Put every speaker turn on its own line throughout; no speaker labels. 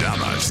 caballeros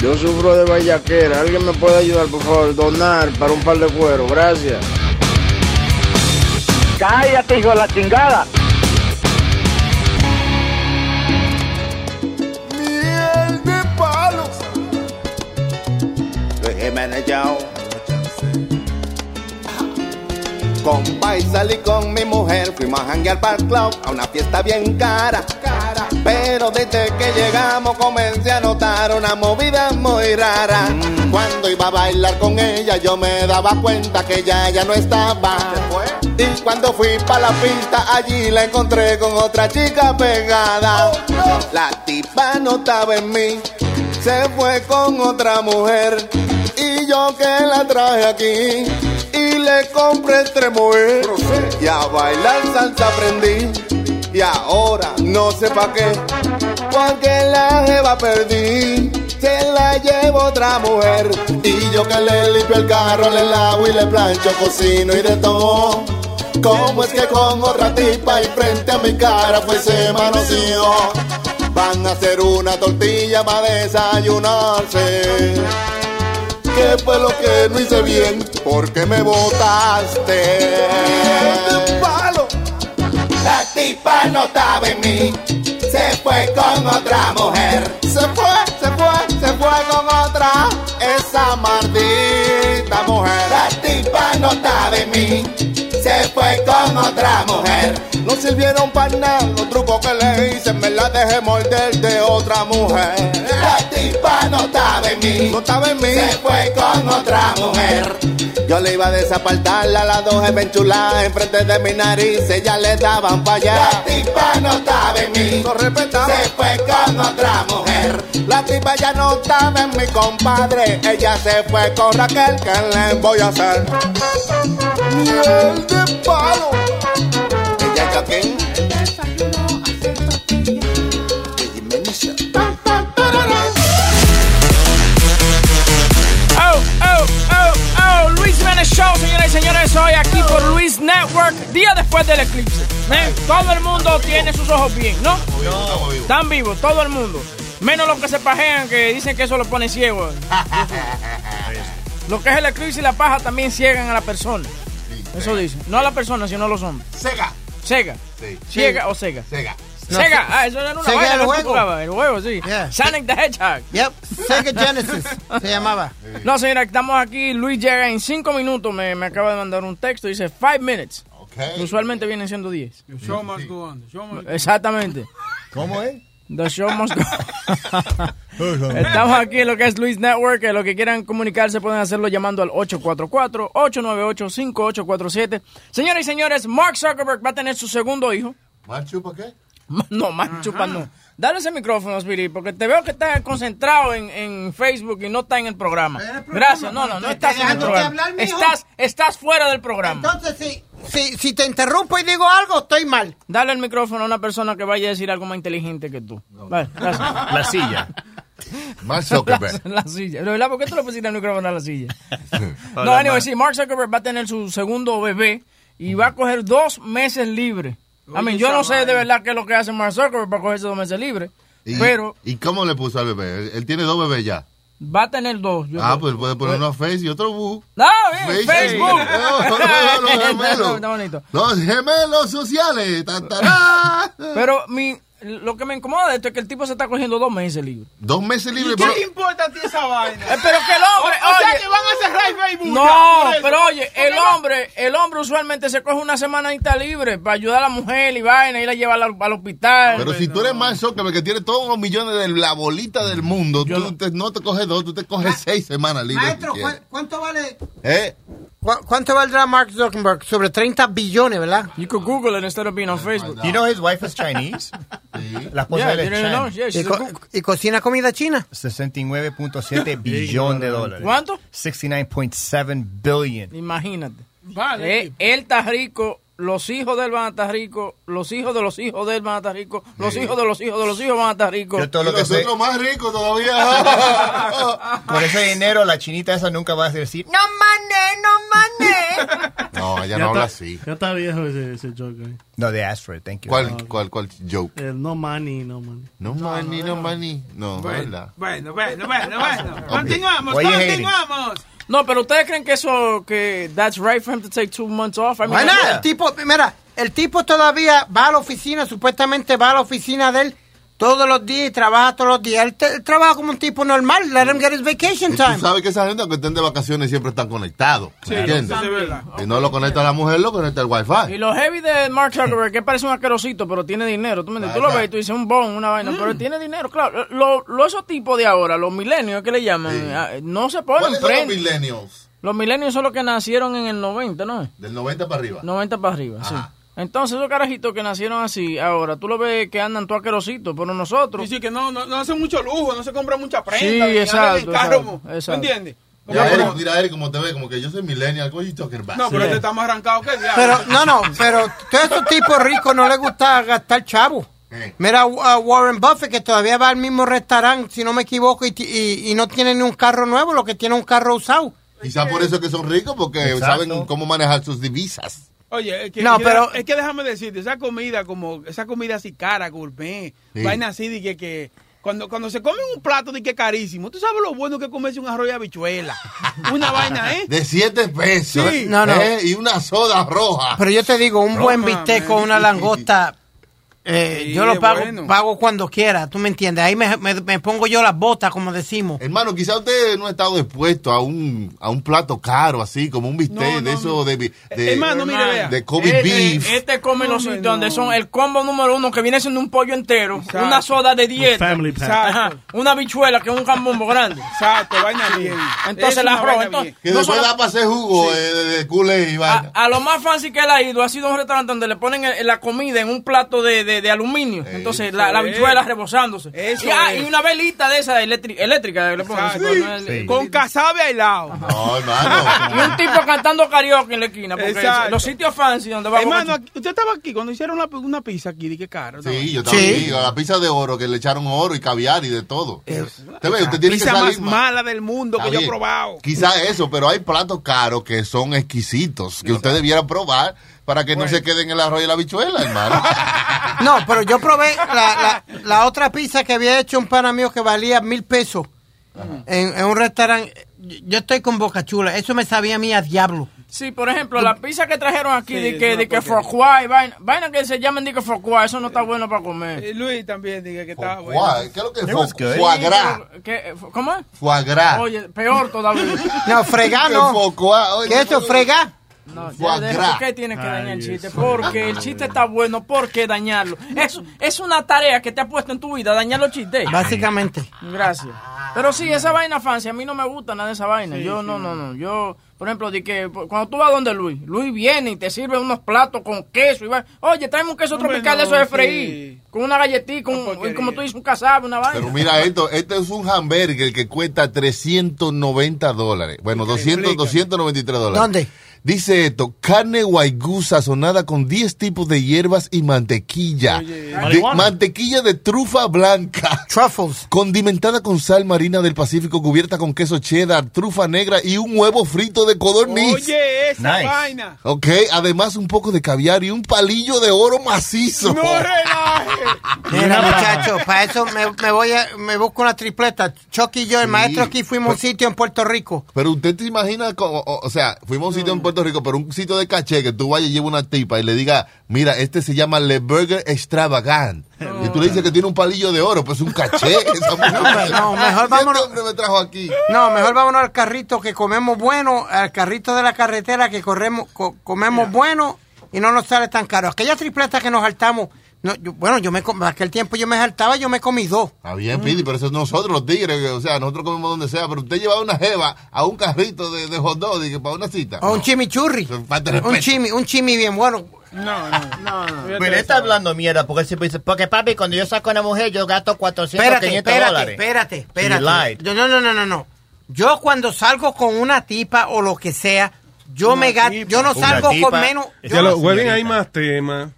Yo sufro de vallaquera. ¿Alguien me puede ayudar, por favor? Donar para un par de cuero. Gracias.
Cállate, hijo de la chingada.
Miel de palos.
Luis Jiménez Yao.
Con y salí con mi mujer. Fuimos a janguear para el club a una fiesta bien cara. Pero desde que llegamos comencé a notar una movida muy rara. Cuando iba a bailar con ella yo me daba cuenta que ella ya no estaba. Y cuando fui para la pista allí la encontré con otra chica pegada. La tipa no estaba en mí, se fue con otra mujer. Y yo que la traje aquí y le compré tres mujeres. Y a bailar salsa aprendí. Y ahora no sé pa' qué, porque la jeva perdí. Se la llevo otra mujer. Y yo que le limpio el carro, le lavo y le plancho, cocino y de todo. ¿Cómo es que con otra tipa y frente a mi cara fue ese manoseo? Van a hacer una tortilla para desayunarse. ¿Qué fue lo que no hice bien? Porque me botaste. palo! La tipa no estaba en mí. Se fue con otra mujer. Se fue, se fue, se fue con otra. Esa maldita mujer. La tipa no estaba en mí. Se fue con otra mujer. No sirvieron para nada los trucos que le hice. Me la dejé morder de otra mujer. La tipa no estaba en mí. No estaba en mí. Se fue con otra mujer. Yo le iba a desapartarla, las dos enchuladas enfrente de mi nariz, ellas le daban para allá. La tipa no estaba en mí, no respetaba. Se fue con otra mujer. La tipa ya no estaba en mi compadre, ella se fue con Raquel, ¿qué le voy a hacer? Miel de palo. Ella es Joaquín. De Jiménez.
Oh, oh, oh, oh, Luis Jiménez Show, señoras y señores, hoy aquí
Oh.
por Luis Network, día después del eclipse. ¿eh? Todo el mundo tiene sus ojos bien, ¿no? Están vivos, todo el mundo. Menos los que se pajean, que dicen que eso los pone ciegos. Lo que es el eclipse y la paja también ciegan a la persona. Eso dicen. No a la persona, sino a los hombres.
Sega.
Sega. Ciega o sega.
Sega.
No, Sega, ah, eso era una
Sega
vaina
el
que tú
juego.
jugabas, el juego, sí.
Yeah.
Sonic the Hedgehog.
Yep, Sega Genesis se llamaba.
No, señora, estamos aquí. Luis llega en 5 minutos. Me, me acaba de mandar un texto. Dice 5 minutes. Usualmente vienen siendo 10.
The show must go on. The show must
eh,
go on.
Exactamente.
¿Cómo es?
The show must go- Estamos aquí en lo que es Luis Network. que Lo que quieran comunicarse pueden hacerlo llamando al 844-898-5847. Señoras y señores, Mark Zuckerberg va a tener su segundo hijo.
¿Más chupa qué?
No, más chupa no. Dale ese micrófono, Spiri, porque te veo que estás concentrado en, en Facebook y no está en el programa. Gracias, no, no, no
Te
estás en el
dejándote
programa.
hablar, mijo.
estás, estás fuera del programa.
Entonces, si, si, si te interrumpo y digo algo, estoy mal.
Dale el micrófono a una persona que vaya a decir algo más inteligente que tú. Vale, gracias.
La silla.
La,
Mark Zuckerberg.
la silla. ¿De verdad? ¿Por qué tú le pusiste el micrófono a la silla?
Hola,
no, anyway,
Mark.
sí, Mark Zuckerberg va a tener su segundo bebé y va a coger dos meses libres. I mean, yo no sé de verdad qué es lo que hace Mark Zuckerberg para cogerse dos meses libres,
¿Y,
pero
¿Y cómo le puso al bebé? Él, él tiene dos bebés ya.
va a tener dos. yo
ah,
creo.
pues puede poner uno a Face y otro Boo.
No, bien,
Face.
Facebook.
Oh, No, no, no, gemelo.
Está bonito.
Los gemelos sociales. Tantará.
Pero mi, lo que me incomoda de esto es que el tipo se está cogiendo dos meses libre.
Dos meses libres,
¿Y qué
pero.
le
importa a ti esa vaina?
Eh, pero que el hombre,
O, o sea
oye.
que van a cerrar el Facebook. ya,
No,
por eso.
pero oye,
Porque
el
va-
hombre, el hombre usualmente se coge una semanita libre para ayudar a la mujer y vaina, ir a llevarla al, al hospital.
Pero si tú eres más Zuckerberg, que tiene todos los millones de la bolita
Mm,
del mundo, tú te- no te coges dos, tú te coges seis semanas libres.
Maestro,
si
¿cuán-
quieres.
¿cuánto vale?
¿Eh?
¿Cu- ¿Cuánto valdrá Mark Zuckerberg? Sobre 30 billones, ¿verdad?
You could Google it instead of being on Facebook.
You know his wife is Chinese?
La esposa
Yeah,
de
you
Ed
didn't know?
Sheeran.
Yeah, she's a cook. ¿Y cocina comida china?
69.7 billón de dólares.
¿Cuánto?
69.7 billion.
Imagínate.
Vale.
Eh, él está rico, los hijos de él van a estar ricos, los hijos de los hijos de él van a estar ricos, los
Sí.
hijos de los hijos de los hijos van a estar ricos.
Yo todo lo Y que sé- nosotros
más ricos todavía.
Por ese dinero, la chinita esa nunca va a decir.
No mané, no mané.
No, ella
Ya
no habla
está-
así.
Ya está viejo ese, ese joke ahí.
No, de Astrid, thank you.
¿Cuál, cuál, cuál joke?
El no money, no money.
No, money, no, money. No, ¿verdad?
Bueno, bueno, bueno, bueno.
Continuamos, Why you hating?
No, pero ustedes creen que eso, que that's right for him to take two months off. I mean,
el tipo, mira, el tipo todavía va a la oficina, supuestamente va a la oficina de él todos los días y trabaja todos los días. Él, te- él trabaja como un tipo normal. Let him get his vacation
Y tú
time.
sabes que esa gente, aunque estén de vacaciones, siempre están conectados. ¿me
Sí,
¿Entiendes?
eso es verdad.
Si no lo conecta la mujer, lo conecta el wifi.
Y los heavy de Mark Zuckerberg, que parece un asquerosito, pero tiene dinero. Tú, me entiendes? Tú lo ves y tú dices un bon, una vaina, pero
Mm.
tiene dinero, claro. Lo, lo- esos tipos de ahora, los milenios que le llaman, ah, no se ponen
¿Cuáles son los
prenda.
millennials?
Los milenios son los que nacieron en el 90, ¿no?
Del 90 para arriba.
90 para arriba, sí. Entonces, esos carajitos que nacieron así, ahora, tú lo ves que andan tú asquerositos, pero nosotros...
Dice que no, no, no hace mucho lujo, no se compra mucha
Sí,
prenda. ni nada,
exacto,
ni carro,
exacto,
¿me
exacto.
entiendes?
Mira, Eric, mira, Eric, como te ve, como que yo soy millennial. What you talking about?
No, pero este está más arrancado que el diablo.
Pero, no, no, pero todos esos tipos ricos no les gusta gastar chavo.
Eh.
Mira a Warren Buffett que todavía va al mismo restaurante, si no me equivoco, y, ti- y- y no tiene ni un carro nuevo, lo que tiene un carro usado.
Quizás por eso es que son ricos, porque
Exacto.
saben cómo manejar sus divisas.
Oye, es que,
No,
es que-
pero-
es que déjame decirte, esa comida como, esa comida así cara, gourmet,
Sí.
vaina así de que, que cuando, cuando se come un plato de que carísimo, tú sabes lo bueno que es comerse un arroz de habichuela, una vaina, ¿eh?
De 7 pesos.
Sí.
No, no.
¿eh? Y una soda roja.
Pero yo te digo, un
Roja,
buen bistec con una langosta, eh,
Sí,
yo lo
es
pago,
bueno.
pago cuando quiera, tú me entiendes. Ahí me, me- me pongo yo las botas, como decimos.
Hermano, quizás usted no ha estado expuesto a un, a un plato caro así, como un bistec de eso de, de, de,
Hermano, mire, vea.
Kobe
Eh,
este,
beef.
Este come los sitios donde son el combo número uno, que viene siendo un pollo entero, una soda de dieta,
Un family pack.
Ajá, una bichuela, que es un jambombo grande.
Exacto, vaina bien.
Entonces
Es
la
una
arroz,
vaina
entonces...
que
no Ah,
después
solo-
da para hacer jugo eh, de, de culé y vaina.
A lo más fácil que él ha ido ha sido un restaurante donde le ponen el- la comida en un plato de, de- de aluminio. Entonces la,
Eso
la
es.
habichuela rebosándose.
Eso
y, ah,
es.
y una velita de esa eléctrica, eléctrica que le ponen.
Exacto.
Eso, ¿no? El-
Sí.
Con
Con casabe aislado.
Ah, No, hermano.
y un tipo cantando karaoke en la esquina. Porque
Exacto.
los sitios fancy donde va
Hermano, aquí- usted estaba aquí cuando hicieron la- una pizza aquí, de que caro. ¿no?
Sí, yo estaba ahí, a la pizza de oro, que le echaron oro y caviar y de todo. Usted ve, usted tiene que
pizza más
salir más.
mala del mundo que
Está
yo he
bien.
probado.
Quizá eso, pero hay platos caros que son exquisitos, que usted debiera probar para que no se queden en el arroz y la bichuela, hermano.
No, pero yo probé la, la- la otra pizza que había hecho un pana mío que valía mil pesos en, en un restaurante. Yo estoy con Boca Chula, eso me sabía a mí a diablo.
Sí, por ejemplo, la pizza que trajeron aquí
Sí,
de
es
que,
una
de que
porquería.
foie y vaina, vaina que se llaman de que foie, eso no está bueno para comer.
Eh, Luis también dije que estaba bueno.
Guay, ¿Qué es lo que es?
It was
Fo-
good.
foie gras.
Sí, pero- ¿qué? ¿Cómo es?
Foie gras. ah,
Oye, peor todavía.
No, fregá, no. ¿Qué eso, fregá?
No,
Foie
ya, de-
gras.
¿Por qué tienes que
Ay,
dañar el chiste?
Dios
Porque el chiste está bueno, ¿por qué dañarlo? Es, es una tarea que te ha puesto en tu vida, dañar los chistes.
Básicamente.
Gracias. Pero sí, esa vaina fancy, a mí no me gusta nada de esa vaina. yo, no, no, no. Yo, por ejemplo, di que por- cuando tú vas donde Luis, Luis viene y te sirve unos platos con queso y va, oye, tráeme un queso tropical de eso de freír, con una galletita, con, como tú dices, un casabe, una vaina.
Pero mira esto, este es un hamburger que cuesta 390 dólares. Bueno, 200, 293 dólares.
¿Dónde?
Dice esto, carne guaygusa sazonada con 10 tipos de hierbas y mantequilla. De-
Marihuana.
mantequilla de trufa blanca.
Truffles.
Condimentada con sal marina del Pacífico, cubierta con queso cheddar, trufa negra y un huevo frito de codorniz.
Oye, esa
Nice.
vaina.
Ok, además un poco de caviar y un palillo de oro macizo.
No relaje.
Mira, muchachos, para eso me, me voy a, me busco una tripleta. Chucky y yo, el maestro aquí, fuimos a un sitio en Puerto Rico. Mm.
Pero usted te imagina, como, o, o sea, fuimos a un sitio en Puerto Rico, pero un sitio de caché que tú vayas y llevas una tipa y le diga, mira, este se llama Le Burger Extravagant. Y tú le dices que tiene un palillo de oro, pues un caché. Esa mujer.
No, mejor
Este
vámonos.
hombre me trajo aquí.
No, mejor vámonos al carrito que comemos bueno, al carrito de la carretera que corremos, co- comemos bueno y no nos sale tan caro. Aquellas tripletas que nos saltamos, no, yo- bueno, yo me com- aquel tiempo yo me saltaba, yo me comí dos.
Está bien, Pidi, pero eso es nosotros los tigres, que, o sea, nosotros comemos donde sea, pero usted llevaba una jeva a un carrito de, de hot dog, dije, para una cita.
O un chimichurri.
de
Un
respeto.
chimi, un chimi bien bueno.
No,
Ah,
no, no.
Ah.
Pero él está hablando mierda porque él siempre dice, porque papi, cuando yo saco a una mujer, yo gasto 400,
Espérate,
500
espérate,
dólares.
espérate,
He lied.
espérate. Yo- No, no, no, no, no. Yo cuando salgo con una tipa o lo que sea, yo
Una
me gasto,
tipa.
yo no
Una
salgo con
tipa.
menos. yo
Ya
no-
lo, Webin, hay más temas.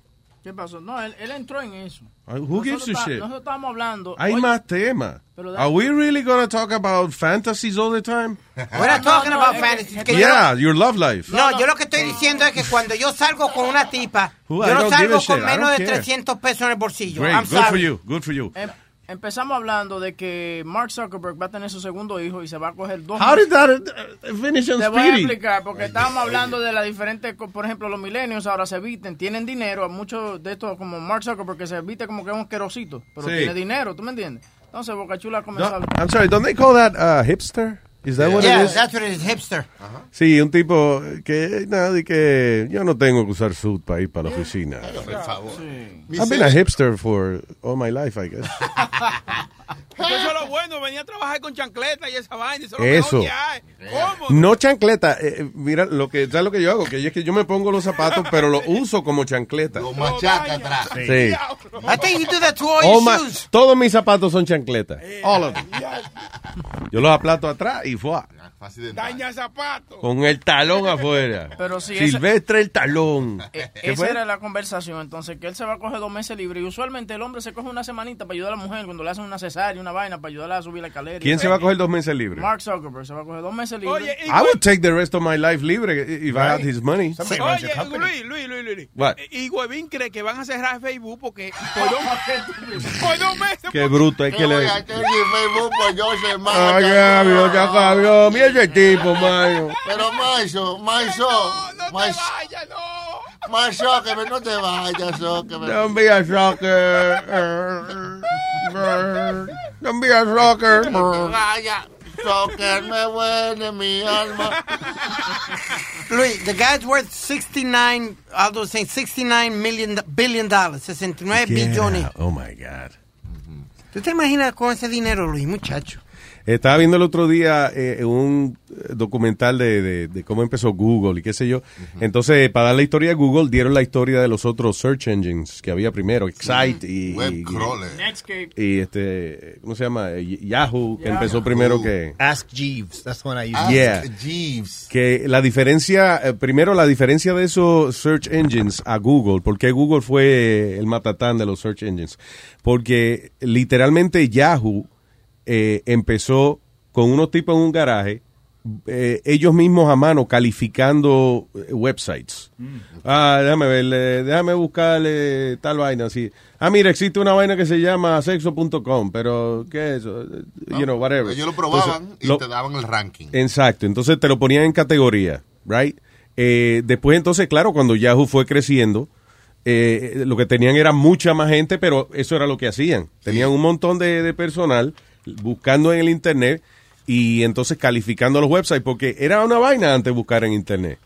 ¿Qué pasó? No, él, él entró en eso.
Who gives a
Nosotros
shit?
está- Nosotros estábamos hablando.
Hay
Oye,
más temas.
Pero da-
Are we really gonna talk about fantasies all the time?
We're not talking about fantasies, que yo
yeah,
no-
your love life.
No, yo lo que estoy diciendo es que cuando yo salgo con una tipa,
Who- I
yo no
don't give a
salgo
shit,
con
I
menos
don't
de
care.
300 pesos en el bolsillo.
Great,
I'm
good for
sorry.
you, good for you.
em- empezamos hablando de que Mark Zuckerberg va a tener su segundo hijo y se va a coger dos.
How did that uh, finish on
Te voy a
Speedy?
explicar, porque estábamos hablando de las diferentes, co- por ejemplo, los millennials ahora se visten, tienen dinero, a muchos de estos como Mark Zuckerberg que se viste como que es un querosito, pero
Sí.
tiene dinero, ¿tú me entiendes? Entonces Bocachula comenzó a
No,
hablar.
I'm sorry, don't they call that uh, hipster? Is that what
Yeah,
it is?
that's what it is, hipster.
Sí, un tipo que nada de que yo no tengo que usar suit para ir para la oficina.
Por favor.
I've been a hipster for all my life, I guess.
Porque eso es lo bueno, venía a trabajar con chancleta y esa vaina. Eso. es lo
Eso.
mejor que hay. ¿Cómo?
No chancleta. eh, eh, mira, lo que, ¿sabes lo que yo hago? Que es que yo me pongo los zapatos, pero los uso como chancleta.
Machaca atrás.
Sí.
I think you do that to all
All
your
Oh, my-
shoes.
todos mis zapatos son chancletas. Eh.
Eh,
All of them. Yo los aplato atrás y fue
Ah,
Daña zapatos.
con el talón afuera.
Pero si esa-
Silvestre el talón.
Eh,
¿Qué
esa
fue?
era la conversación, entonces que él se va a coger dos meses libre y usualmente el hombre se coge una semanita para ayudar a la mujer cuando le hacen una cesárea, una vaina para ayudarla a subir la escalera. y
¿Quién
eso.
se va a coger dos meses Ah, libres?
Mark Zuckerberg se va a coger dos meses libres.
I would take the rest of my life libre eh, if I had his money.
Oye, Luis, Luis, Luis, Luis.
What?
Eh, Y Huevín cree que van a cerrar Facebook porque por dos, por dos meses.
Qué bruto, es que le...
Oiga, que en Facebook, pues, yo sé más
Ay,
que-
Gabio, ya Gabio, mira ese tipo, mano.
Pero Maiso, Maiso, Maiso. Maiso, que no te vayas, so, que me-
Don't be a shocker. Don't be a shocker.
Vaya, so, que me huele mi alma.
Luis, the guy's worth 69, Aldo was saying 69 million, billion dollars, 69 billones.
Oh my God.
¿Tú te imaginas con ese dinero, Luis, muchacho?
Estaba viendo el otro día eh, un documental de, de- de cómo empezó Google y qué sé yo. Entonces, para dar la historia de Google, dieron la historia de los otros search engines que había primero, Excite y, y,
Netscape.
y este, ¿cómo se llama? Y- Yahoo, que empezó primero que...
Ask Jeeves. That's when I use
Yeah. Que la diferencia, eh, primero la diferencia de esos search engines a Google, porque Google fue el matatán de los search engines, porque literalmente Yahoo eh, empezó con unos tipos en un garaje, eh, ellos mismos a mano calificando eh, websites. Ah, déjame ver, eh, déjame buscarle tal vaina así. Ah, mira, existe una vaina que se llama sexo.com, pero ¿qué es eso? Eh, You know, whatever.
Ah, pues Ellos lo
Entonces,
probaban y
lo-
te daban el ranking.
Exacto, entonces te lo ponían en categoría, right? Eh, después entonces, claro, cuando Yahoo fue creciendo, eh, lo que tenían era mucha más gente, pero eso era lo que hacían. Tenían un montón de, de personal buscando en el internet y entonces calificando los websites, porque era una vaina antes buscar en internet.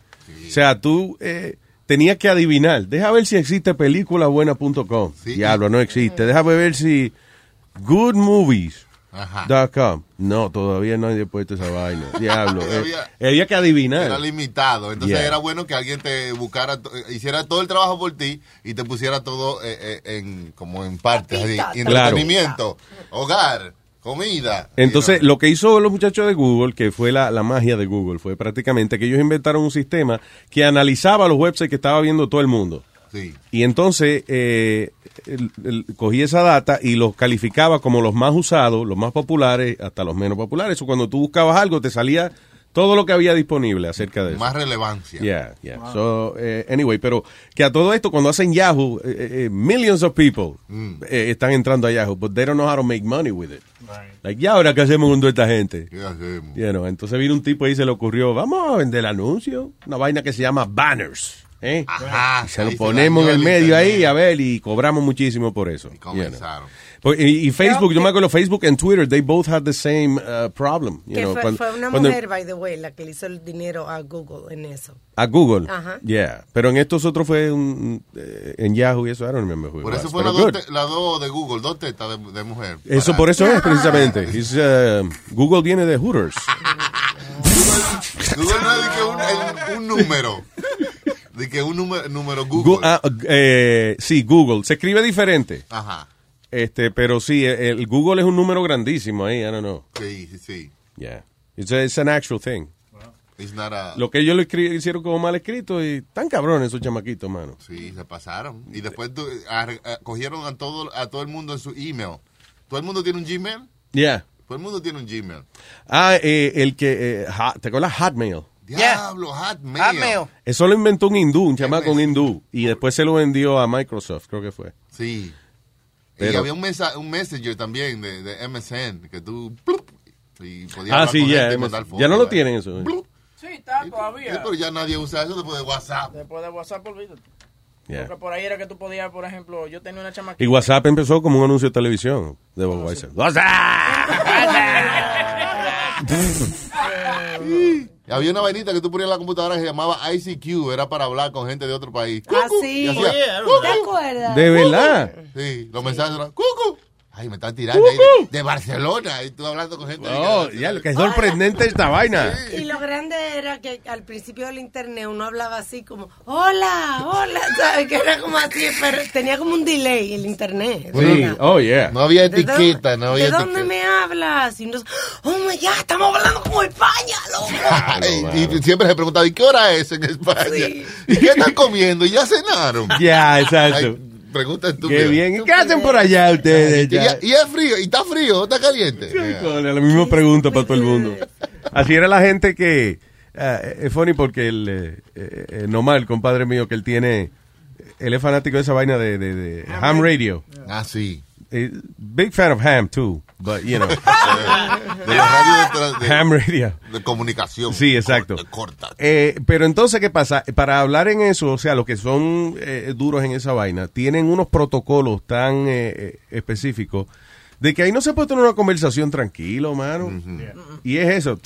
O sea, tú eh, tenías que adivinar, deja ver si existe peliculabuena.com. Diablo, no existe. Deja ver si good movies.
Ajá.
Dot com. No, todavía no he puesto esa vaina. Diablo. eh,
Todavía-
había que adivinar.
Era limitado, entonces
Yeah.
era bueno que alguien te buscara, to- eh, hiciera todo el trabajo por ti y te pusiera todo eh, eh, en como en partes, así,
Claro.
entretenimiento, hogar, comida.
Entonces, lo que hizo los muchachos de Google, que fue la, la magia de Google, fue prácticamente que ellos inventaron un sistema que analizaba los websites que estaba viendo todo el mundo.
Sí.
Y entonces eh, el- el- cogí esa data y los calificaba como los más usados, los más populares, hasta los menos populares. Eso cuando tú buscabas algo te salía todo lo que había disponible acerca de eso.
Más relevancia.
Yeah, yeah. So, eh, anyway, pero que a todo esto cuando hacen Yahoo, eh, eh, millions of people
Mm,
Mm.
eh, están entrando a Yahoo, but they don't know how to make money with it. Like, ¿y ahora qué hacemos con toda esta gente?
¿Qué hacemos?
You know, entonces vino un tipo y se le ocurrió, vamos a vender anuncio, una vaina que se llama banners. ¿eh?
Ajá,
Y se
ahí
lo
se
ponemos en
dañó
el
el
medio ahí, a ver, y cobramos muchísimo por eso. you know.
comenzaron.
Pues, Y, y Facebook, yo me acuerdo, Facebook and Twitter, they both had the same uh, problem. You
que
know,
fue,
cuando-
fue una
cuando-
mujer, by the way, la que le hizo el dinero a Google en eso.
A Google.
Ajá.
Yeah. Pero en estos otros fue un, eh, en Yahoo y eso. I don't remember who it
Por eso
was,
fue la
pero
dos,
good.
te- la dos de Google, dos tetas de, de mujer.
Eso, por eso es precisamente. It's, uh, Google viene de Hooters.
Google no es de que un, el- un número. De que un número, número
Gu-
Google.
ah, eh, sí, Google. Se escribe diferente.
Ajá.
Este, pero sí, el, el Google es un número grandísimo ahí, I don't know.
Sí, sí, sí.
Yeah. It's, a- it's an actual thing.
It's not a-
Lo que ellos lo escri- hicieron como mal escrito y tan cabrones esos chamaquitos, mano.
Sí, se pasaron. Y después tú- ar- a- cogieron a todo, a todo el mundo en su email. ¿Todo el mundo tiene un Gmail?
Yeah.
Todo el mundo tiene un Gmail.
Ah, eh, el que, eh, ha- ¿te acuerdas? Hotmail.
Diablo, Hotmail. Hotmail.
Eso lo inventó un hindú, un chamaco, un hindú. Y después se lo vendió a Microsoft, creo que fue.
Sí. y
Pero-
había un, mesa, un messenger también de, de MSN que tú... plup, y podías
Ah,
hablar
sí,
con
ya.
gente y
MS.
mandar
Ya no lo
fotos,
tienen eso. eh.
Bloop.
Sí, está todavía.
Sí, pero ya nadie usa eso después de WhatsApp.
Después de WhatsApp, olvídate.
Yeah.
Porque por ahí era que tú podías, por ejemplo, yo tenía una chamaquita.
Y WhatsApp empezó como un anuncio de televisión de
Ah,
Bob Weiser.
Y había una vainita que tú ponías en la computadora que se llamaba ICQ, era para hablar con gente de otro país.
Así.
Y hacía,
Ah, ¿Te acuerdas?
¿De verdad?
Sí, los mensajes eran cucu. Ay, me están tirando ahí de, de Barcelona y tú hablando con gente.
Oh, ya, lo que es sorprendente esta vaina.
Y lo grande era que al principio del internet uno hablaba así como, hola, hola, ¿sabes? Que era como así, pero tenía como un delay el internet.
Sí, oh yeah.
No había
¿De dónde-
etiqueta, no había
¿De dónde
etiqueta.
me hablas? Y nos, oh my God, estamos hablando como España, loco.
Y, y siempre se preguntaba, ¿y qué hora es en España? ¿Y qué están comiendo? ¿Ya cenaron?
Ya, exacto.
Ay, pregunta estúpida.
Qué bien. ¿Y ¿Qué hacen por allá ustedes?
¿Y, ya-
Ya?
y es frío? ¿Y está frío? ¿O está caliente?
Coño, la misma pregunta para todo el mundo. Así era la gente que... ah, es funny porque el... Eh, eh, eh, Nomar, el compadre mío, que él tiene... Él es fanático de esa vaina de, de- de ham radio.
Ah, sí.
Eh, big fan of ham, too. But, you know.
De la radio de, de-
ham radio.
de comunicación.
Sí, exacto.
Corta.
Eh, pero entonces, ¿qué pasa? Para hablar en eso, o sea, los que son eh, duros en esa vaina, tienen unos protocolos tan eh, eh, específicos de que ahí no se puede tener una conversación tranquilo, mano. Y es eso.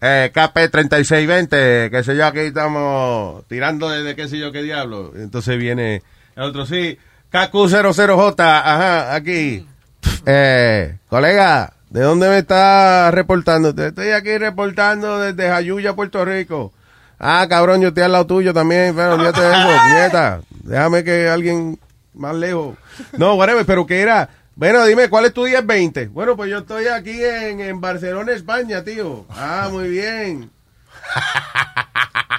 Eh, KP3620, qué sé yo, aquí estamos tirando desde qué sé yo qué diablo. Entonces viene el otro, sí, KQ00J, ajá, aquí. Eh, colega, ¿de dónde me está reportando? Te estoy aquí reportando desde Jayuya, Puerto Rico. Ah, cabrón, yo estoy al lado tuyo también, pero yo te vengo, nieta. Déjame que alguien más lejos. No, whatever, pero que era. Bueno, dime, ¿cuál es tu 1020? Bueno, pues yo estoy aquí en, en Barcelona, España, tío. Ah, muy bien.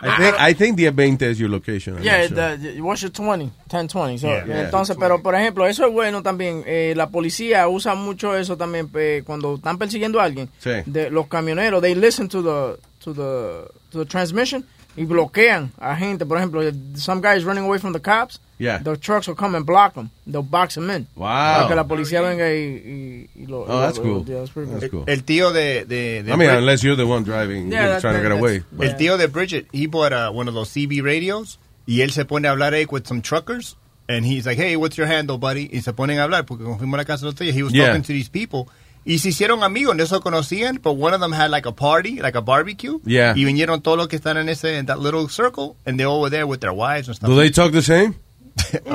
I think, I think 1020 is your location. I'm
Yeah,
not sure.
the- what's your 20? 10-20. so,
Yeah. Yeah.
entonces, pero por ejemplo, eso es bueno también. eh, la policía usa mucho eso también eh, cuando están persiguiendo a alguien.
Sí.
De, los camioneros, they listen to the, to, the, to the transmission y bloquean a gente. Por ejemplo, if some guy is running away from the cops.
Yeah.
The trucks will come and block them. They'll box them in.
Wow.
Para que la policía venga y, y, y lo.
Oh, that's
lo-
cool.
yeah, that's pretty
That's cool.
El tío de. de,
Ah,
de
I mean, unless you're the one driving,
Yeah,
you're
that-
trying to get
that-
away.
El tío de Bridget, he bought uh, one of those CB radios y él se pone a hablar ahí with some truckers. And he's like, hey, what's your handle, buddy? Y se ponen a hablar porque cuando fuimos a la casa de los tíos, he was
Yeah.
talking to these people. Y se hicieron amigos, no se conocían, but one of them had like a party, like a barbecue.
Yeah.
Y vinieron todos los que están en ese, in that little circle, and they all were there with their wives and stuff. Ah,
Do they talk the same?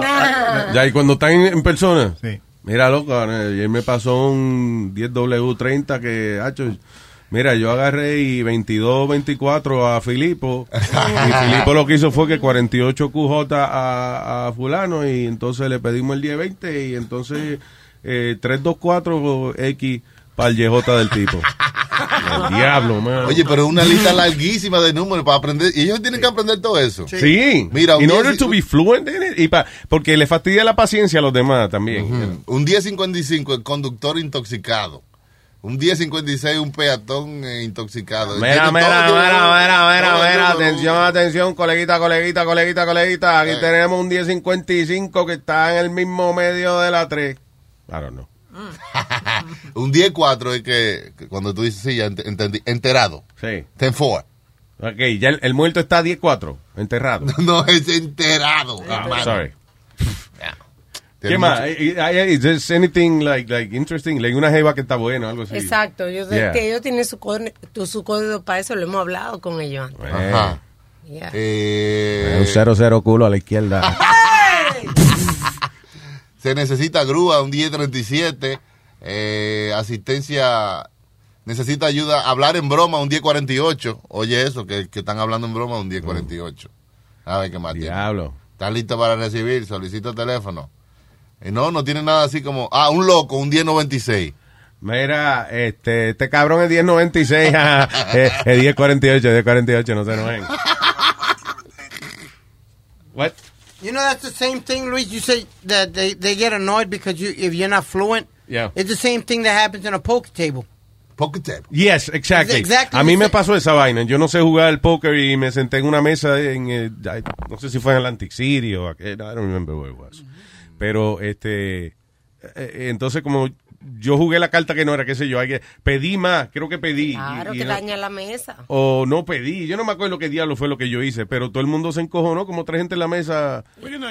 Ya, y cuando están en, en persona. Mira, loco, ayer me pasó un 10W30 que, hacho, mira, yo agarré y 22-24 a Filipo. y Filipo lo que hizo fue que 48QJ a, a Fulano. Y entonces le pedimos el 1020 y entonces eh, 324X para el YJ del tipo. el diablo, man.
Oye, pero una lista larguísima de números para aprender. Y ellos tienen que aprender todo eso.
Sí.
Mira, un
in
día
order
si-
to be fluent in it, y pa- porque le fastidia la paciencia a los demás también.
Mm. Un 1055, el conductor intoxicado. Un 1056, un peatón eh, intoxicado.
Mira,
Todo
mira, mira,
tiene-
mira, mira,
todo
mira,
tiene-
atención, atención, coleguita, coleguita, coleguita, coleguita. Aquí tenemos un 1055 que está en el mismo medio de la 3. Claro, no.
Un 104 es que, que cuando tú dices, sí, ya ent- entendí, enterado.
Sí.
Ten four.
Ok, ya el, el muerto está a 104, enterrado. Ah,
No, es enterado. hermano.
Sorry. ¿Qué
Tiene
más?
mucho-
Eh, eh, eh, Is there anything like, like interesting? Like una jeva que está buena o algo así.
Exacto, yo sé
Yeah.
que ellos tienen su, código- tu- su código para eso, lo hemos hablado con ellos antes.
Ajá.
Yeah.
Eh,
Un 00 culo a la izquierda.
Se necesita grúa, un 1037. Eh, asistencia. Necesita ayuda. Hablar en broma, un 1048. Oye, eso, que, que están hablando en broma, un 1048. A ver qué más tiene.
Diablo.
¿Estás listo para recibir? Solicito teléfono. Y no, no tiene nada así como, ah, un loco, un 1096.
Mira, este, este cabrón es 1096, ajá. Eh, es 1048, 1048, no se enojen. What?
You know that's the same thing, Luis. You say that they, they get annoyed because you if you're not fluent.
Yeah.
It's the same thing that happens in a poker table.
Poker table.
Yes, exactly.
Exactly.
A mí me pasó esa vaina. Yo no sé jugar al póker y me senté en una mesa en, eh, ay, no sé si fue en Atlantic City o aquel- I don't remember where it was. Pero este, eh, eh, entonces como yo jugué la carta que no era, qué sé yo, hay que- pedí más, creo que pedí. y-
Claro,
y
que
no-
daña la mesa.
o no pedí, yo no me acuerdo qué diablo fue lo que yo hice, pero todo el mundo se encojonó, como tres gente en la mesa.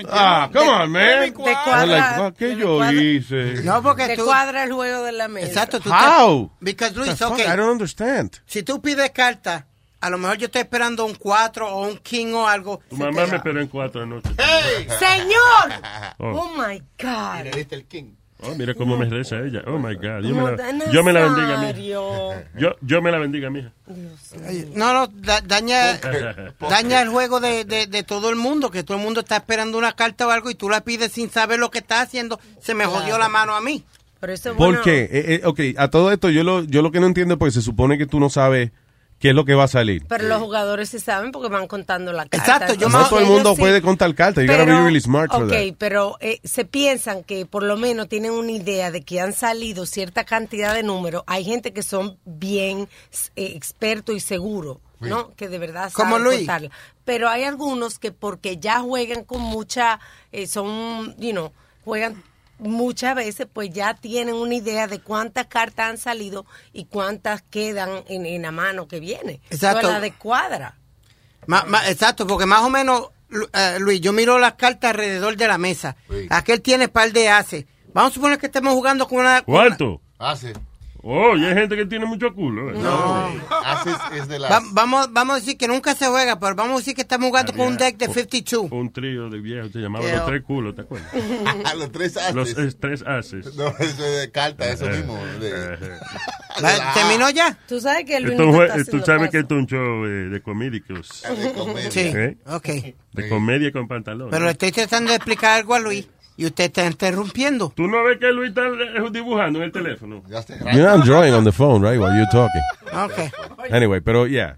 Ah, come on, man.
Te cuadra-
I'm like, "Fuck, ¿Qué yo hice?
No, porque
te
tú-
cuadra el juego de la mesa.
Exacto. Tú
How?
Te, because
The
Luis,
fuck?
okay.
I don't understand.
Si tú pides carta, a lo mejor yo estoy esperando un 4 o un king o algo.
Tu mamá me esperó en cuatro anoche.
¿Eh? Señor.
Oh.
Oh my God.
Oh, mira cómo me reza ella. Oh my God. Yo me la,
No,
yo me la bendiga, mija.
Nazario.
Yo, yo me la bendiga, mija.
No, no, da- daña, daña el juego de, de- de todo el mundo, que todo el mundo está esperando una carta o algo y tú la pides sin saber lo que está haciendo. Se me jodió la mano a mí.
Pero eso
¿Por qué? Eh, eh, ok, a todo esto yo lo, yo lo que no entiendo es porque se supone que tú no sabes qué es lo que va a salir.
Pero los jugadores sí saben porque van contando la carta.
no
Entonces,
todo el mundo
ellos sí-
puede contar cartas. You gotta be
Pero-
really smart for
ok,
that.
pero eh, se piensan que por lo menos tienen una idea de que han salido cierta cantidad de números. Hay gente que son bien eh, expertos y seguros,
Sí.
¿no? Que de verdad
Como
saben
Luis.
contarla. Pero hay algunos que porque ya juegan con mucha, eh, son, you know, juegan muchas veces, pues ya tienen una idea de cuántas cartas han salido y cuántas quedan en, en la mano que viene.
Exacto.
No es la de cuadra.
Ma- ma- exacto, porque más o menos, Lu- eh, Luis, yo miro las cartas alrededor de la mesa. Aquel tiene par de haces. Vamos a suponer que estemos jugando con una... con una-
¿Cuánto?
Hace.
Oh, y hay gente que tiene mucho culo. ¿eh?
No.
Haces es de
Va- vamos, vamos a decir que nunca se juega, pero vamos a decir que estamos
Ah,
jugando con un deck de 52.
Un trío de viejos, se llamaba
Qué
Los
o-
Tres Culos, ¿te acuerdas?
Los tres haces.
Los eh, Tres Haces.
No, eso es de carta, eso mismo. de-
Ah, ¿Terminó ya?
Tú sabes que Luis
Esto
no
fue-
está
tú
haciendo
sabes
caso.
que esto es un show eh, de comedicos. ¿Eh?
De comedia. Sí, ok.
De comedia con pantalones.
Pero le estoy tratando de explicar algo a Luis y usted está interrumpiendo.
¿Tú no ves que Luis está eh, dibujando en el teléfono?
You know, I'm drawing on the phone, right, while you're talking.
Ah, Ok.
Anyway, pero yeah.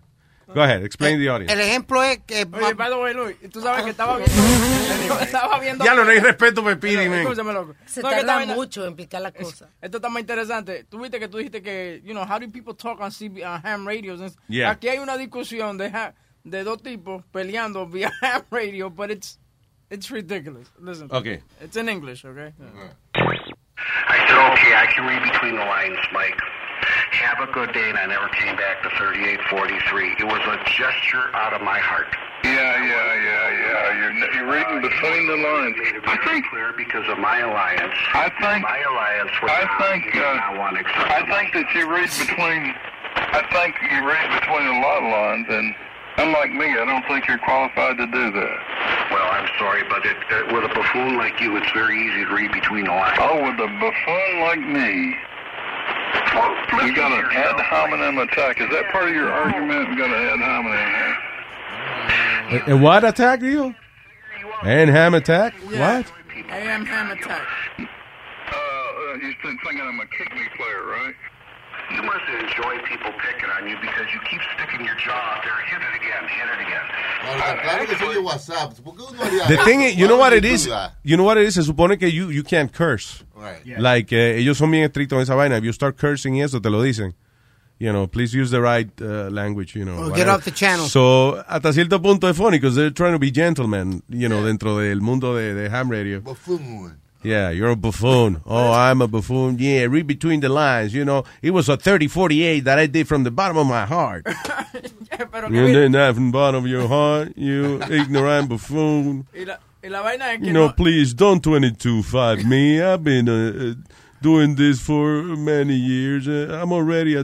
Go ahead, explain the audience.
El ejemplo es que...
Oye, by the way, Luis, tú sabes que estaba viendo... estaba viendo...
Ya lo no hay respeto, Pepini, man.
Escúchame, loco. que
Se tarda
esta vaina-
mucho en picar las cosas.
Esto está más interesante. Tú viste que tú dijiste que, you know, how do people talk on, CB, on ham radios? And-
Yeah.
Aquí hay una discusión de, ha- de dos tipos peleando vía ham radio, but it's, it's ridiculous. Listen.
Okay.
It's in English, okay?
I said, okay, I can read between the lines, Mike. Have a good day, and I never came back to 3843. It was a gesture out of my heart. Yeah, yeah, yeah, yeah. You're, you're reading between the lines. I think clear because of my alliance. I think my alliance. I think. Uh, I think that you read between. I think you read between a lot of lines, and unlike me, I don't think you're qualified to do that. Well, I'm sorry, but it, uh, with a buffoon like you, it's very easy to read between the lines. Oh, with a buffoon like me. We got an ad hominem attack. Is that part of your argument? We got an ad hominem.
A- a what attack, you? And ham attack? What?
I am ham attack.
Uh, you're still thinking I'm a kick me player, right? You must enjoy people picking on you because you keep sticking your jaw out there. Hit it again, hit it again.
Claro, claro que soy de WhatsApp. ¿Por qué uno haría
The
eso?
thing is, you know
Why
what it
would you
is?
do that?
You know what it is? Se supone que you, you can't curse.
Right.
Yeah. Like, eh, ellos son bien estrictos en esa vaina. If you start cursing y eso, te lo dicen. You know, please use the right uh, language, you know.
Or get
whatever.
off the channel.
So, hasta cierto punto es funny, because they're trying to be gentlemen, you know, dentro del mundo de, de ham radio.
Buffoon.
Yeah, you're a buffoon. Oh, I'm a buffoon. Yeah, read between the lines. You know, it was a 30-48 that I did from the bottom of my heart. you did that from the bottom of your heart, you ignorant buffoon.
Y la, y la vaina es que
You know,
no-
please don't 22-5 me. I've been uh, uh, doing this for many years. Uh, I'm already a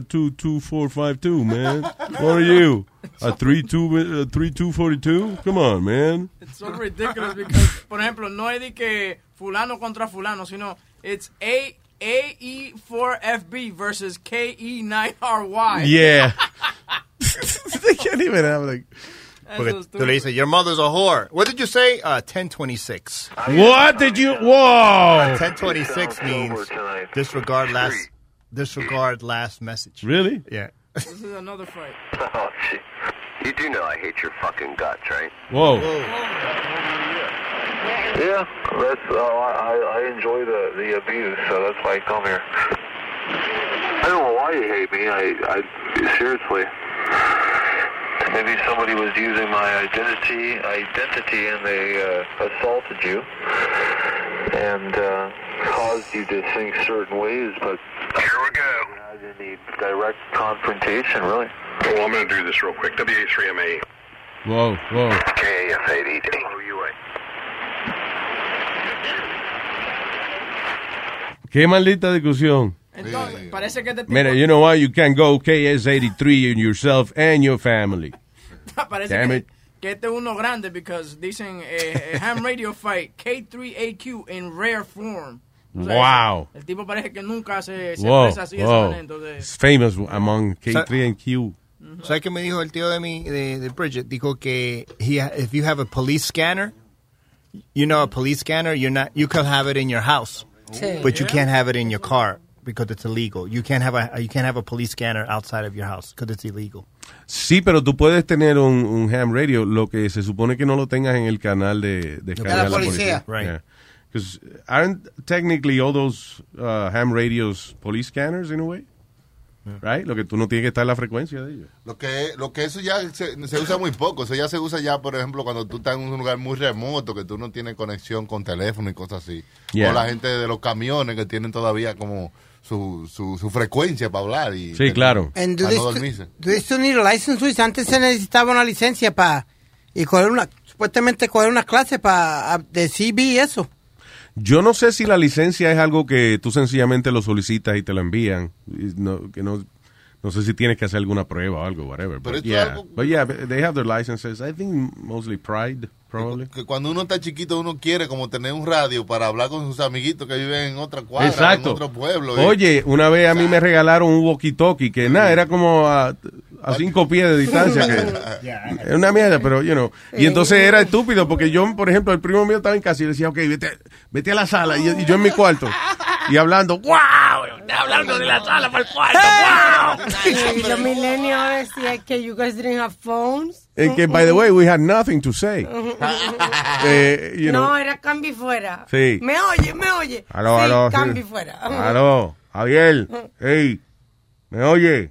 22452, man. What are you? A 32 uh, 3242? Come on, man.
It's so ridiculous because, por ejemplo, no es de que fulano contra fulano, sino it's A E, AE4FB versus E, KE9RY.
Yeah. they can't even have like
Porque tú le dices, your mother's a whore. What did you say? Uh, 1026.
What did you? Whoa!
1026 Uh, means disregard last disregard last message.
Really?
Yeah.
This is another fight.
Oh, shit. You do know I hate your fucking guts, right?
Whoa.
Yeah, that's. Uh, I I enjoy the the abuse, so that's why I come here. I don't know why you hate me. I I seriously. Maybe somebody was using my identity identity and they uh, assaulted you and uh, caused you to think certain ways. But here we go. I didn't need direct confrontation, really.
Well, I'm going to do this real quick. WA3MA.
Whoa, whoa.
KAF8ED. OUA.
Qué maldita discusión.
Entonces, parece que este tipo,
Mira, you know what? You can go KS83 in yourself and your family.
parece
Damn
que,
it.
que este es uno grande because dicen eh, eh, Ham Radio Fight K3AQ in rare form. O sea,
Wow.
El tipo parece que nunca se, se
Wow,
expresa así de esa
wow.
manera, entonces-
It's famous among K3 and Q.
¿Sabes qué me dijo el tío de mi de, de Bridget? Dijo que he, if you have a police scanner, you know a police scanner, you're not you can have it in your house,
Sí.
but you can't have it in your car because it's illegal. You can't have a you can't have a police scanner outside of your house because it's illegal.
Sí, pero tú puedes tener un, un ham radio, lo que se supone que no lo tengas en el canal de,
De
de canal
la
de
policía.
Right.
Yeah. 'Cause aren't technically all those uh, ham radios police scanners in a way? Right? Lo que tú no tienes que estar en la frecuencia de ellos.
Lo que, lo que eso ya se, se usa muy poco. Eso ya se usa ya, por ejemplo, cuando tú estás en un lugar muy remoto, que tú no tienes conexión con teléfono y cosas así.
Yeah.
O la gente de los camiones que tienen todavía como su, su, su frecuencia para hablar. Y
Sí, claro.
Para
And do
Ah, no
they,
dormirse.
stu- do they still need a license, Luis? Antes se necesitaba una licencia para y coger una, supuestamente coger una clase para de CB y eso.
Yo no sé si la licencia es algo que tú sencillamente lo solicitas y te lo envían. Y No, que no, no sé si tienes que hacer alguna prueba o algo, whatever.
Pero
But
esto es
yeah.
algo-
But yeah, they have their licenses. I think mostly Pride, probably.
Que cuando uno está chiquito, uno quiere como tener un radio para hablar con sus amiguitos que viven en otra cuadra,
Exacto.
en otro pueblo. y-
Oye, una vez a mí me regalaron un walkie-talkie que nada, era como a, a cinco pies de distancia. que- era una mierda, pero, you know. Y entonces era estúpido porque yo, por ejemplo, el primo mío estaba en casa y decía, ok, vete, vete a la sala y, y yo en mi cuarto. Y hablando,
¡Ah!
wow, está Ah, hablando de la sala para el cuarto,
Y los millennials ahora decían que you guys didn't have phones.
And Eh, que, by the way, we had nothing to say. Eh, you know.
No, era cambio y fuera.
Sí.
Me oye, me oye.
Aló,
sí,
aló. sí.
Cambio y fuera.
Aló, Javier. Hey, ¿me oye?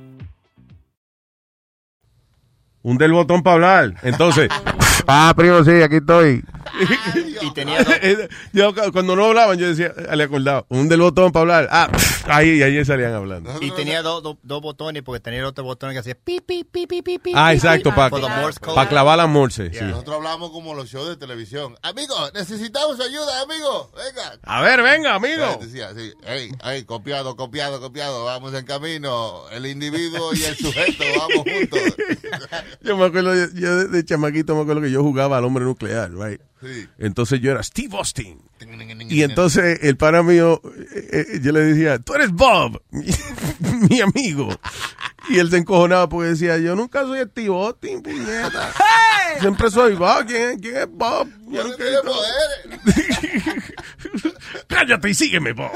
Hunde el botón para hablar. Entonces, ah, primo, sí, aquí estoy.
Y tenía dos-
Yo cu- cuando no hablaban, yo decía, eh, le acordaba, hunde el botón para hablar. Ah, ahí, ahí salían hablando.
y tenía dos dos- dos botones porque tenía otro botón que hacía pip pip pip pip pip. pip,
Ah,
pip,
exacto,
pip,
para
for the Morse code.
pa clavar la morse. sí.
Nosotros hablamos como los shows de televisión. Amigo, necesitamos ayuda, amigo. Venga.
A ver, venga, amigo.
Decía así, hey, hey, copiado, copiado, copiado, vamos en camino. El individuo y el sujeto, vamos juntos.
Yo me acuerdo, yo- yo de, de chamaquito me acuerdo que yo jugaba al hombre nuclear, right?
Sí.
Entonces yo era Steve Austin. Y entonces el pana mío, eh, eh, yo le decía, tú eres Bob, mi, mi amigo. Y él se encojonaba porque decía, yo nunca soy Steve Austin, puñeta. Siempre soy Bob, ¿quién es, quién es Bob? Yo nunca he visto- Cállate y sígueme, Bob.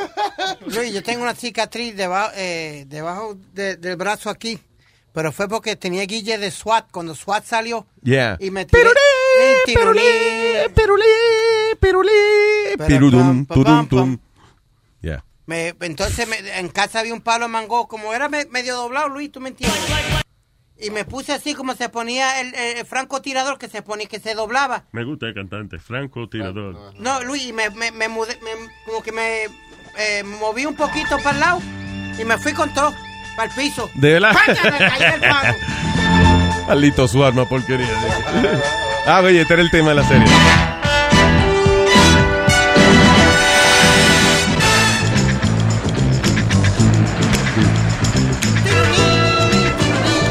Luis, yo tengo una cicatriz deba- eh, debajo de- del brazo aquí Pero fue porque tenía guille de SWAT cuando SWAT salió.
Yeah.
Y me tiré.
Perulí, perulí, perulí, Pirudum, tudum, tum. Yeah.
Me- entonces me- en casa había un palo de mango, como era me- medio doblado, Luis, tú me entiendes. Y me puse así como se ponía el, el francotirador que se ponía, que se doblaba.
Me gusta el cantante, Franco Tirador.
Ah,
No, Luis, y me, me, me mudé, me- como que me eh, moví un poquito para el lado y me fui con todo para el piso.
De verdad.
¡Pacha! Me caí del palo.
Alito su arma porquería. ah, oye, este era el tema de la serie.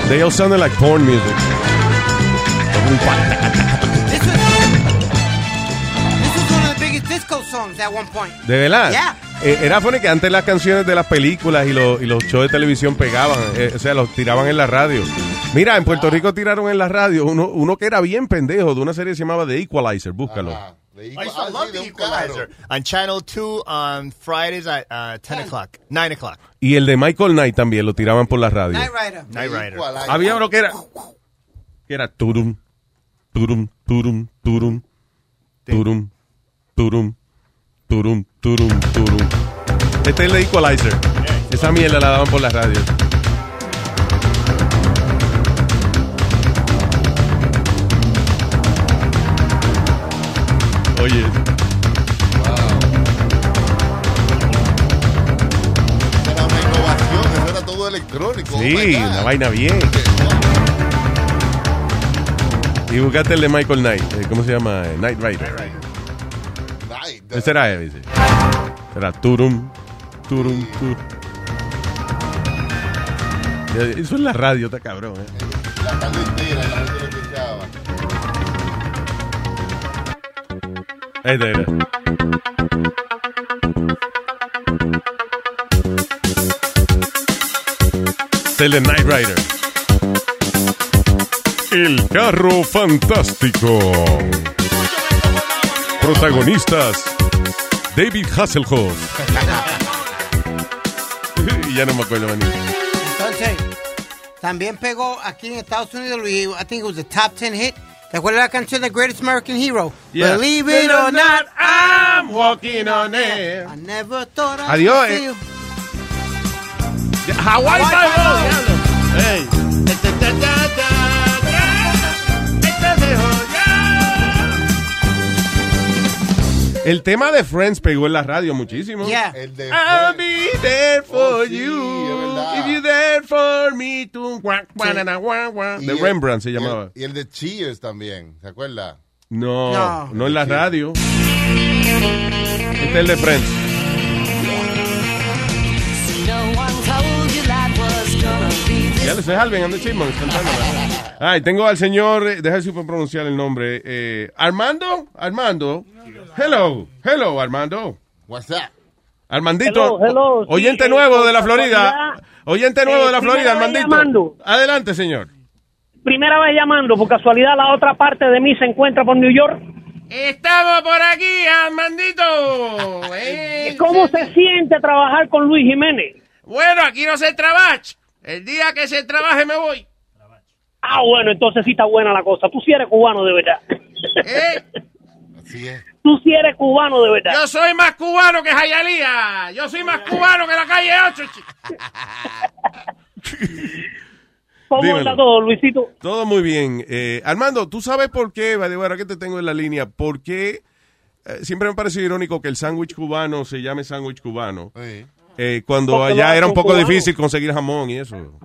They all sounded like porn music.
This was one of the biggest disco songs at one point.
De verdad.
Yeah.
Eh, era funny que antes las canciones de las películas y, los- y los shows de televisión pegaban, eh, o sea, los tiraban en la radio. Mira, en Puerto Rico tiraron en la radio uno, uno que era bien pendejo de una serie que se llamaba The Equalizer, búscalo.
I used to love the Equalizer on Channel 2 on Fridays at uh, 10 o'clock, 9 o'clock.
Y el de Michael Knight también lo tiraban por la radio.
Rider.
Night Rider.
Había uno que era que era turum, turum, turum, turum, turum, turum, turum, turum, turum. Este es el de Equalizer. Esa mierda la daban por la radio. Oye.
Eso era todo electrónico.
Sí, una vaina bien. Y buscate el de Michael Knight. eh, ¿Cómo se llama? Eh, Knight Rider. Ese era él, dice. Era Turum, Turum, Turum. Eso es la radio, está cabrón. eh.
La tarde entera, la gente lo escuchaba.
Este era. Este es el de Knight Rider. El carro fantástico. Protagonistas: David Hasselhoff. ya no me acuerdo, manito.
Entonces, también pegó aquí en Estados Unidos, Luis, I think it was the top 10 hit. ¿Te acuerdas la canción de Greatest American Hero?
Yeah.
Believe it or not,
I'm walking on air.
I never thought I
Adiós,
could
eh.
see you.
Hawaii Hey. El tema de Friends pegó en la radio muchísimo.
Yeah.
El de Oh,
I'll be there for you. If you're there for me, tú. Guac, guanana, guan, guan.
Y
De
el-
Rembrandt se
y el-
llamaba.
Y el de Cheers también, ¿se acuerda?
No,
No.
no en la radio. Este es el de Friends. Ya les es Alvin and the Chipmunks cantando. Ay, tengo al señor, eh, déjame si puedo pronunciar el nombre. eh, Armando, Armando. Hello, hello, Armando.
What's up?
Armandito,
Hello, hello, sí,
oyente
eh,
nuevo
con
de la Florida.
casualidad,
Oyente nuevo
eh,
de la
primera
Florida,
vez
Armandito.
llamando.
Adelante, señor.
Primera vez llamando, por casualidad la otra parte de mí se encuentra por New York.
Estamos por aquí, Armandito. Eh,
¿Cómo se siente trabajar con Luis Jiménez?
Bueno, aquí no se trabaja. El día que se trabaje me voy.
Ah, bueno, entonces sí está buena la cosa. Tú sí eres cubano de verdad.
¿Eh?
Tú sí eres cubano de verdad.
Yo soy más cubano que Jayalía. Yo soy más cubano que la calle 8.
¿Cómo
Dímelo.
está todo, Luisito?
Todo muy bien. Eh, Armando, ¿tú sabes por qué? Vale, bueno, que te tengo en la línea. ¿Por qué? eh, siempre me parece irónico que el sándwich cubano se llame sándwich cubano. Eh, cuando
Porque lo
allá
hace
era un
un
poco
cubano.
difícil conseguir jamón y eso.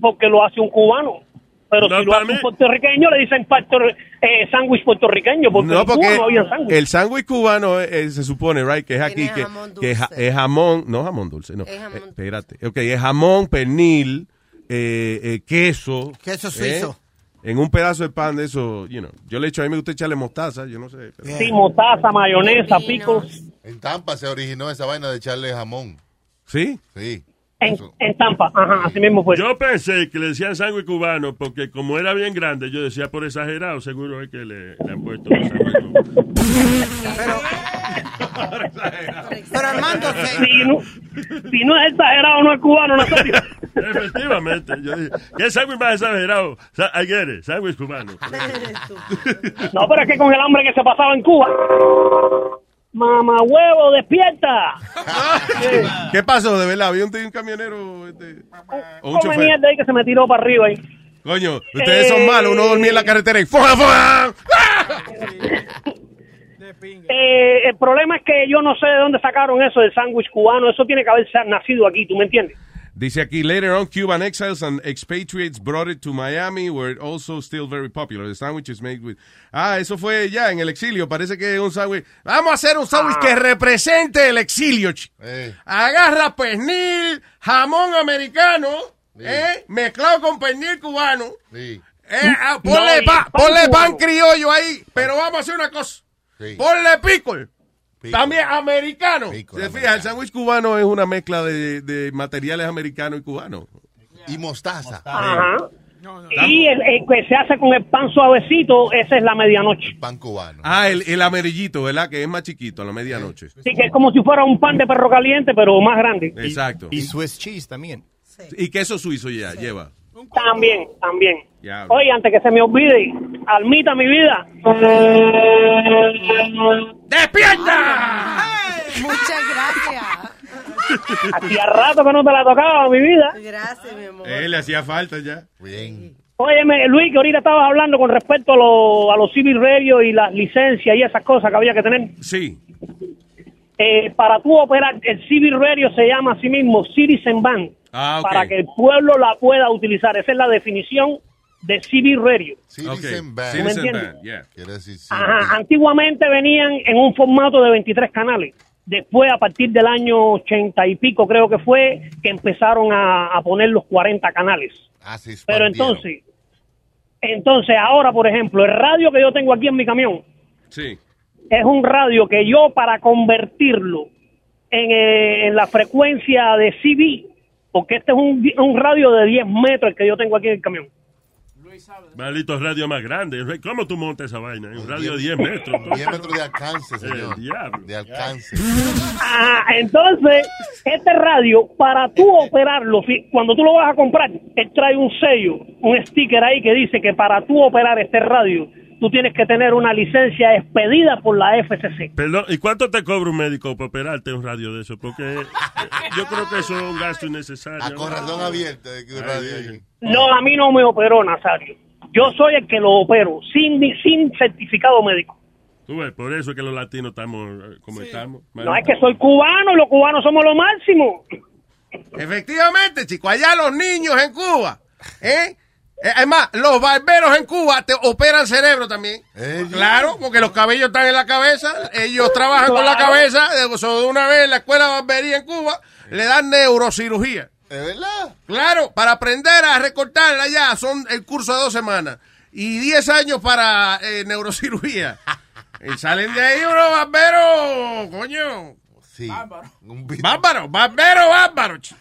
Porque lo hace un cubano. Pero
No,
si lo hace un puertorriqueño, le dicen puertor- eh, sándwich puertorriqueño, porque
no,
en Cuba
porque
no había sándwich.
el sándwich cubano eh, eh, se supone, right, que es aquí, que, que es ja- es jamón, no jamón dulce, no.
Es jamón
Eh, espérate. Ok, es jamón, pernil, eh, eh, queso.
Queso
eh,
suizo.
en un pedazo de pan de eso, you know. Yo le echo, a mí me gusta echarle mostaza, yo no sé. pero-
Sí, mostaza, mayonesa, picos.
En Tampa se originó esa vaina de echarle jamón.
¿Sí?
Sí.
En, en Tampa, ah. ajá, así mismo fue.
Yo pensé que le decían sangre cubano porque como era bien grande, yo decía por exagerado, seguro es que le, le han puesto sangre cubano.
Si no, si no es exagerado, no es cubano, Nazario.
Efectivamente. Yo dije, ¿qué sándwich más exagerado? Sa- I get it, sándwich cubano.
No, pero es que con el hambre que se pasaba en Cuba. Mamá huevo, despierta.
¿Qué pasó? De verdad, había un, un camionero este, o un chofer.
Conveniente ahí que se me tiró para arriba ahí.
Coño, ustedes son malos. Uno dormía en la carretera y ¡fuá, fuá!
Eh, el problema es que yo no sé de dónde sacaron eso del sándwich cubano. Eso tiene que haber sa- nacido aquí, ¿tú me entiendes?
Dice aquí, later on, Cuban exiles and expatriates brought it to Miami, where it also still very popular. The sandwich is made with... Ah, eso fue ya en el exilio. Parece que es un sándwich... Vamos a hacer un sándwich
Ah.
que represente el exilio. chi- Agarra pernil, jamón americano, ¿eh? mezclado con pernil cubano. Eh, ah, ponle,
Mm. No, y
pa-
pan
ponle pan
cubano.
criollo ahí, pero vamos a hacer una cosa. Ponle pickle. También americano. Se fija, el sándwich cubano es una mezcla de, de materiales americano y cubano.
Y mostaza.
Ajá. Y el, el que se hace con el pan suavecito, esa es la medianoche.
Pan cubano.
Ah, el, el amarillito, ¿verdad? Que es más chiquito, a la medianoche.
Así que es como si fuera un pan de perro caliente, pero más grande.
Exacto.
Y Swiss cheese también.
Y queso suizo ya lleva.
También, también.
Ya.
Oye, antes que se me olvide, almita mi vida.
à.
¡Despierta!
Muchas gracias.
Hacía rato que no te la tocaba, mi vida.
Gracias, mi amor.
Eh, le hacía falta ya.
Bien.
Óyeme, Luis, que ahorita estabas hablando con respecto a, lo- a los civil radio y las licencias y esas cosas que había que tener.
Sí.
Eh, para tú operar, el civil radio se llama a sí mismo Citizen Band.
Ah, ok.
Para que el pueblo la pueda utilizar. Esa es la definición de civil radio.
Citizen Band.
¿Tú me entiendes?
Quiere decir sí.
Ajá, antiguamente venían en un formato de 23 canales. Después, a partir del año 80 y pico, creo que fue, que empezaron a, a poner los 40 canales.
Ah, se
Pero
expandieron.
entonces, entonces ahora, por ejemplo, el radio que yo tengo aquí en mi camión
Sí.
es un radio que yo para convertirlo en, eh, en la frecuencia de CB, porque este es un, di- un radio de 10 metros el que yo tengo aquí en el camión.
Maldito radio más grande. ¿Cómo tú montas esa vaina? Un radio de 10 metros.
10 metros de alcance, señor. De alcance.
Ah, entonces, este radio, para tú operarlo, fi- cuando tú lo vas a comprar, él trae un sello, un sticker ahí que dice que para tú operar este radio, tú tienes que tener una licencia expedida por la FCC.
Perdón, ¿y cuánto te cobra un médico para operarte un radio de eso? Porque eh, yo creo que eso es un gasto innecesario. A
corazón abierto.
No, a mí no me operó Nazario. Yo soy el que lo opero, sin, ni- sin certificado médico.
Tú ves, por eso es que los latinos estamos eh, como estamos.
No es que soy cubano y los cubanos somos lo máximo.
Efectivamente, chico, allá los niños en Cuba, ¿eh? Eh, Es más, los barberos en Cuba te operan cerebro también. Claro, porque los cabellos están en la cabeza, ellos trabajan con la
Claro.
cabeza, eh, so, de una vez en la escuela de barbería en Cuba le dan neurocirugía.
¿Es verdad?
Claro, para aprender a recortarla ya son el curso de dos semanas y 10 años para eh, neurocirugía. Y salen de ahí unos barberos, coño.
Sí.
Bárbaro, barbero, bárbaro. chico.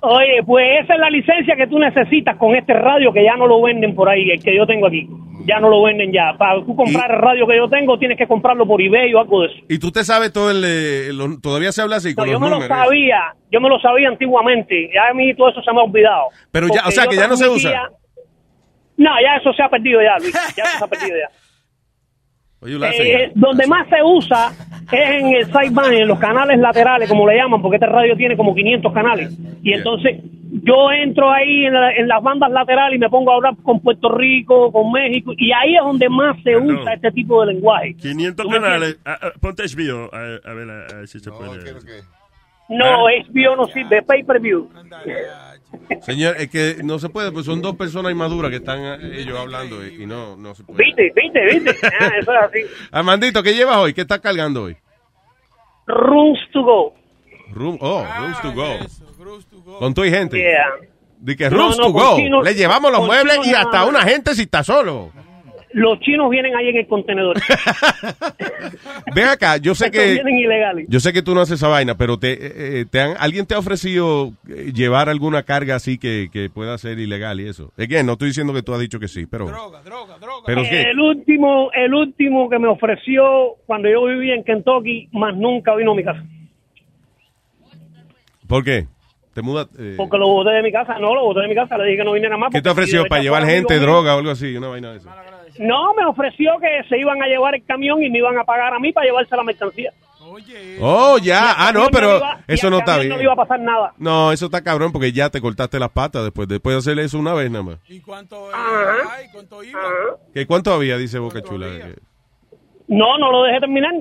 Oye, pues esa es la licencia que tú necesitas con este radio que ya no lo venden por ahí, el que yo tengo aquí. Ya no lo venden ya. Para tú comprar el radio que yo tengo, tienes que comprarlo por eBay o algo de eso.
Y tú te sabes todo el. eh, lo- todavía se habla así
No,
con
yo
los
me lo
números.
sabía, yo me lo sabía antiguamente. Ya a mí todo eso se me ha olvidado.
Pero ya, o sea,
yo
que ya no se
transmitía- No, ya eso se ha perdido ya, Luis. Ya eso se ha perdido ya.
Oye,
Eh, eh, donde más se usa es en el sideband, en los canales laterales, como le llaman, porque este radio tiene como 500 canales. Y entonces yo entro ahí en, la- en las bandas laterales y me pongo a hablar con Puerto Rico, con México, y ahí es donde más se
Hello.
usa este tipo de lenguaje.
500
¿Tú me
canales. Ah, ah, ponte HBO, a, a ver a, a ver si se puede.
No, HBO no sirve, pay-per-view.
Señor, es que no se puede, pues son dos personas inmaduras que están eh, ellos hablando y, y no, no se puede.
Viste, viste, viste. Ah, eso es así.
Armandito, ¿qué llevas hoy? ¿Qué estás cargando hoy?
Rooms to go.
Room, oh, rooms to go. Con tu y gente.
Yeah.
De que
No,
rooms
no,
to
con
go.
chino-
Le llevamos los
con
muebles
chino
y
nada
hasta
más.
una gente si está solo.
Los chinos vienen ahí en el contenedor.
Ven acá, yo sé
Estos
que.
vienen ilegales.
Yo sé que tú no haces esa vaina, pero te, eh, te han, alguien te ha ofrecido eh, llevar alguna carga así que, que pueda ser ilegal y eso. Again, no estoy diciendo que tú has dicho que sí, pero. Droga, droga, droga. Pero
Eh,
¿qué?
El último, el último que me ofreció cuando yo vivía en Kentucky, más nunca vino a mi casa.
¿Por qué? Te muda. eh,
Porque lo boté de mi casa, no, lo boté de mi casa, le dije que no viniera más.
¿Qué te
porque
ofreció?
yo
¿Para
ya
llevar
fuera amigo
gente,
mío.
droga o algo así? Una vaina de eso.
No, me ofreció que se iban a llevar el camión y me iban a pagar a mí para llevarse la mercancía.
Oh, ya. Ah,
camión
no,
no
pero
iba- y
eso
al
no está
camión
bien.
No le iba a pasar nada.
No, eso está cabrón porque ya te cortaste las patas después. Después de hacerle eso una vez nada más. ¿Qué, ¿Cuánto había? Dice Boca Chula. que-
No, no lo dejé terminar.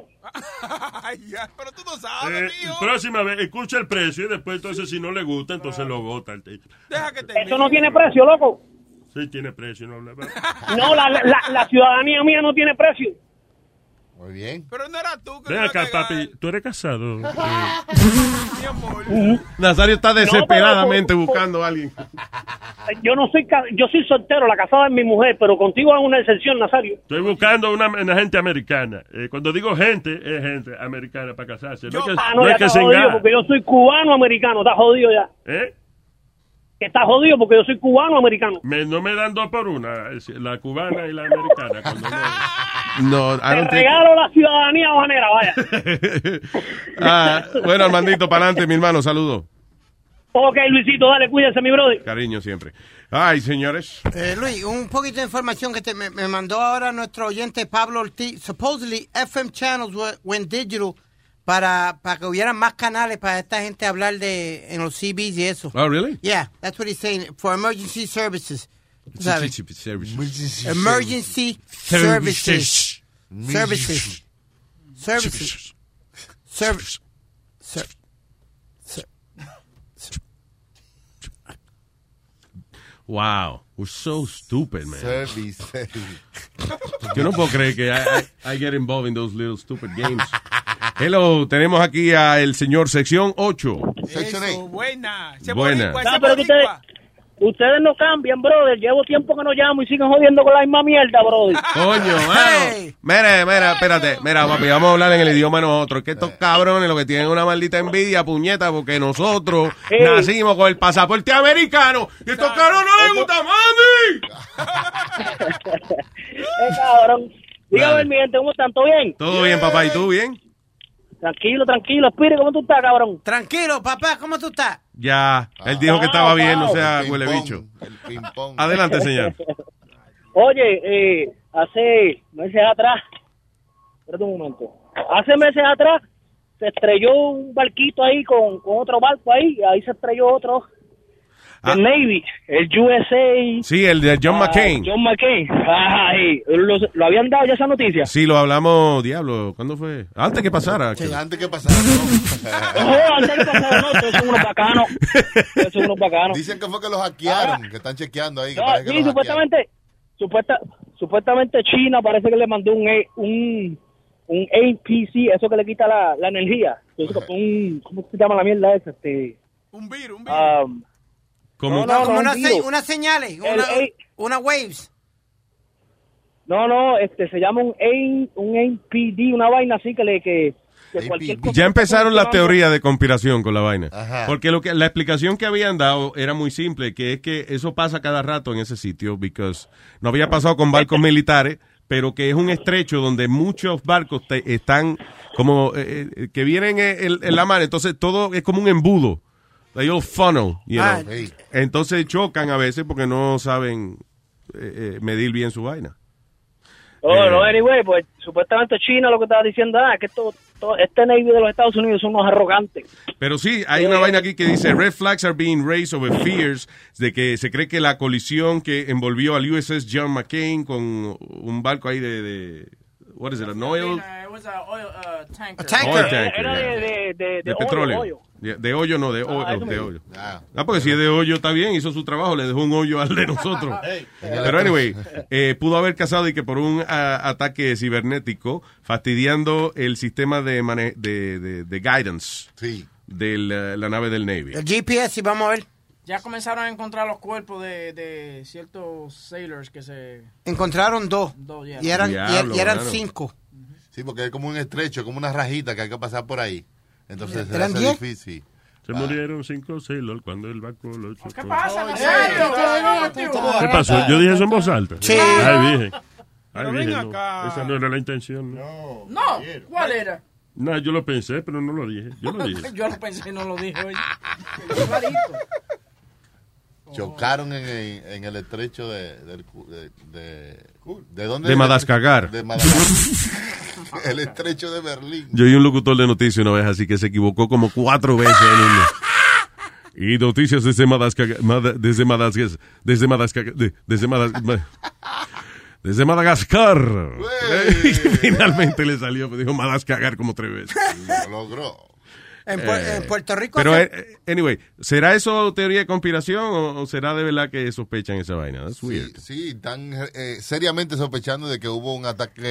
Eh, próxima vez, escucha el precio y después, entonces, si no le gusta,
Ah.
entonces lo bota el tipo.
Eso no tiene precio, loco.
Sí, tiene precio, no habla.
No, la, la, la ciudadanía mía no tiene precio.
Muy bien.
Ven acá, papi, tú eres casado.
Nazario está desesperadamente buscando a alguien.
Yo no soy, ca- yo soy soltero, la casada es mi mujer, pero contigo es una excepción, Nazario.
Estoy buscando una, una gente americana. Eh, cuando digo gente, es gente americana para casarse. No es que,
ah,
no
no,
es
ya
que
está
se
jodido
engañe.
porque yo soy cubano-americano, está jodido ya.
¿Eh?
Que Está jodido porque yo soy cubano-americano.
Me- no me dan dos por una, es decir, la cubana y la americana. Cuando me-
No, Oh, I
Te
don't think-
regalo la ciudadanía habanera, vaya.
Ah, bueno, Armandito, para adelante, mi hermano. Saludo.
ok, Luisito, dale, cuídense, mi brother.
Cariño siempre. Ay, señores.
Eh, Luis, un poquito de información que te- me, me mandó ahora nuestro oyente Pablo Ortiz. Supposedly, FM channels were- went digital para, para que hubiera más canales para esta gente hablar de en los CBs y eso.
Oh, really?
Yeah, that's what he's saying. For emergency services. ¿sabes?
Services.
Emergency services.
Services.
Services. Services. Services.
Wow, we're so stupid, man.
Services.
Yo no puedo creer que I, I- I get involved in those little stupid games. Hello, tenemos aquí a el señor sección 8.
Eso, buena. Se
Buena.
boricua,
No,
se
Ah, pero que ustedes,
boricua.
ustedes no cambian, brother. Llevo tiempo que no llamo y siguen jodiendo con la misma mierda, brother.
Coño, mano. Mira, mira, espérate. Mira, papi, vamos a hablar en el idioma nosotros. Que estos cabrones lo que tienen es una maldita envidia, puñeta, porque nosotros
Ey.
nacimos con el pasaporte americano. Y estos cabrones no les gusta mami.
Eh, cabrón. Dígame,
Dale.
mi gente, ¿cómo están? ¿Todo bien?
Todo bien, papá. ¿Y tú bien?
Tranquilo, tranquilo. Espire, ¿cómo tú estás, cabrón?
Tranquilo, papá, ¿cómo tú estás?
Ya. Él dijo que estaba bien, o sea, huele bicho. Adelante, señor.
Oye, eh, hace meses atrás, espérate un momento, hace meses atrás se estrelló un barquito ahí con, con otro barco ahí, y ahí se estrelló otro,
Ah,
el Navy, el USA.
sí, el de John
ah,
McCain.
John McCain. Ay, lo, lo habían dado ya esa noticia.
Sí, lo hablamos, diablo. ¿Cuándo fue? Antes que pasara. que-
Antes que pasara,
No, antes que pasara, no, ustedes son unos bacanos. Ustedes son unos bacanos.
Dicen que fue que los hackearon, que están chequeando ahí. Que
No,
parece que
sí,
los hackearon.
supuestamente, supuesta, supuestamente China parece que le mandó un A- un, un APC, eso que le quita la, la energía. Eso que- un- ¿Cómo se llama la mierda esa? Este,
Un virus, un virus.
ah, no,
Como-
no,
Como
no,
unas
un
se-
virus.
unas señales,
El
una-
A-
unas waves.
no, no, este, se llama un, A- un APD, una vaina así que le... Que, que cualquier cosa
Ya empezaron las
que-
teorías de conspiración con la vaina.
Ah.
Ajá.
Porque lo que la explicación que habían dado era muy simple, que es que eso pasa cada rato en ese sitio, because no había pasado con barcos militares, pero que es un estrecho donde muchos barcos te- están como eh, eh, que vienen en, en- en la mar, entonces todo es como un embudo. They all funnel, you know.
Ah.
Entonces chocan a veces porque no saben eh, eh, medir bien su vaina.
No,
Eh.
no, anyway, pues supuestamente China lo que estaba diciendo, ah, que todo, todo- este Navy de los Estados Unidos son unos arrogantes.
Pero sí, hay una vaina aquí que dice red flags are being raised over fears de que se cree que la colisión que envolvió al USS John McCain con un barco ahí de, de what is it, an oil,
It was a oil, uh, tanker.
oil tanker,
Era
yeah.
de- de- de- de oil,
petróleo,
oil.
Yeah, de hoyo no, de
Ah,
hoyo,
eso
de
mismo.
hoyo. Ah, porque si es de hoyo está bien, hizo su trabajo, le dejó un hoyo al de nosotros. Pero anyway, eh, pudo haber casado y que por un a- ataque cibernético fastidiando el sistema de mane- de, de- de guidance de la, la nave del Navy.
El GPS, y vamos a ver.
Ya comenzaron a encontrar los cuerpos de, de ciertos sailors que se...
Encontraron dos.
Dos, ya.
Y eran, y-
Diablo,
y eran
mano.
cinco.
Sí, porque es como un estrecho, como una rajita que hay que pasar por ahí. Entonces se
¿Eran
hace
diez?
difícil.
Ah.
Se murieron cinco sailors cuando el barco lo chocó. ¿Qué
pasa, Nazario? ¿Qué
¿Qué pasó? Yo dije eso en voz alta.
Sí.
Ay, dije. Ay,
Pero
dije,
ven
no. Esa no era la intención. ¿no?
No, ¿cuál era?
No, yo lo pensé, pero no lo dije. Yo lo dije.
Yo lo pensé y no lo dije. oye.
Chocaron en el, en el estrecho de, del cu- de, de, ¿de dónde?
De Madagascar.
De Madagascar. el estrecho de Berlín.
Yo oí un locutor de noticias una vez así que se equivocó como cuatro veces en uno. Y noticias desde Madagascar, Mada- desde Madagascar, desde Madagascar, de- desde Madagascar. Desde Madagascar. Y finalmente le salió, dijo Madagascar como tres veces.
Lo logró.
En, Pu-
Eh,
en Puerto Rico.
Pero,
se-
eh, anyway, ¿será eso teoría de conspiración o, o será de verdad que sospechan esa vaina? That's weird.
Sí, están eh, seriamente sospechando de que hubo un ataque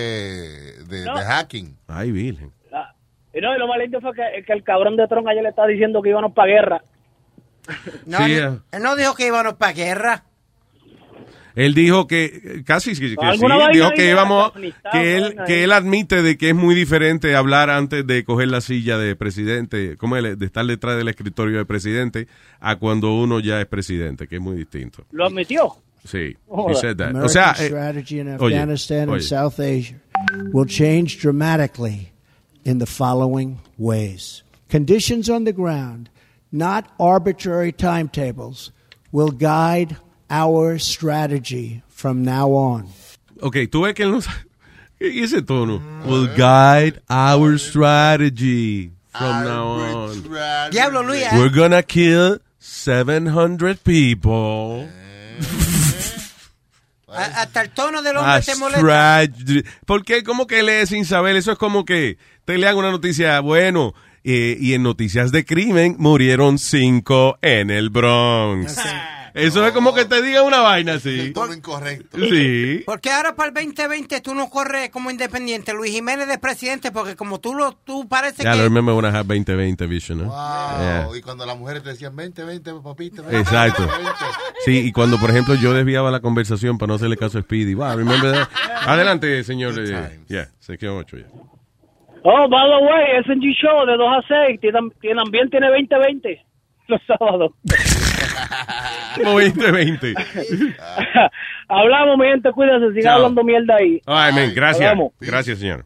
de,
No.
de hacking.
Ay, virgen.
Y no, y lo más lindo fue que, que el cabrón de Tron ayer le estaba diciendo que íbamos para guerra.
no,
Sí,
él,
eh.
él no dijo que íbamos para guerra.
Él dijo que casi que, que sí,
Alguna vaina
dijo
ahí
que
de
íbamos
Afganistán,
que
una
él
vaina
que
ahí.
él admite de que es muy diferente hablar antes de coger la silla de presidente, como él, de estar detrás del escritorio de presidente a cuando uno ya es presidente, que es muy distinto.
Lo admitió.
Sí, he
Joder.
said that.
American
O sea, eh,
strategy in
oye,
Afghanistan
oye.
and South Asia will change dramatically in the following ways. Conditions on the ground, not arbitrary timetables, will guide our strategy from now on.
Ok, tú ves que él no sabe. ¿Y ese tono? Will guide our strategy from now on.
Diablo, Luis.
We're gonna kill 700 people.
A- hasta el tono del hombre
A
te molesta.
strategy. Ah, ¿Por qué? ¿Cómo que lees sin saber? Eso es como que te lean una noticia, bueno, eh, y en noticias de crimen murieron cinco en el Bronx. Eso es como que te diga una vaina así.
Todo incorrecto.
Sí.
Porque ahora para el 2020 tú no corres como independiente. Luis Jiménez de presidente, porque como tú lo tú parece
Ya
que.
lo remember when I had 2020 vision, ¿no?
Wow.
Yeah.
Y cuando las mujeres te decían, vente, vente, papito. vente,
Exacto.
vente, vente".
Sí, y cuando, por ejemplo, yo desviaba la conversación para no hacerle caso a Speedy. Wow, remember that? Adelante, señor. eh, Ya, se quedó ocho ya.
Oh, by the way, SNG Show de 2 a 6. Tiene, tiene- también tiene 20-20 los sábados.
Como 20, 20.
Hablamos, mi gente, cuídense. Sigan
Chao.
hablando mierda ahí.
Ay, men, gracias.
Hablamos.
Gracias, señor.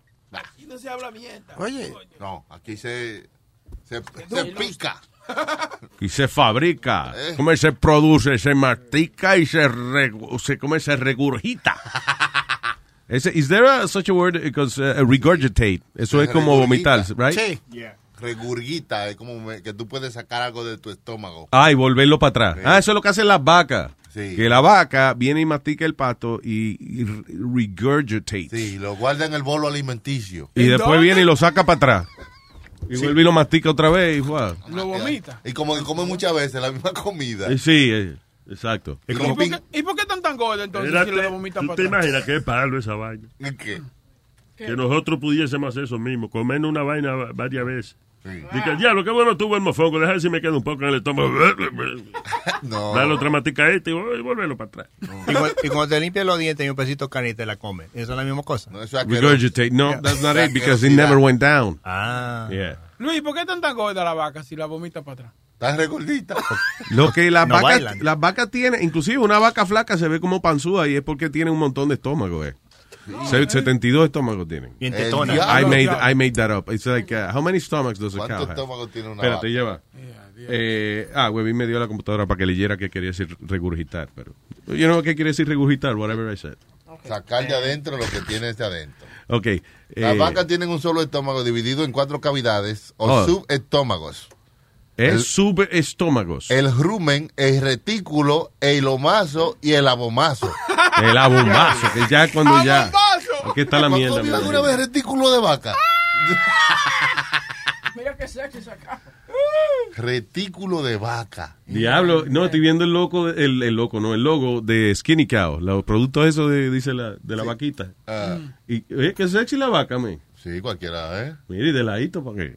Oye.
No, aquí se, se, se pica.
Y se fabrica,
Eh.
come se produce, se mastica y se, regu- se come, se regurgita. Ese, is there a- such a word? Because uh, regurgitate. Eso es como vomitar, right?
Regurgita, es como me- que tú puedes sacar algo de tu estómago.
Ah, y volverlo para atrás. Ah, eso es lo que hacen las vacas. Que la vaca viene y mastica el pasto y, y re- regurgitate.
Sí, lo guarda en el bolo alimenticio.
Y después viene y lo saca para atrás. Y vuelve y lo mastica otra vez. Y, guau.
Lo vomita. Y como que come muchas veces la misma comida.
Eh, Sí, eh, exacto.
Y
¿Y
como
por, qué, ¿Y por qué están tan gordos entonces
Era-
si le vomitan
¿Tú
para
te
atrás?
imaginas qué palo esa vaina?
¿Qué?
Que nosotros pudiésemos hacer eso mismo, comernos una vaina va- varias veces. Dice, diablo, qué bueno tuvo el mofongo, deja ver si me queda un poco en el estómago.
No.
Dale otra matica a este y vol- y vuélvelo para atrás.
Y cuando, y cuando te limpias los dientes y un pedacito de carne y te la comes. Esa es la misma cosa.
Regurgitate. No,
Yeah.
that's not it because it never went down.
Ah.
Yeah.
Luis, ¿por qué están tan gordas la vaca si la vomita para atrás?
Estás regordita.
Lo que las
No
vacas
bailan.
las vacas tienen, inclusive una vaca flaca se ve como panzúa y es porque tiene un montón de estómago, eh. Se- 72 estómagos tienen.
Y en
Eh,
tetona.
I
diablo.
made I made that up. It's like uh, how many stomachs does a cow
¿Cuántos
have?
estómagos tiene una
Espérate,
vaca?
lleva. Eh, ah, Webin me dio la computadora para que leyera qué quería decir regurgitar, pero yo no know, qué quiere decir regurgitar, whatever I said.
Sacar de adentro lo que tienes de adentro.
Okay.
Las
eh,
vacas tienen un solo estómago dividido en cuatro cavidades o
Oh.
subestómagos.
es
el-
subestómagos.
El rumen, el retículo, el omazo y el abomazo.
El abomazo, que ya cuando ya.
Abomazo.
Aquí está la
¿Tú has
mierda.
comido
mi
alguna vez
gente.
retículo de vaca?
Mira qué sexy es acá.
Retículo de vaca.
Diablo, no, estoy viendo el loco, el, el loco, no, el logo de Skinny Cow, los productos esos de, dice la, de la vaquita.
Ah.
Y, oye, qué sexy la vaca, me.
Sí, cualquiera, ¿eh? Uh.
Mire, y de ladito, ¿para qué?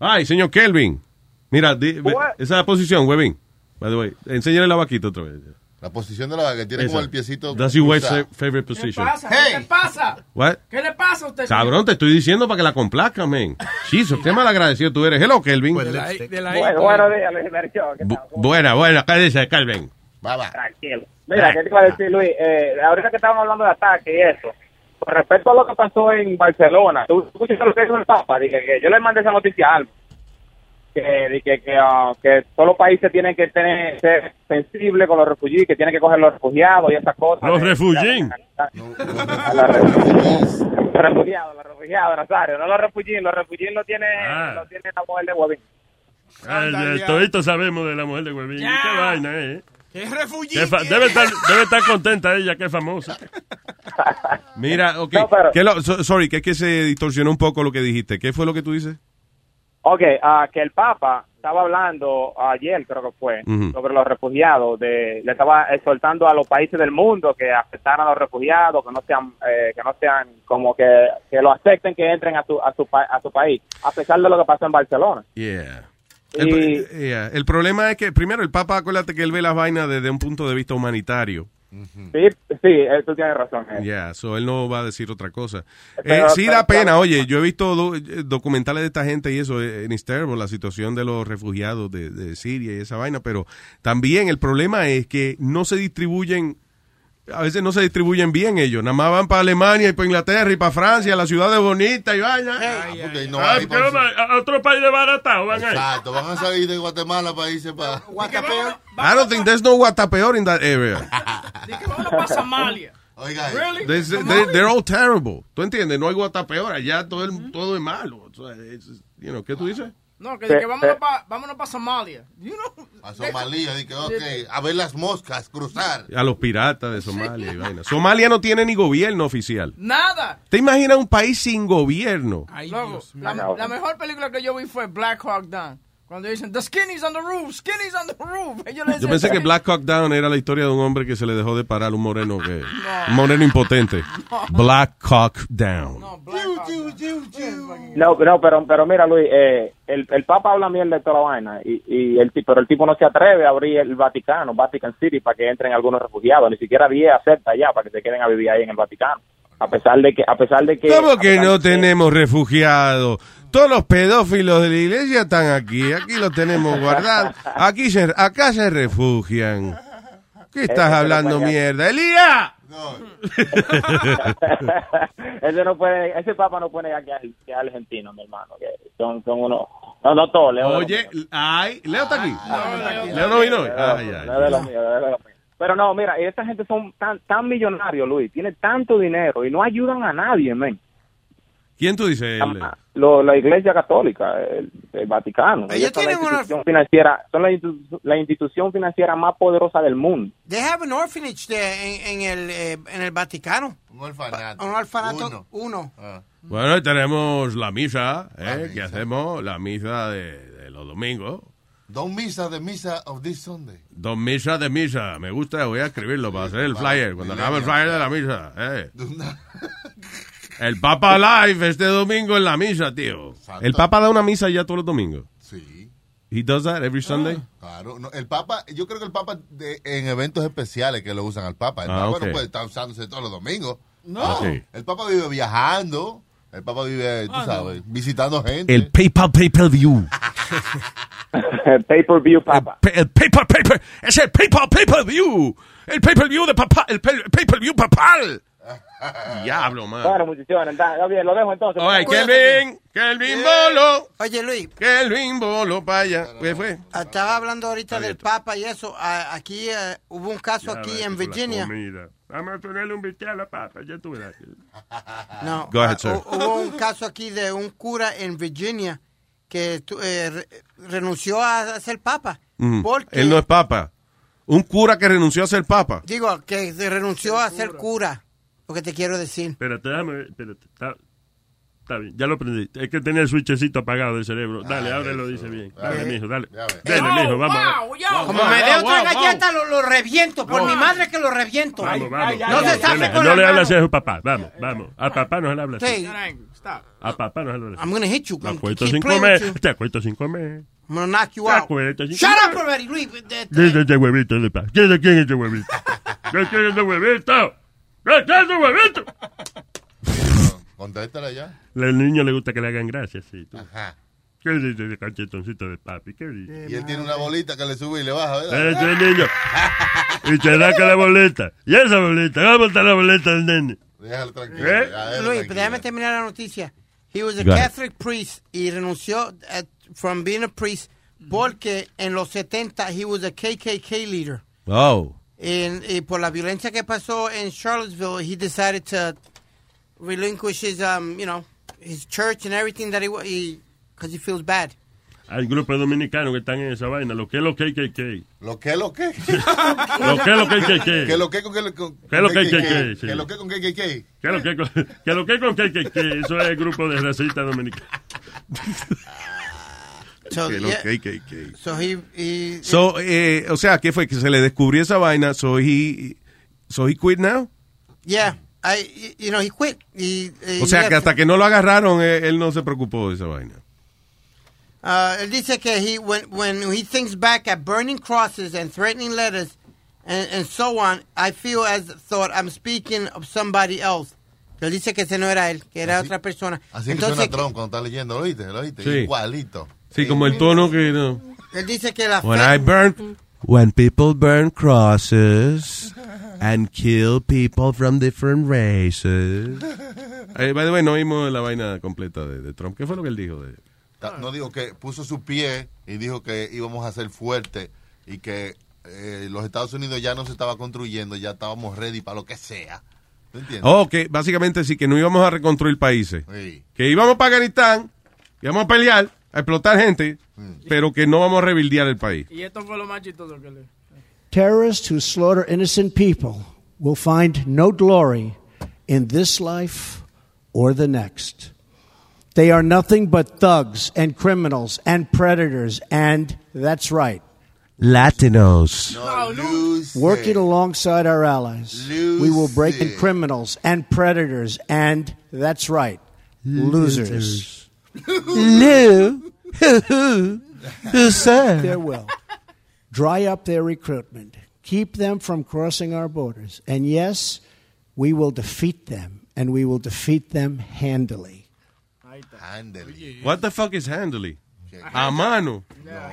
Ay, señor Kelvin. Mira, di- ve- esa posición, Webin. By the way, enséñale la vaquita otra vez.
La posición de la vaca que tiene como
Esa.
el piecito.
That's your wife's
cruzado.
favorite
¿Qué le
position.
pasa? Pues, ¿Qué le pasa?
What?
¿Qué le pasa a usted?
Cabrón, te estoy diciendo para que la complazca, men. Jesus, qué mal agradecido tú eres. Hello, Kelvin.
Pues, Bueno, buenos días, Luis Inversión. ¿qué tal?
Buena, buena. ¿Qué dice, Kelvin?
Baba.
Tranquilo. Mira, ¿qué te iba a decir, Luis? Eh, ahorita que estaban hablando de ataque y eso, con respecto a lo que pasó en Barcelona, tú escuchaste lo que dijo el Papa, dije que yo le mandé esa noticia a Alma, que, di que, que, ah, que todos los países tienen que tener, ser sensibles con los refugiados, que tienen que coger los refugiados y esas cosas.
Los refugiados.
Los refugiados, los refugiados, Nazario, no los refugiados, los refugiados lo tiene,
Ah.
lo tiene la mujer de Guavín.
Ay, eh, Toditos sabemos de la mujer de Huevín.
Ya.
Qué vaina, eh.
Qué
Qué fa- Debe estar, debe estar contenta ella, que es famosa.
Mira, ok.
No, pero-
Que lo- so- sorry, que es que se distorsionó un poco lo que dijiste. ¿Qué fue lo que tú dices?
Ok, ah, que el Papa estaba hablando ayer, creo que fue,
Ujú.
sobre los refugiados, de, le estaba exhortando a los países del mundo que aceptaran a los refugiados, que no sean, eh, que no sean como que, que lo acepten, que entren a su, a su, pa- a su país, a pesar de lo que pasó en Barcelona.
Yeah. El, pro- yeah. El problema es que, primero, el Papa, acuérdate que él ve las vainas desde un punto de vista humanitario.
Sí, sí, eh, tú tienes razón. eh.
Ya, so él no va a decir otra cosa.
Pero-
Eh, sí
pero-
da
pero-
pena, oye, yo he visto do- eh, documentales de esta gente y eso, eh, en Istanbul, la situación de los refugiados de, de Siria y esa vaina, pero también el problema es que no se distribuyen, a veces no se distribuyen bien ellos, nada más van para Alemania y para Inglaterra y para Francia, las ciudades bonitas y vaina.
no
Ah,
hay
¿qué van a- a otro país de barata, van ahí.
Exacto, van a salir de Guatemala para irse para... Guatapeor.
I don't think there's no Guatapeor in that area.
Pasa Somalia. Really?
There's- they- they're all terrible. ¿Tú entiendes? No hay Guatapeor, allá todo, el- todo es malo. O sea, es- you know, ¿Qué tú dices?
No, que,
Pe-
que vámonos
pe-
para vámonos pa Somalia. You know?
A Somalia, dije, ok, a ver las moscas, cruzar.
A los piratas de Somalia y vaina. Somalia no tiene ni gobierno oficial.
Nada.
¿Te imaginas un país sin gobierno?
Loco, la, la mejor película que yo vi fue Black Hawk Down. Cuando dicen, the skinny's on the roof, skinny's on the roof. Ellos le
Yo
dicen,
pensé que
"Skinny".
Black Hawk Down era la historia de un hombre que se le dejó de parar un moreno que un moreno impotente. Black Hawk Down.
No, no, pero, pero mira, Luis, eh, el, el Papa habla mierda de toda la vaina, y, y el, ti- pero el tipo no se atreve a abrir el Vaticano, Vatican City, para que entren algunos refugiados, ni siquiera 10 acepta ya para que se queden a vivir ahí en el Vaticano. A pesar de que, a pesar de que,
¿Cómo que no tenemos refugiados? Todos los pedófilos de la iglesia están aquí. Aquí los tenemos guardados. Aquí se- acá se refugian. ¿Qué estás hablando mierda? ¡Elías!
ese no puede, ese Papa no puede aquí al- que es argentino, mi hermano, que son, son unos, no, no todos, Leo.
Oye, ay, Leo está aquí.
Leo
no vino hoy. Ay, ay,
No es de los míos, no es de los míos. Pero no, mira, esta gente son tan, tan millonarios, Luis, tienen tanto dinero y no ayudan a nadie, men.
¿Quién tú dices? Leo?
Lo- la Iglesia Católica, el, el Vaticano. Ellos son la institución financiera, son la, institu- la institución financiera más poderosa del mundo.
They have an orphanage there en, en el, eh, en el Vaticano. Un orfanato. Un orfanato. Uno. Ah.
Bueno, y tenemos la misa, ¿eh? que hacemos la misa de, de los domingos.
Dos misas de misa of this Sunday.
Dos misas de misa, me gusta, voy a escribirlo para hacer el flyer, cuando acabe el flyer de la misa. ¿eh? El Papa Live este domingo en la misa, tío. El Papa da una misa ya todos los domingos.
Sí.
He does that every Sunday.
Claro, no, el Papa, yo creo que el Papa de- en eventos especiales que lo usan al Papa. El
Ah,
Papa
ok.
no puede estar usándose todos los domingos.
No. Ah, sí.
El Papa vive viajando. El Papa vive, tú sabes, visitando gente.
El PayPal PayPal View.
el PayPal View Papa.
El PayPal PayPal, es el PayPal PayPal View. El PayPal View de papá, el PayPal View papal. Diablo, man.
Bueno, muchachones, está está bien, lo dejo entonces.
Oye, Kelvin, Kelvin Bolo. Oye, Luis. Kelvin Bolo, para allá. ¿Qué fue?
Ah, Estaba hablando ahorita
Está
del Papa y eso. Ah, aquí eh, hubo un caso aquí en Virginia.
Mira, vamos a ponerle un bistec a la papa, ya tú verás.
No. oh,
Go ahead, sir.
Hu- Hubo un caso aquí de un cura en Virginia que tu- eh, re- renunció a, a ser papa.
Mm.
Porque,
Él no es papa. Un cura que renunció a ser papa.
digo, que se renunció a ser cura. Lo que te quiero decir.
Espérate, déjame ver, espérate. Está, está bien, ya lo aprendí. Es que tenía el switchecito apagado del cerebro. Dale,
Ah,
ahora lo
eso.
dice bien. Dale,
Eh.
mijo, dale.
Ya ves.
Dale,
Yo,
mijo, vamos.
Oh, wow,
vamos.
yo. Como me dé otra galleta, lo, lo reviento. Por
Wow.
mi madre que lo reviento.
Vamos, vamos.
No se zafe con
No le-
la
No le
mano.
hablas así a su papá. Vamos, vamos. A papá no se le habla así.
Hey,
A papá no se le habla así.
I'm gonna hit you.
Te
I'm
acuesto
keep
sin
playing
comer.
with you.
Te acuesto sin comer.
I'm gonna knock you
Te
out.
acuesto sin
Shut
comer.
up already, Luis. Eh,
Dice este huevito de paz. ¿Quién es quién es este huevito? ¿Quién es este huevito? ¿Quién es este huevito?
Contéstale ya.
Al niño le gusta que le hagan gracias, sí. tú.
Ajá.
¿Qué dice el cachetoncito de papi? ¿Qué dice?
Y él tiene una bolita que le sube y le baja,
Ese
¿verdad?
niño. Y te da con la boleta. Y esa boleta. ¿Dónde está la boleta del nene?
Déjalo tranquilo.
¿Eh?
ya,
Luis,
él tranquilo.
déjame terminar la noticia. He was a
Go ahead.
Catholic priest y renunció eh, from being a priest porque en los 70 he was a KKK leader.
Oh.
En- y por la violencia que pasó en Charlottesville, he decided to relinquish his, um, you know, his church and everything that he was, because he feels bad.
Hay grupos dominicanos que están en esa vaina. Lo que es lo que que que.
¿Lo que lo que?
Lo que es lo que que que.
¿Que lo que con que lo con-
¿Qué es lo que que
que?
que?
¿Que lo que con que que que?
¿Qué es lo que con qué lo que con qué que que? Eso es el grupo de racistas dominicanos.
So,
Que lo
yeah.
que, que, que.
So he, he
So, eh, o sea, ¿qué fue? Que se le descubrió esa vaina. So he, so he quit now.
yeah, I, you know, he quit. He, he
O sea, que
left.
hasta que no lo agarraron, eh, él no se preocupó de esa vaina.
Uh, él dice que he, when, when he thinks back at burning crosses and threatening letters and, and so on, I feel as thought I'm speaking of somebody else. Él dice que ese no era él, que era otra persona.
Así que
Entonces,
suena Trump cuando está leyendo, ¿lo oíste? ¿Lo oíste?
Sí.
Igualito.
Sí, como el tono que... No.
él dice que la
When
fe-
I burn, when people burn crosses and kill people from different races. Eh, by the way, no vimos la vaina completa de, de Trump. ¿Qué fue lo que él dijo? De,
Ah.
Ta- No digo que puso su pie y dijo que íbamos a ser fuertes y que eh, los Estados Unidos ya no se estaba construyendo, ya estábamos ready para lo que sea. ¿Tú entiendes?
oh, que básicamente sí, que no íbamos a reconstruir países.
Sí.
Que íbamos para Afganistán, íbamos a pelear, a explotar gente, pero que no vamos a rebildear el país.
Y esto fue lo más chistoso que le.
Terrorists who slaughter innocent people will find no glory in this life or the next. They are nothing but thugs and criminals and predators, and that's right.
Latinos.
Working alongside our allies, we will break in criminals and predators, and that's right, losers.
Lou,
There will. Dry up their recruitment. Keep them from crossing our borders. And yes, we will defeat them, and we will defeat them handily.
What the fuck is handily? A mano.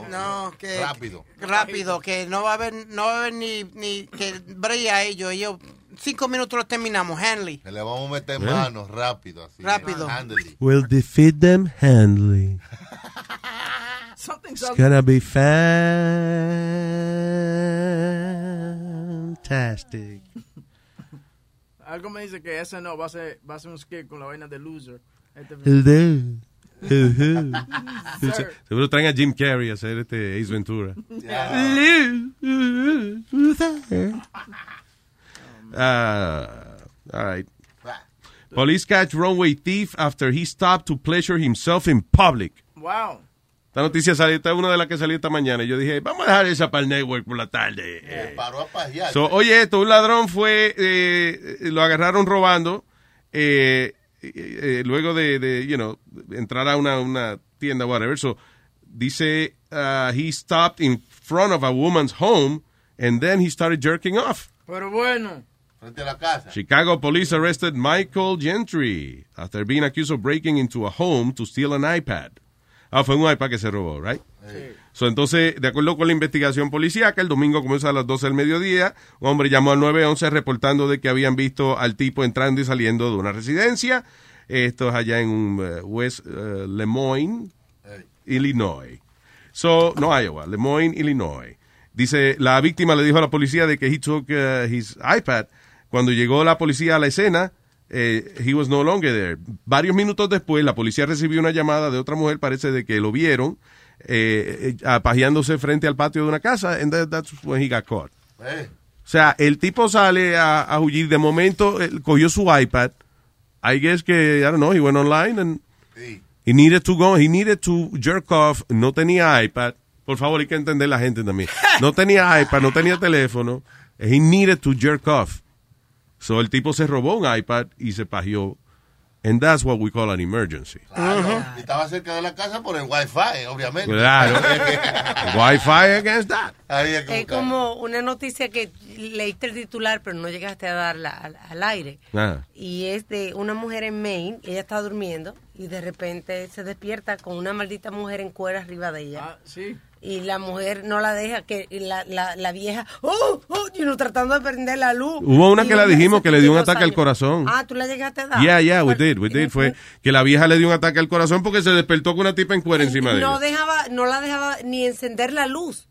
No, que
Rápido.
rápido, que no va a haber, no va a haber ni, ni que brilla a ellos. Ellos cinco minutos lo terminamos, Henley.
Que le vamos a meter
¿Eh?
manos rápido. Así,
Rápido.
Handily.
We'll defeat them handily.
Something's
It's gonna be fantastic.
Algo me dice que ese no va a ser, va a ser un skit con la vaina de loser. Este- Sir.
Seguro traen a Jim Carrey a hacer este Ace Ventura. Ah, all right. Police catch runway thief after he stopped to pleasure himself in public.
Wow.
Esta noticia salió, esta es una de las que salió esta mañana. Yo dije, vamos a dejar esa para el network por la tarde. Eh,
Paró a pajear.
So, oye, esto, un ladrón fue, eh, eh, lo agarraron robando, eh, eh, eh, luego de, de, you know, entrar a una, una tienda, whatever. So, dice, uh, he stopped in front of a woman's home, and then he started jerking off.
Pero bueno.
Frente a la casa.
Chicago police arrested Michael Gentry after being accused of breaking into a home to steal an iPad. Ah, fue un iPad que se robó, right? So, entonces, de acuerdo con la investigación policíaca, el domingo comenzó a las 12 del mediodía. Un hombre llamó al 911 reportando de que habían visto al tipo entrando y saliendo de una residencia. Esto es allá en eh, West eh, Lemoyne, Illinois. So, no Iowa, Lemoyne, Illinois. Dice, la víctima le dijo a la policía de que he took uh, his iPad. Cuando llegó la policía a la escena, eh, he was no longer there. Varios minutos después, la policía recibió una llamada de otra mujer, parece de que lo vieron, eh, eh, apajeándose frente al patio de una casa, and that- that's when he got caught.
Eh.
O sea, el tipo sale a, a huir. De momento, él cogió su iPad. I guess que, I don't know, he went online and he needed to go, he needed to jerk off. No tenía iPad. Por favor, hay que entender la gente también. No tenía iPad, no tenía teléfono. He needed to jerk off. So el tipo se robó un iPad y se pajeó. And that's what we call an emergency.
Claro. Y estaba cerca de la casa por el wifi, obviamente.
Claro. Wi-Fi against that.
Ahí es como
Es como una noticia que leíste el titular, pero no llegaste a darla al, al aire.
Ah.
Y es de una mujer en Maine, ella está durmiendo y de repente se despierta con una maldita mujer en cuero arriba de ella.
sí.
y la mujer no la deja, que y la, la, la vieja, oh, oh, y uno tratando de prender la luz.
Hubo una
Y
que la dijimos
hace
que le dio un
32
ataque al
años.
corazón.
Ah, tú la llegaste a dar.
Yeah, yeah, we did, we did. Fue que la vieja le dio un ataque al corazón porque se despertó con una tipa en cuero encima de
no
ella.
dejaba no la dejaba ni encender la luz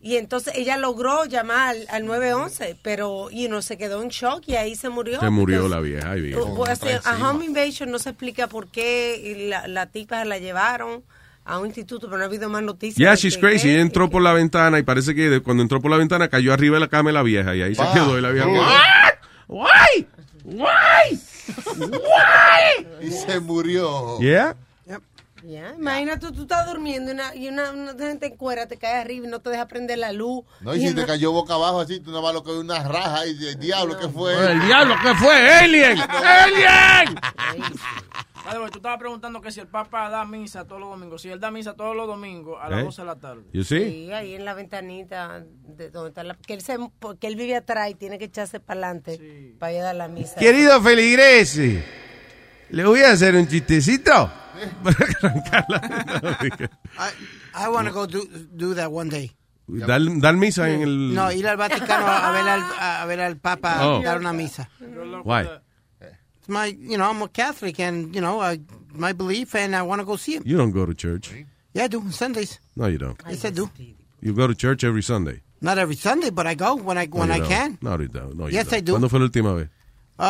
y entonces ella logró llamar al, al 911 pero y no se quedó en shock y ahí se murió
Se murió la vieja. Ay, vieja.
Pues, así, a home invasion no se explica por qué y la, la tipa la llevaron a un instituto pero no ha habido más noticias
Yeah,
de
she's
que-
crazy. Ella entró por la ventana y parece que de- cuando entró por la ventana cayó arriba de la cama de la vieja y ahí se
Ah.
quedó y la vieja. quedó-
Why? Why? Why?
Y se murió.
Yeah.
Ya, imagínate tú estás durmiendo y una, y una, una gente en cuera te cae arriba y no te deja prender la luz
No, y si te cayó boca abajo así, tú nada más lo que una raja y el diablo, ¿qué fue?
El diablo, ¿qué fue? Alien. Alien.
Padre, porque pues, tú estabas preguntando que si el Papa da misa todos los domingos. Si él da misa todos los domingos a las
Eh.
12 de la tarde.
You see?
Sí, ahí en la ventanita de donde está la, que él se, porque él vive atrás y tiene que echarse para adelante para ir a dar la misa.
Querido Feligrese, le voy a hacer un chistecito. Para arrancarla.
I want to go do, do that one day.
Dar, dar misa en el.
No, ir al Vaticano a ver al, a ver al Papa
Oh.
dar una misa.
Why?
It's my, you know, I'm a Catholic and, you know, I, my belief and I want to go see him.
You don't go to church.
Yeah, I do Sundays.
No, you don't.
Yes, I do.
You go to church every Sunday.
Not every Sunday, but I go when I
No,
when
you
I
don't.
can.
No, you don't. No, you
Yes,
don't.
I do.
¿Cuándo fue la última vez?
Uh,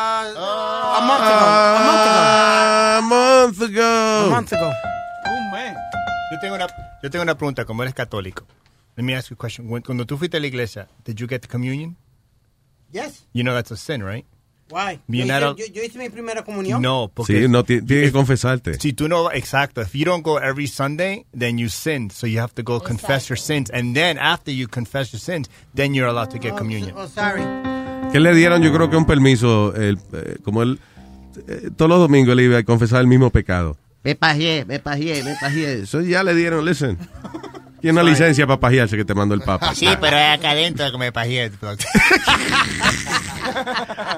a month ago. A month ago.
A month ago.
A month ago.
Un mes.
Yo tengo una, yo tengo una pregunta, como eres católico. Let me ask you a question. When- Cuando tú fuiste a la iglesia, did you get the communion?
Yes.
You know that's a sin, right?
Why?
You're not
yo,
al-
yo, yo hice mi primera comunión.
No, porque
Sí, no, ti- tiene que confesarte.
si tú no, exacto. If you don't go every Sunday, then you sin. So you have to go confess your sins, and then after you confess your sins, then you're allowed to get communion.
Oh, sorry.
Que le dieron, yo creo que un permiso, el, eh, como él, eh, todos los domingos le iba a confesar el mismo pecado.
Me pajeé, me pajeé, me pajeé.
Eso ya le dieron, listen. Tiene una licencia para pajearse que te mandó el Papa.
Sí, pero es acá adentro que me pajeé.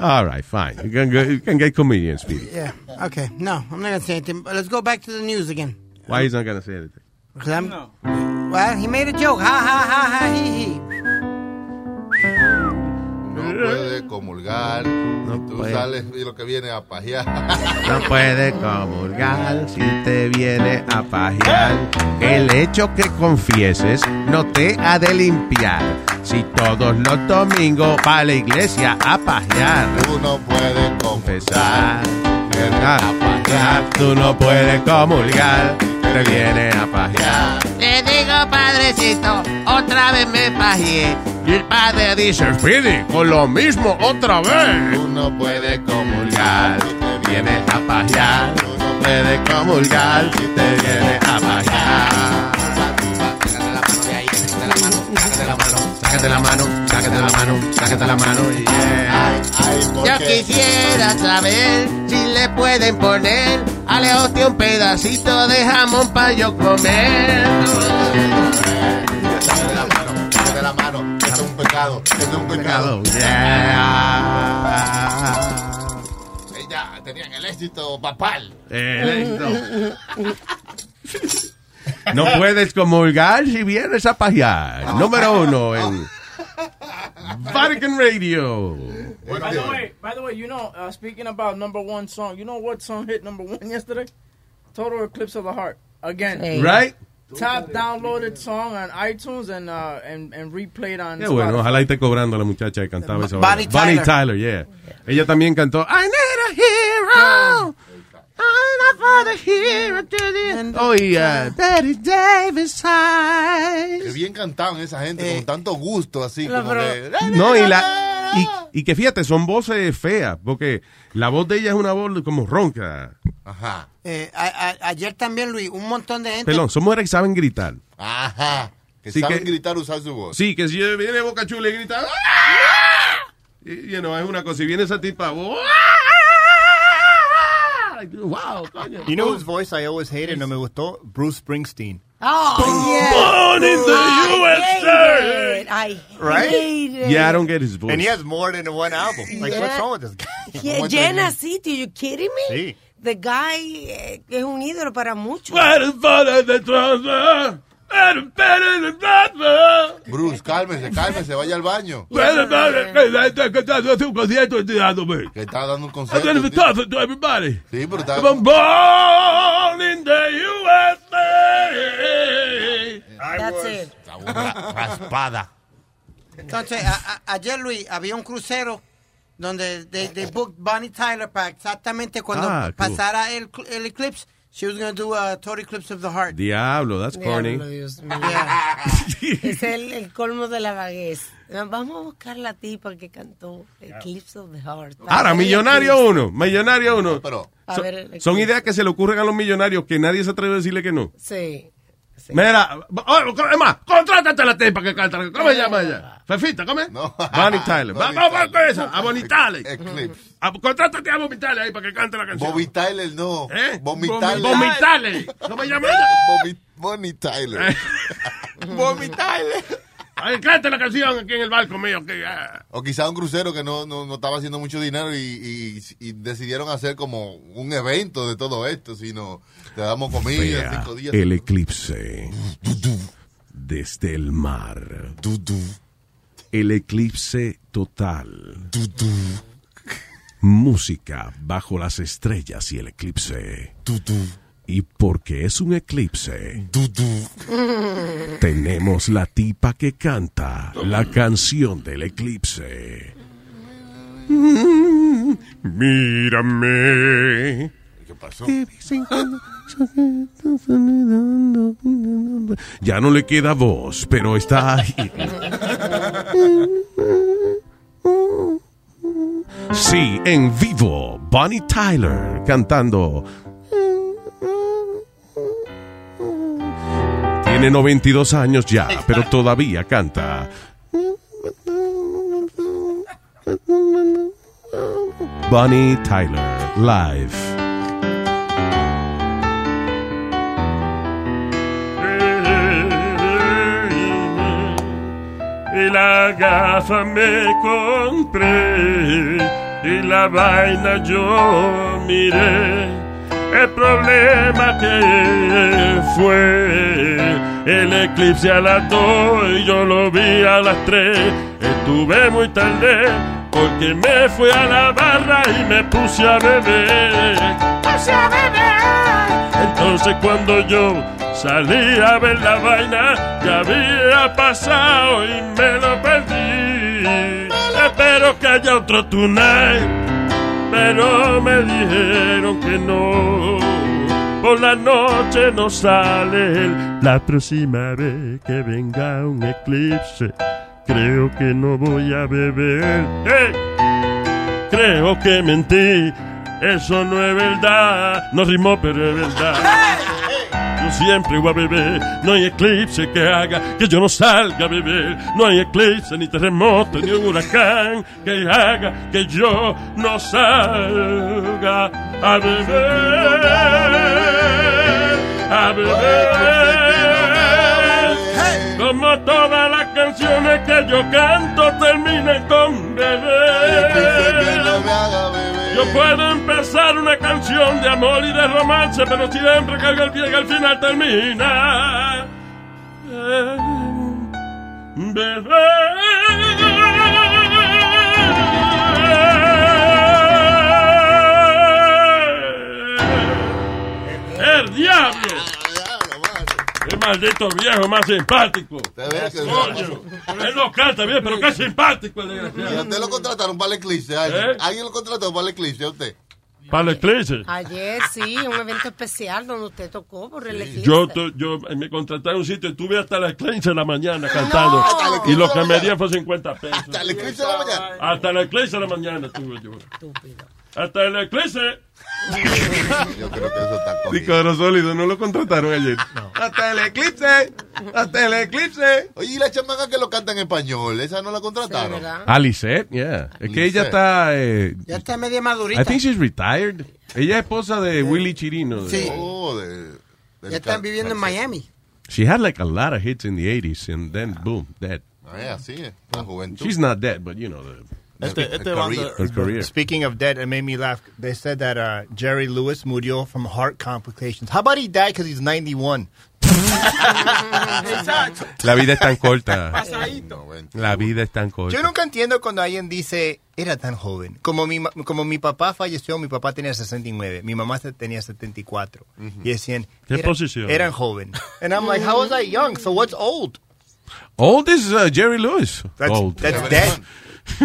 All right, fine. You can, go- you can get comedians, Speedy.
Yeah. Okay. No, I'm not gonna say anything. But let's go back to the news again.
Why he's not gonna say anything?
Because I'm. Well, he made a joke. Ha ha ha ha he he.
Eh.
No puede comulgar. y tú
puede.
sales y lo que viene a pajear.
No puede comulgar si te viene a pajear. El hecho que confieses no te ha de limpiar. Si todos los domingos va a la iglesia a pajear.
Tú no puedes
confesar. A pajear. Tú no puedes comulgar. Te viene a pajear.
Le digo, padrecito, otra vez me pajeé.
Y el padre dice, Speedy, con lo mismo otra vez.
Uno puede
comulgar, si te viene a pajear. Uno puede comulgar, si te viene a pajear. Sácate la mano, sácate la mano, sácate la mano,
Yo quisiera saber si le pueden poner a Leote un pedacito de jamón para yo comer.
de la mano. Es un pecado. Es un pecado. Ella tenían el éxito papal.
El éxito.
No puedes comulgar si vienes a pajear. Número uno en Vatican Radio.
by the way, by the way, you know, uh, speaking about number one song, you know what song hit number one yesterday? Total Eclipse of the Heart again,
Hey. Right?
Top downloaded song on iTunes and uh, and and replayed on.
Qué bueno,
Spotify.
ojalá y esté cobrando la muchacha que cantaba esa
Bonnie
vaina. Bonnie
Tyler.
Tyler, yeah. Ella también cantó. Ah, I need a hero. I'm not for the hero to the Oh, yeah.
Betty Davis
Qué
Eyes.
bien cantaban esa gente, con tanto gusto, así
No,
como
pero-
que-
No, y la. Y, y que fíjate, son voces feas, porque la voz de ella es una voz como ronca.
Ajá.
Eh, a- a- ayer también, Luis, un montón de gente.
Perdón, son mujeres que saben gritar.
Ajá. Que
Sí
saben
que-
gritar usar su voz.
Sí, que si viene Boca Chula y grita. Y, you know, es una cosa. Si viene esa tipa. ¡ah!
Ah!
Wow, coño.
You know whose voice I always hated, no me gustó? Bruce Springsteen.
Oh,
Born in the USA.
I
Right?
hate it.
Yeah, I don't get his voice.
And he has more than one album. Like, what's
Yeah.
wrong with this guy?
Yeah, Jenna City, you kidding me?
Sí.
Oh,
The guy eh, es un ídolo para muchos.
What is for the transfer?
Bruce, cálmese, cálmese, vaya al baño.
Well, madre, que- que- que está haciendo un concierto estoy dándome.
Que está dando un
I'm
concierto.
gonna be talking to everybody.
Sí, pero está...
If I'm born in the USA.
That's it.
Está una raspada.
Entonces, a- a- ayer, Luis, había un crucero donde they, they booked Bonnie Tyler para exactamente cuando
Ah, cool.
pasara el, cl- el eclipse. She was going to do a total eclipse of the heart.
Diablo, that's corny.
es el, el colmo de la vaguez. Vamos a buscar la tipa que cantó Eclipse of the Heart.
Ahora, millonario Ah, uno, millonario uno.
A
Son-
ver, el-
son ideas que se le ocurren a los millonarios que nadie se atreve a decirle que no.
Sí.
Mira, oh, es más, contrátate a la tipa que canta. ¿Cómo se llama ella? Fefita, ¿cómo es? Bonnie Tyler. Va- Vamos a con esa, a Bonnie Tyler. A- Contrátate a Bonnie Tyler ahí para que cante la canción.
Bobby Tyler, no.
¿Eh?
Bobby
Vomi-
Tyler.
vomitale. ¿Cómo se llama ella?
Bobby, Bonnie Tyler.
Vomitale. Ay, canta la canción aquí en el barco mío. Que, ah.
O quizá un crucero que no, no, no estaba haciendo mucho dinero y, y- y decidieron hacer como un evento de todo esto, sino te damos comida,
Vea
cinco días.
el eclipse desde el mar. El eclipse total. Música bajo las estrellas y el eclipse. Y porque es un eclipse, tenemos la tipa que canta la canción del eclipse. Mírame.
¿Qué pasó?
Ya no le queda voz, pero está ahí. Sí, en vivo, Bonnie Tyler cantando. Tiene 92 años ya, pero todavía canta. Bonnie Tyler, live.
Y la gafa me compré y la vaina yo miré. El problema que fue el eclipse a las dos y yo lo vi a las tres. Estuve muy tarde porque me fui a la barra y me puse a beber.
Puse a beber.
Entonces cuando yo salí a ver la vaina, ya había pasado y me lo perdí. Espero que haya otro tonight, pero me dijeron que no. Por la noche no sale el- la próxima vez que venga un eclipse. Creo que no voy a beber. ¡Hey! Creo que mentí. Eso no es verdad. No rimó, pero es verdad. Yo siempre voy a beber. No hay eclipse que haga que yo no salga a beber. No hay eclipse, ni terremoto, ni un huracán que haga que yo no salga a beber. A beber. Como todas las canciones que yo canto terminan con beber. Yo puedo empezar una canción de amor y de romance, pero siempre que el pie que al final termina. en beber. Ah, ¡El diablo! ¡Qué maldito viejo más simpático! Coño, Él no canta bien, pero qué simpático el
Y a
desgraciado.
usted lo contrataron para el eclipse. ¿Alguien,
¿Eh?
¿Alguien lo contrató para el eclipse a usted?
Para el eclipse.
Ayer sí, un evento especial donde usted tocó por el eclipse.
Yo, to- yo eh, me contrataron un sitio, estuve hasta las 15 de la mañana cantando.
Ah,
Y lo que me dieron fue 50 pesos. Hasta el
eclipse de la mañana.
Hasta la eclipse de la mañana estuve yo. Hasta el eclipse.
Yo creo que eso está
Sí, Coro Sólido, no lo contrataron ayer.
Hasta el eclipse. Hasta el eclipse. Oye, y la chamaca que lo canta en español, esa no la contrataron.
Alicet, yeah. Es que ella
Lisette.
está. eh,
Ya está media madurita.
I think she's retired. Ella es esposa de Willy Chirino. de-
Sí.
Oh, de-
ya están viviendo en Miami.
She had like a lot of hits in the 80s and then boom, dead.
Ah, yeah, sí, la juventud.
She's not dead, but you know. The,
Este-
A
este
career.
bando- Speaking of dead, it made me laugh. They said that uh, Jerry Lewis murió from heart complications. How about he died because he's 91?
Exacto.
La vida es tan corta.
Pasadito.
La vida es tan corta.
Yo nunca entiendo cuando alguien dice, era tan joven. Como mi, ma- como mi papá falleció, mi papá tenía 69, mi mamá se- tenía 74. Y decían,
¿Qué
"Era-
posición?
eran joven. And I'm like, how was I young? So what's old?
Old is uh, Jerry Lewis.
That's-
old.
that's dead.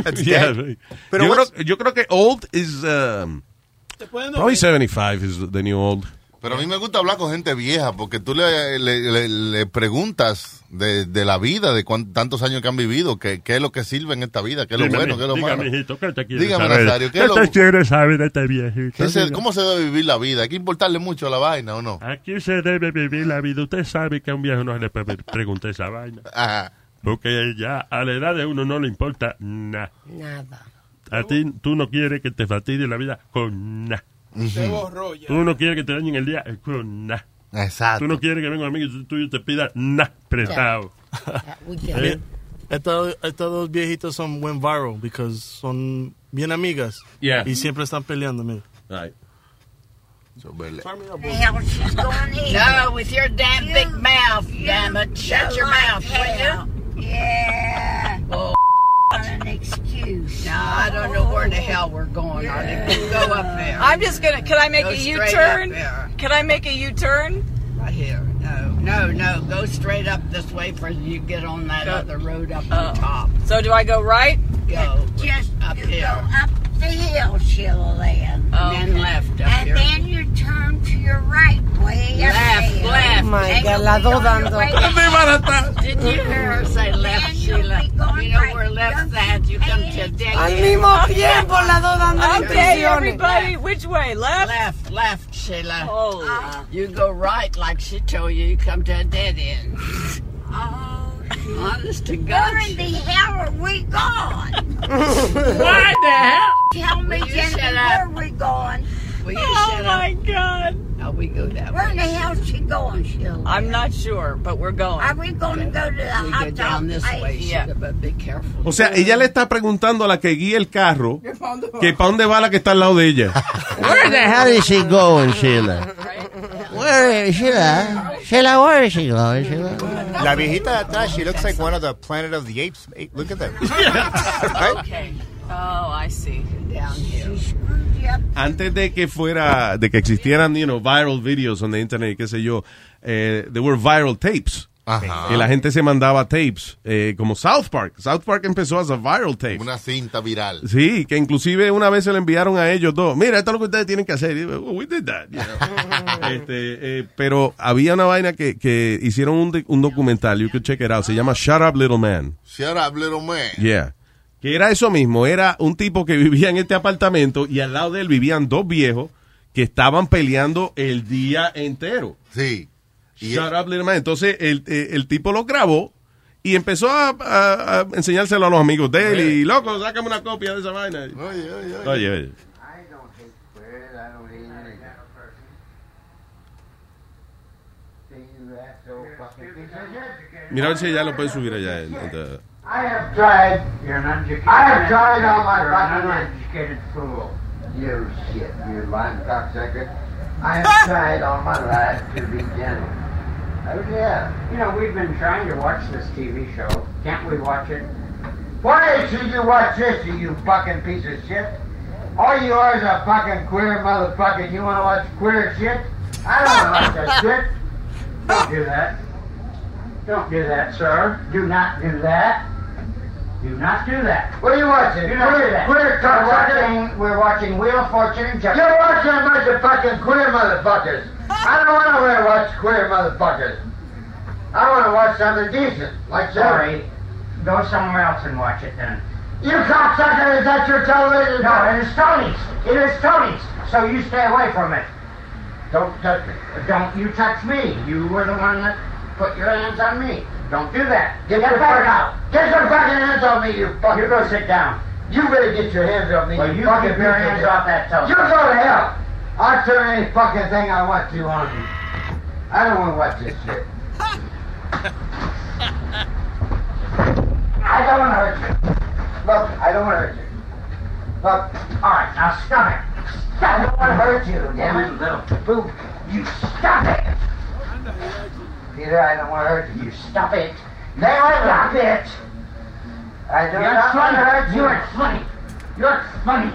That's
Yeah,
dead.
right.
Pero
yo,
what's-
creo, yo creo que old is um, probably 75 is the new old.
Pero a mí me gusta hablar con gente vieja porque tú le, le- le- le preguntas de, de la vida, de cuán- tantos años que han vivido, que- qué es lo que sirve en esta vida, qué es lo
Dígame,
bueno, qué es lo
dígame,
malo.
hijito, ¿qué te quieres
Dígame,
saber?
Nazario, ¿qué
¿Qué
es lo-
te quieres saber de este viejito?
qué se-
Dígame.
¿cómo se debe vivir la vida? ¿Hay que importarle mucho a la vaina o no?
Aquí se debe vivir la vida. Usted sabe que a un viejo no se le puede preguntar esa vaina. Porque ya a la edad de uno no le importa nada.
Nada.
A ti tú no quieres que te fastidie la vida con nada.
Se borró ya.
Tú no quieres que te dañen el día eh, con nada.
Exacto.
Tú no quieres que venga un amigo y tú- tú te pida nada prestado.
Yeah.
Eh,
Estos, estos dos viejitos son buen viral because son bien amigas
Yeah.
y siempre están peleando. Mira.
Hey, Howard, she's going in.
No, with your damn big mouth, damn it. Shut your mouth, will
you? Yeah.
Oh,
an excuse.
No, I don't know where the hell we're going, Artie. You Go up there.
I'm just gonna. Can I make
Go
a
straight
U
up
turn?
there.
Can I make a U turn?
Right here. No, no, no. Go straight up this way for you get on that
Go-
other road up
Oh.
on top.
So do I go right?
Go
Just
up
you go
here.
up
the hill, Sheila Lynn. And then left up
Oh, and
here.
then you turn to your right way. up
Left,
there.
left. Oh, my
And
God,
you'll
la
be
dos
on your
dando.
way
¿Dónde
up.
van a estar?
Did you hear her say left, Sheila? You know where left side, you come to dead
Al mismo tiempo, las dos dando las
Okay,
impresiones.
everybody, which way? Left?
Left, left, Sheila.
Oh.
You go right like she told you, you come to a dead end. Honest to God.
Where Oh, in the hell are we going?
Why the hell?
Tell me,
Will you
Jennifer,
shut
where
up?
are we going?
Will you
oh
shut
my
up?
God!
Now we go that
Where
way.
in the hell is she going, Sheila?
I'm not sure, but we're going.
Are we going to go to the
we
hot
go down
dog
this
place?
way, Sheila, but be careful.
O sea, ella le está preguntando a la que guía el carro que para dónde va la que está al lado de ella.
Where the hell is she going, Sheila? Where is Sheila? Sheila, where is she going, Sheila?
La viejita de atrás, she looks like one of the Planet of the Apes. Hey, Look at that.
Okay. Oh, I see.
Down here.
Antes de que fuera, de que existieran, you know, viral videos on the internet, y qué sé yo, eh, there were viral tapes.
Ajá.
Ah.
Que la gente se mandaba tapes, eh, como South Park. South Park empezó as a viral tape.
Una cinta viral.
Sí, que inclusive una vez se le enviaron a ellos dos. Mira, esto es lo que ustedes tienen que hacer. Y, well, we did that, you know. Este, eh, pero había una vaina que, que hicieron un, de- un documental, you could check it out, se llama Shut Up Little Man.
Shut up, little man.
Yeah. Que era eso mismo, era un tipo que vivía en este apartamento y al lado de él vivían dos viejos que estaban peleando el día entero.
Sí.
Shut up, little man. Entonces el, eh, el tipo lo grabó y empezó a, a- a enseñárselo a los amigos de él y loco, sácame una copia de esa vaina.
Oye, oye, oye.
Oye, oye. Mira a ver si ya lo pueden subir allá. en- en the-
I have tried. You're an
uneducated-
I have tried all my
You're
fucking
an
life.
uneducated fool. You shit, you lying cocksucker. I have tried all my life to be gentle. Oh yeah. You know, we've been trying to watch this TV show. Can't we watch it? Why should you watch this, you, you fucking piece of shit? All you are is a fucking queer motherfucker. You wanna watch queer shit? I don't wanna watch that shit. Don't do that. Don't do that, sir. Do not do that. Do not do that. What are you watching? Do not
Queer-
do that.
queer
we're,
cocksucker.
watching, we're watching Wheel of Fortune and Jeopardy. You're watching a bunch of fucking queer motherfuckers. I don't want to watch queer motherfuckers. I want to watch something decent, like
Sorry.
Sorry. Go somewhere else and watch it then. You cocksucker, is that your television? No, it is Tony's. It is Tony's. So you stay away from it. Don't touch me. Don't you touch me. You were the one that put your hands on me. Don't do that. Get, your back out. Get your fucking hands on me, you fucking. You go sit down. You better get your hands on me.
Well, you
fucking
keep your
piece of
hands
shit.
off that telephone.
You go to hell. I'll turn any fucking thing I want to on you. I don't want to watch this shit. I don't want to hurt you. Look, I don't want to hurt you. Look, all right, now stop it. Stop it. No one hurt you, damn it. You little boob. You stop it. Peter, I don't want to hurt you. You stop it. Now stop it. I do You're not want to funny. hurt you. You're funny. You're funny.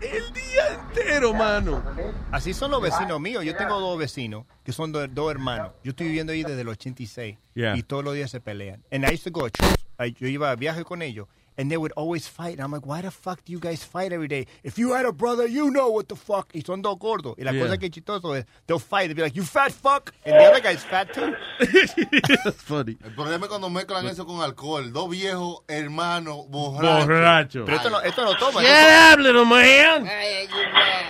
El día entero, mano. Así son los vecinos míos. Yo tengo dos vecinos que son do- dos hermanos. Yo estoy viviendo ahí desde el 86
Yeah.
y todos los días se pelean. And I used to go to shows. I- Yo iba a viaje con ellos. And they would always fight. And I'm like, why the fuck do you guys fight every day? If you had a brother, you know what the fuck. Y son dos gordos. Y la
Yeah.
cosa que es chistoso es, they'll fight. They'll be like, you fat fuck. And the other guy's fat too.
El problema es cuando mezclan eso con alcohol. Dos viejos hermanos borrachos.
Borracho.
Pero esto no, esto no toma.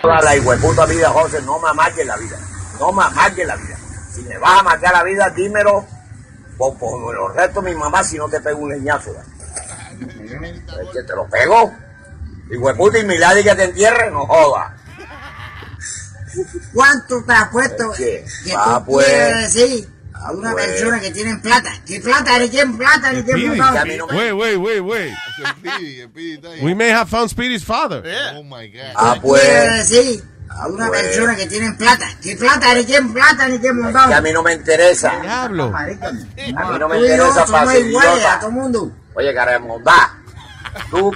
Toda la hijueputa vida, José, no me amargues la vida. No me amargues la vida. Si me vas a amargar la vida, dímelo. Por, por los restos de mi mamá, si no te pego un leñazo. Es que te lo pego. Hijueputa, y milagro que te entierre, no joda.
¿Cuánto te has puesto
Es que,
que
ah,
tú
pues.
quieres decir a una
pues.
persona que tiene plata? ¿Qué plata? ¿De quién plata? ¿De quién plata?
Wait, wait, wait, wait. We may have found Speedy's father.
Oh my God.
¿Qué quieres decir a una
Ah, Pues.
persona que tiene plata? ¿Qué plata? ¿De quién plata? ¿De quién
Es que a
plata?
mí no me interesa.
Diablo.
A mí no
Tú
me
y yo
interesa
somos
fácil,
iguales
idiota.
a todo el mundo.
Oye, Caramondá, tú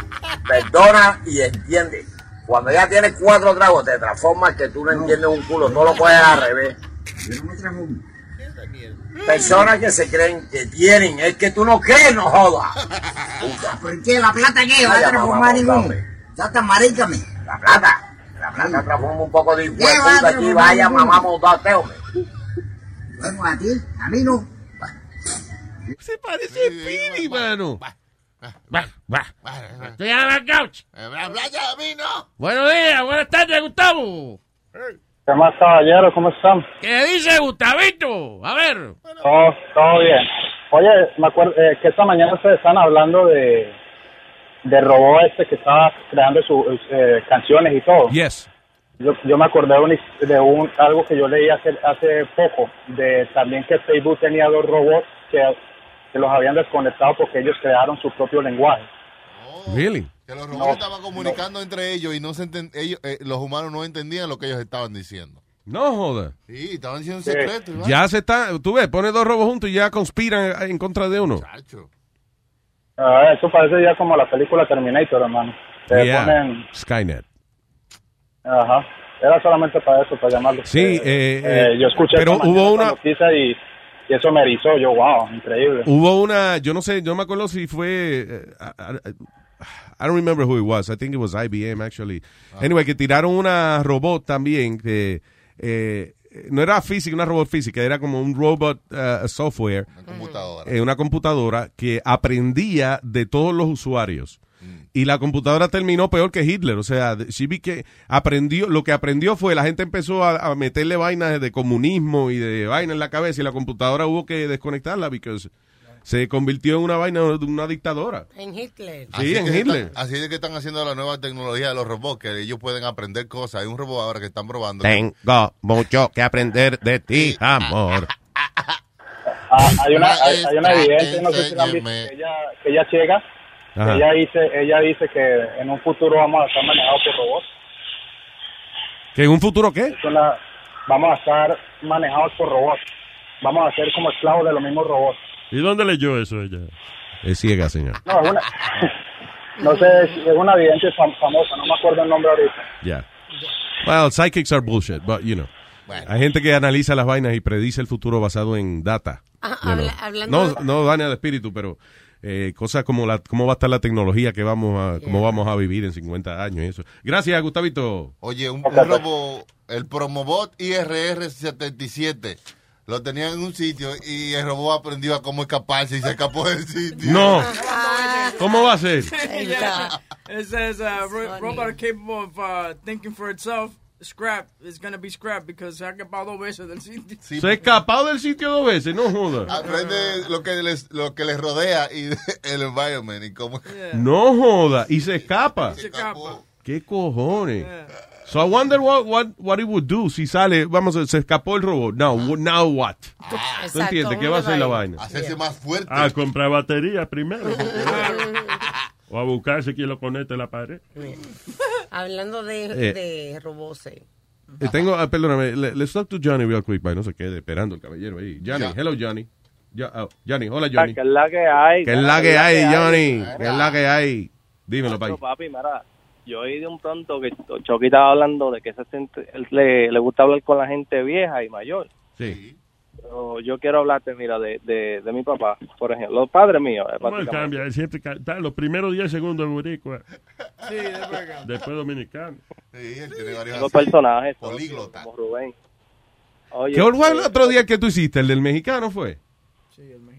perdona y entiendes. Cuando ya tienes cuatro tragos, te transformas que tú no entiendes un culo, no lo puedes al revés. Personas que se creen que tienen, es que tú no crees, no jodas.
Ah, ¿Por qué? ¿La plata qué? ¿Va a
Vaya,
transformar
mamá,
ninguno?
hombre.
Ya está marícame.
La plata, la plata transforma un poco de
¿Qué va a
puta aquí,
transformar
vaya
ninguno?
mamá, montate, hombre.
Bueno, a ti, a mí no.
Se parece a Speedy, mano.
Ah,
Va, va. Estoy en la couch.
Eh,
Buenos días, buenas tardes, Gustavo.
¿Qué más, caballeros? ¿Cómo están?
¿Qué dice Gustavito? A ver.
Todo, todo bien. Oye, me acuerdo eh, que esta mañana ustedes están hablando de de robot este que estaba creando sus eh, canciones y todo.
Yes.
Yo, yo me acordé de, un, de un- algo que yo leí hace, hace poco, de también que Facebook tenía dos robots que, que los habían desconectado porque ellos crearon su propio lenguaje.
Really?
Que los robots estaban comunicando entre ellos y no se enten- ellos, eh, los humanos no entendían lo que ellos estaban diciendo.
No joda.
Sí, estaban diciendo un
Sí.
secreto. ¿verdad?
Ya se está, tú ves, pone dos robos juntos y ya conspiran en contra de uno.
Ah, eso parece ya como la película Terminator, hermano. Te
Yeah.
ponen-
Skynet.
Ajá. Era solamente para eso, para llamarlo.
Sí,
Eh,
eh,
eh,
eh,
yo escuché
pero
esta mañana
hubo
esa
una-
noticia y, y eso me erizó. Yo, wow, increíble.
Hubo una, yo no sé, yo no me acuerdo si fue. eh, I, I- I don't remember who it was. I think it was IBM, actually. Anyway, que tiraron una robot también. Que, eh, no era física, una robot física, era como un robot uh, software. Una
computadora.
una computadora que aprendía de todos los usuarios. Y la computadora terminó peor que Hitler. O sea, sí vi que aprendió, lo que aprendió fue la gente empezó a, a meterle vainas de comunismo y de vaina en la cabeza y la computadora hubo que desconectarla porque se convirtió en una vaina de una dictadora.
En Hitler.
Sí, en
que
Hitler.
están- así es que están haciendo la nueva tecnología de los robots, que ellos pueden aprender cosas. Hay un robot ahora que están probando.
Tengo mucho que aprender de ti,
ah,
amor.
Ah, hay una, hay, hay una evidente, no sé si la han visto, que ella, que ella ciega. que
Ajá.
Ella dice, ella dice que en un futuro vamos a estar manejados por robots.
¿Que en un futuro qué?
Es una- vamos a estar manejados por robots. Vamos a ser como esclavos de los mismos robots.
¿Y dónde leyó eso ella?
Es ciega, señor.
No, es una, no sé, es es una evidente fam- famosa, no me acuerdo el nombre ahorita.
Ya. Well, psychics are bullshit, but you know. Hay gente que analiza las vainas y predice el futuro basado en data.
Ah,
you know.
habla- hablando
no,
de-
no vaina de espíritu, pero eh, cosas como la, cómo va a estar la tecnología que vamos a, cómo vamos a vivir en 50 años y eso. Gracias, Gustavito.
Oye, un, un robot, el Promobot IRR77, lo tenían en un sitio y el robot aprendió a cómo escaparse y se escapó del sitio.
No. ¿Cómo va a ser?
yeah. It says uh, ro- robot capable of uh, thinking for itself. Scrap is gonna be scrap because se ha escapado dos veces del sitio.
Se ha escapado del sitio dos veces, no
Ah,
joda.
Aprende lo que les, lo que les rodea y el environment y cómo.
No joda. Y se escapa.
Se escapa.
¿Qué cojones? So I wonder what, what, what it would do si sale, vamos, se escapó el robot. Now, wh- now what? ¿Tú entiendes? ¿Qué va a hacer la vaina?
Hacerse más fuerte.
Ah, comprar batería primero. porque-
O a buscarse quien lo conecte a la pared.
Hablando de,
Eh.
de roboses.
Eh, Tengo, ah, perdóname, le- let's talk to Johnny real quick, para que no se quede esperando el caballero ahí. Johnny,
Ya.
hello Johnny. Ya, oh, Johnny, hola Johnny.
Que es la que hay.
¿Qué es la que hay, Johnny? ¿Qué es la que hay? Dímelo,
Yo,
país.
papi, mira, yo oí de un pronto que Choqui estaba hablando de que se siente- él le, le gusta hablar con la gente vieja y mayor.
Sí.
Pero yo quiero hablarte, mira, de, de, de mi papá, por ejemplo, los padres míos. eh,
¿Cómo él
básicamente.
cambia? Él siempre ca- está los primeros 10 segundos de boricua,
Sí,
después dominicano.
Los personajes. todos,
Políglota.
Como Rubén. Oye,
¿Qué fue el
eh,
otro día que tú hiciste? ¿El del mexicano fue?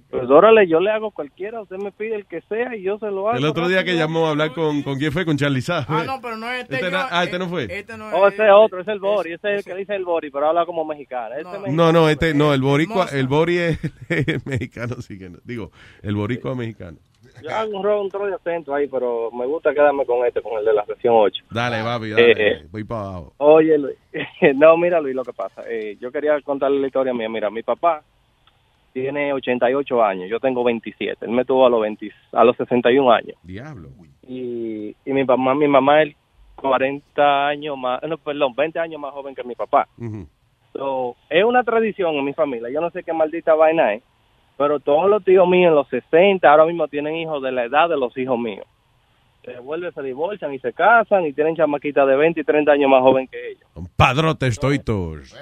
Pues órale, yo le hago cualquiera, usted me pide el que sea y yo se lo hago.
El otro día que
rápido.
llamó a hablar con, ¿con quién fue? Con Charlie Sá.
Ah,
fue.
no,
Pero no es este.
Este
yo-
era- ah, este no fue.
Este no
Oh, ese es otro, ese es el Bori, ese es el que dice el Bori, pero habla como mexicano. Ese mexicano.
No, no, este, no, el boricua, el bori es, es mexicano, sí que no. Digo, el boricua mexicano.
Yo hago un rock, un troll de acento ahí, pero me gusta quedarme con este, con el de la sección 8.
Dale, papi, dale,
Eh,
voy para abajo.
Oye, Luis, no, mira, Luis, lo que pasa. eh, yo quería contarle la historia mía. Mira, mi papá tiene 88 años, yo tengo 27. Él me tuvo a los, 20 a los 61 años.
Diablo.
Y, y mi mamá, mi mamá es 40 años más, no, perdón, 20 años más joven que mi papá. So, es una tradición en mi familia. Yo no sé qué maldita vaina es, pero todos los tíos míos en los 60 ahora mismo tienen hijos de la edad de los hijos míos. Se vuelven, se divorcian y se casan y tienen chamaquitas de 20 y 30 años más joven que ellos.
Padrote estoy todos.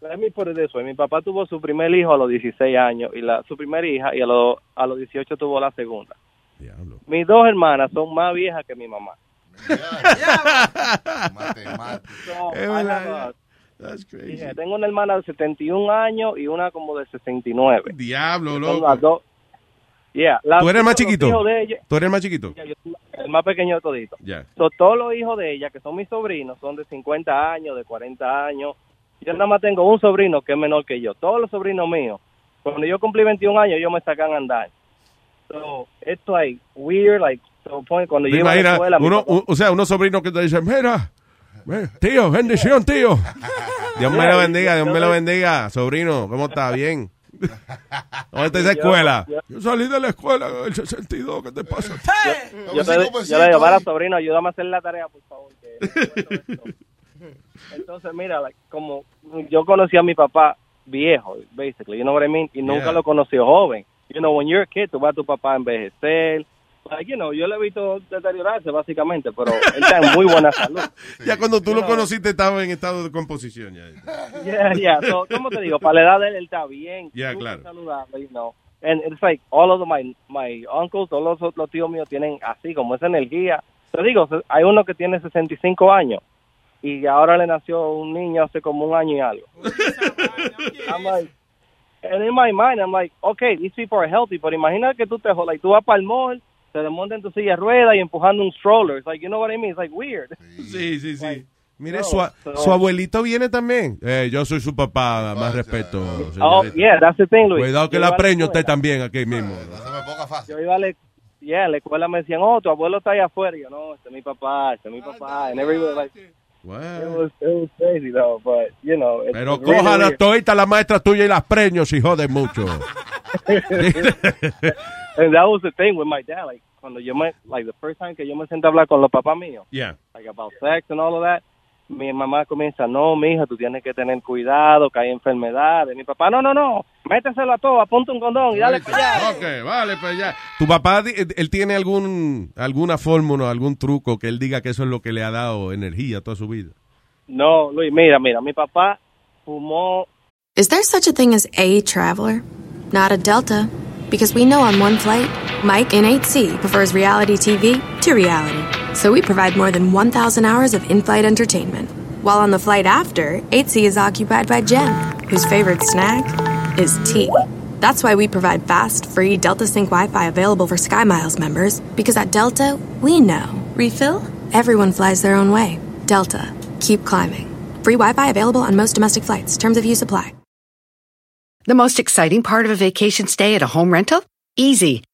Let me put it this way. Mi papá tuvo su primer hijo a los 16 años y la, su primera hija y a los, a los 18 tuvo la segunda. Mis dos hermanas son más viejas que mi mamá. So,
Es
I
verdad.
have a-
That's crazy.
Yeah, tengo una hermana de 71 años y una como de 69.
Diablo,
Son
loco.
las dos. Yeah, las-
¿Tú eres el más
los
chiquito?
hijos de ella-
¿Tú eres el más chiquito?
Yeah, yo soy el más pequeño de todito.
Ya.
So, todos los hijos de ella, que son mis sobrinos, son de 50 años, de 40 años. Yo nada más tengo un sobrino que es menor que yo. Todos los sobrinos míos, cuando yo cumplí 21 años, ellos me sacan a andar. So, it's like weird, like, so, point, cuando yo
¿Te
iba a la
imaginas?
escuela, mi
Uno,
papá-
o, o sea, unos sobrinos que te dicen, mira, ve, tío, bendición, tío. Dios me lo bendiga, Dios me lo bendiga. Sobrino, ¿cómo estás? ¿Bien? ¿Dónde está esa
Yo-
escuela?
yo-
Yo salí de la escuela en el 62, ¿qué te pasa?
yo, le, yo le digo, para sobrino, ayúdame a hacer la tarea, por favor. que- Entonces, mira, like, como yo conocí a mi papá viejo, basically, you know what I mean, y nunca
Yeah.
lo conoció joven. You know, when you're a kid, tú vas a tu papá a envejecer. Like, you know, yo le he visto deteriorarse, básicamente, pero él está en muy buena salud.
Ya cuando tú
You
lo
know.
conociste estaba en estado de composición. Ya,
Yeah, yeah. So, ¿Cómo te digo? Para la edad de él, él está bien.
Ya,
súper
claro.
saludable, you know. And it's like, all of my, my uncles, todos los, los tíos míos tienen así, como esa energía. Te digo, se- hay uno que tiene 65 años y ahora le nació un niño hace como un año y algo. I'm like, and in my mind, I'm like, okay, these people are healthy, pero imagina que tú te jodas, like, tú vas para el mall, te desmontan tu silla de ruedas y empujando un stroller. It's like, you know what I mean? It's like weird.
Sí, sí, sí. Mire,
No,
su, a-
so-
su abuelito viene también. Eh, yo soy su papá, más respeto.
Oh,
señorita.
yeah, that's the thing, Luis.
Cuidado que
Yo
la
iba a
preño
escuela.
usted también aquí mismo.
Yo iba a la, e-, yeah, a la escuela, me decían, oh, tu abuelo está allá afuera. Y yo, no, este es mi papá, este es mi papá. And everybody like, it was, it was crazy, though, but, you know. it's-
Pero
it's really
coja la
weird.
toita la maestra tuya y las preños, hijo de mucho.
And that was the thing with my dad, like, cuando yo me, like, the first time que yo me senté a hablar con los papás míos,
Yeah.
like, about sex and all of that, mi mamá comienza, no, mija, tú tienes que tener cuidado, que hay enfermedades. Mi papá, no, no, no, méteselo a todo, apunta un condón y dale para allá.
Ok, vale, pues ya. ¿Tu papá, di- eh, él tiene algún alguna fórmula, algún truco que él diga que eso es lo que le ha dado energía toda su vida?
No, Luis, mira, mira, mi papá fumó
Is there such a thing as a traveler? Not a Delta. Because we know on one flight, Mike in 8C prefers reality TV to reality. So we provide more than 1,000 hours of in flight entertainment. While on the flight after, 8C is occupied by Jen, whose favorite snack is tea. That's why we provide fast, free Delta Sync Wi Fi available for SkyMiles members, because at Delta, we know. Refill? Everyone flies their own way. Delta, keep climbing. Free Wi Fi available on most domestic flights. Terms of use apply.
The most exciting part of a vacation stay at a home rental? Easy.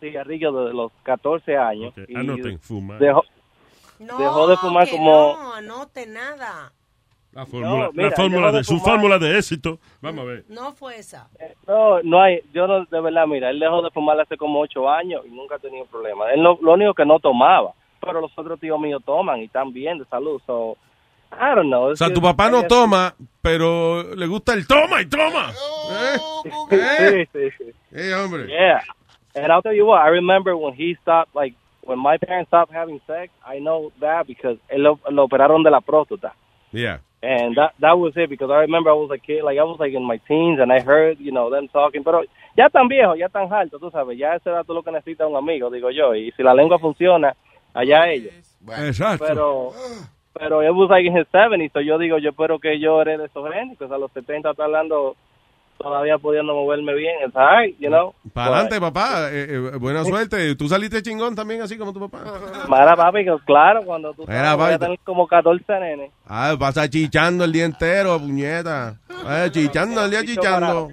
cigarrillo desde los 14 años. y
Ah,
Anoten, fumar.
Dejó, dejó de fumar como...
No, anote nada.
La fórmula,
No, mira,
la fórmula
dejó
de,
de
su
fumar.
fórmula de éxito. Vamos a ver.
No fue esa.
No, no hay, yo no, de verdad, mira, él dejó de fumar hace como ocho años y nunca ha tenido problemas. Él no- lo único que no tomaba, pero los otros tíos míos toman y están bien de salud. So, I don't know.
O sea, tu papá no toma, pero le gusta el toma y toma.
Sí, sí, sí. Yeah. And I'll tell you what, I remember when he stopped, like, when my parents stopped having sex, I know that because él lo, lo operaron de la próstata.
Yeah.
And that that was it because I remember I was a kid, like I was like in my teens, and I heard you know them talking. Pero ya tan viejo, ya tan alto, tú sabes, ya ese era todo lo que necesita un amigo, digo yo. Y si la lengua funciona, allá ellos.
Exacto.
Pero pero it was like in his 70s, so yo digo, yo espero que yo eres de esos genes, pues a los 70 está hablando todavía pudiendo moverme bien, it's alright, you know.
Para adelante, papá. Eh, eh, buena suerte. Tú saliste Este chingón también, así como tu papá.
Mara papi, que claro, cuando tú
Mira,
sabes, voy a
papi.
tener como 14 nenes.
Ah, pasa chichando el día entero, puñeta. Eh, chichando el día chichando.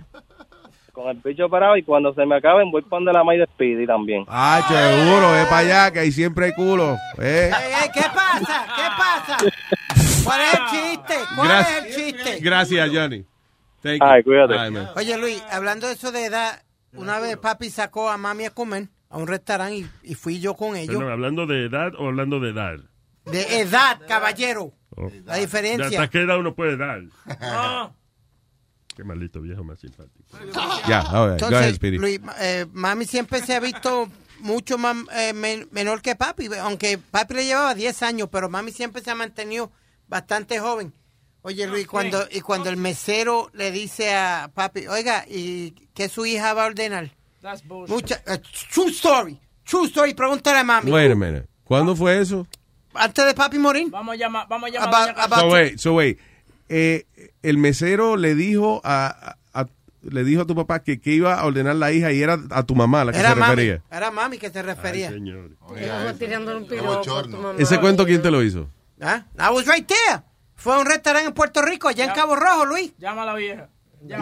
Con el bicho parado y cuando se me acaben voy a poner la maíz de Speedy también.
Ah, seguro, es para allá, que ahí siempre hay culo. Eh.
¿Qué pasa? ¿Qué pasa? ¿Cuál es el chiste? ¿Cuál es el chiste?
Gracias, Johnny. Thank you.
Ay, cuídate.
Ay, man.
Oye, Luis, hablando de eso de edad, una vez papi sacó a mami a comer a un restaurante y, y fui yo con ellos.
Perdón, ¿Hablando de edad o hablando de edad?
De edad, caballero.
Oh.
La
¿De
diferencia.
¿Hasta qué edad uno puede dar? Qué maldito viejo más simpático.
Ya, ahora, go ahead,
Entonces,
Speedy.
Luis, eh, mami siempre se ha visto mucho más eh, men- menor que papi, aunque papi le llevaba 10 años, pero mami siempre se ha mantenido bastante joven. Oye, Luis, cuando, y cuando el mesero le dice a papi, oiga, ¿y qué su hija va a ordenar?
That's bullshit.
Mucha, eh, true story, true story, pregúntale a mami.
Wait a minute. ¿Cuándo fue eso?
Antes de papi morir.
Vamos a llamar, vamos a llamar. a doña
About- about-
So wait, so wait. Eh, el mesero le dijo a, a- a- le dijo a tu papá que, que iba a ordenar la hija y era a tu mamá la que
Era
se
mami,
refería.
era mami que se refería.
Estamos tirando un piropo. tu mamá.
¿Ese cuento quién te lo hizo?
Ah, I was right there. Fue a un restaurante en Puerto Rico, allá en Cabo Rojo, Luis.
Llama a la vieja.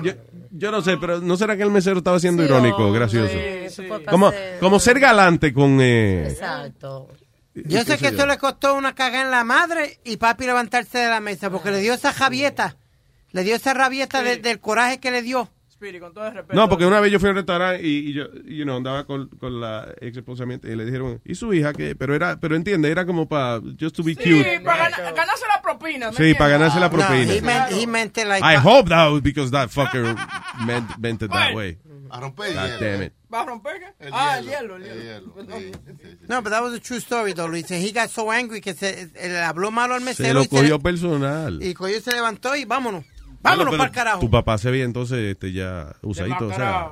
Yo, yo no sé, pero ¿no será que el mesero estaba siendo
Sí,
irónico,
hombre,
gracioso?
eso fue para
Como,
hacer-
como ser galante con... Eh,
Exacto.
Yo sé que eso le costó una caga en la madre y papi levantarse de la mesa porque le dio esa javieta, le dio esa rabieta de- del coraje que le dio.
Speedy, con todo el respeto.
No, porque una vez yo fui a un restaurante y, y yo you know, andaba con, con la ex esposa mía y le dijeron, ¿y su hija qué? Pero era, pero entiende, era como para, just to be
Sí,
cute.
para gana- ganarse la propina. ¿me
Sí, para
entiendes?
ganarse la propina.
He meant, he meant it like
I
pa-
hope that was because that fucker meant, meant it that way.
A romper
God Ah, damn it.
¿Va a romper qué? Ah, el hielo, el hielo. Perdón.
No, but that was a true story, though, Luis. And he got so angry que se eh, le habló malo al
Se
mesero
lo
y, se,
cogió personal.
y cogió y se levantó y vámonos. Vámonos
Pero
para el carajo.
Tu papá se veía entonces este, ya usadito, o sea.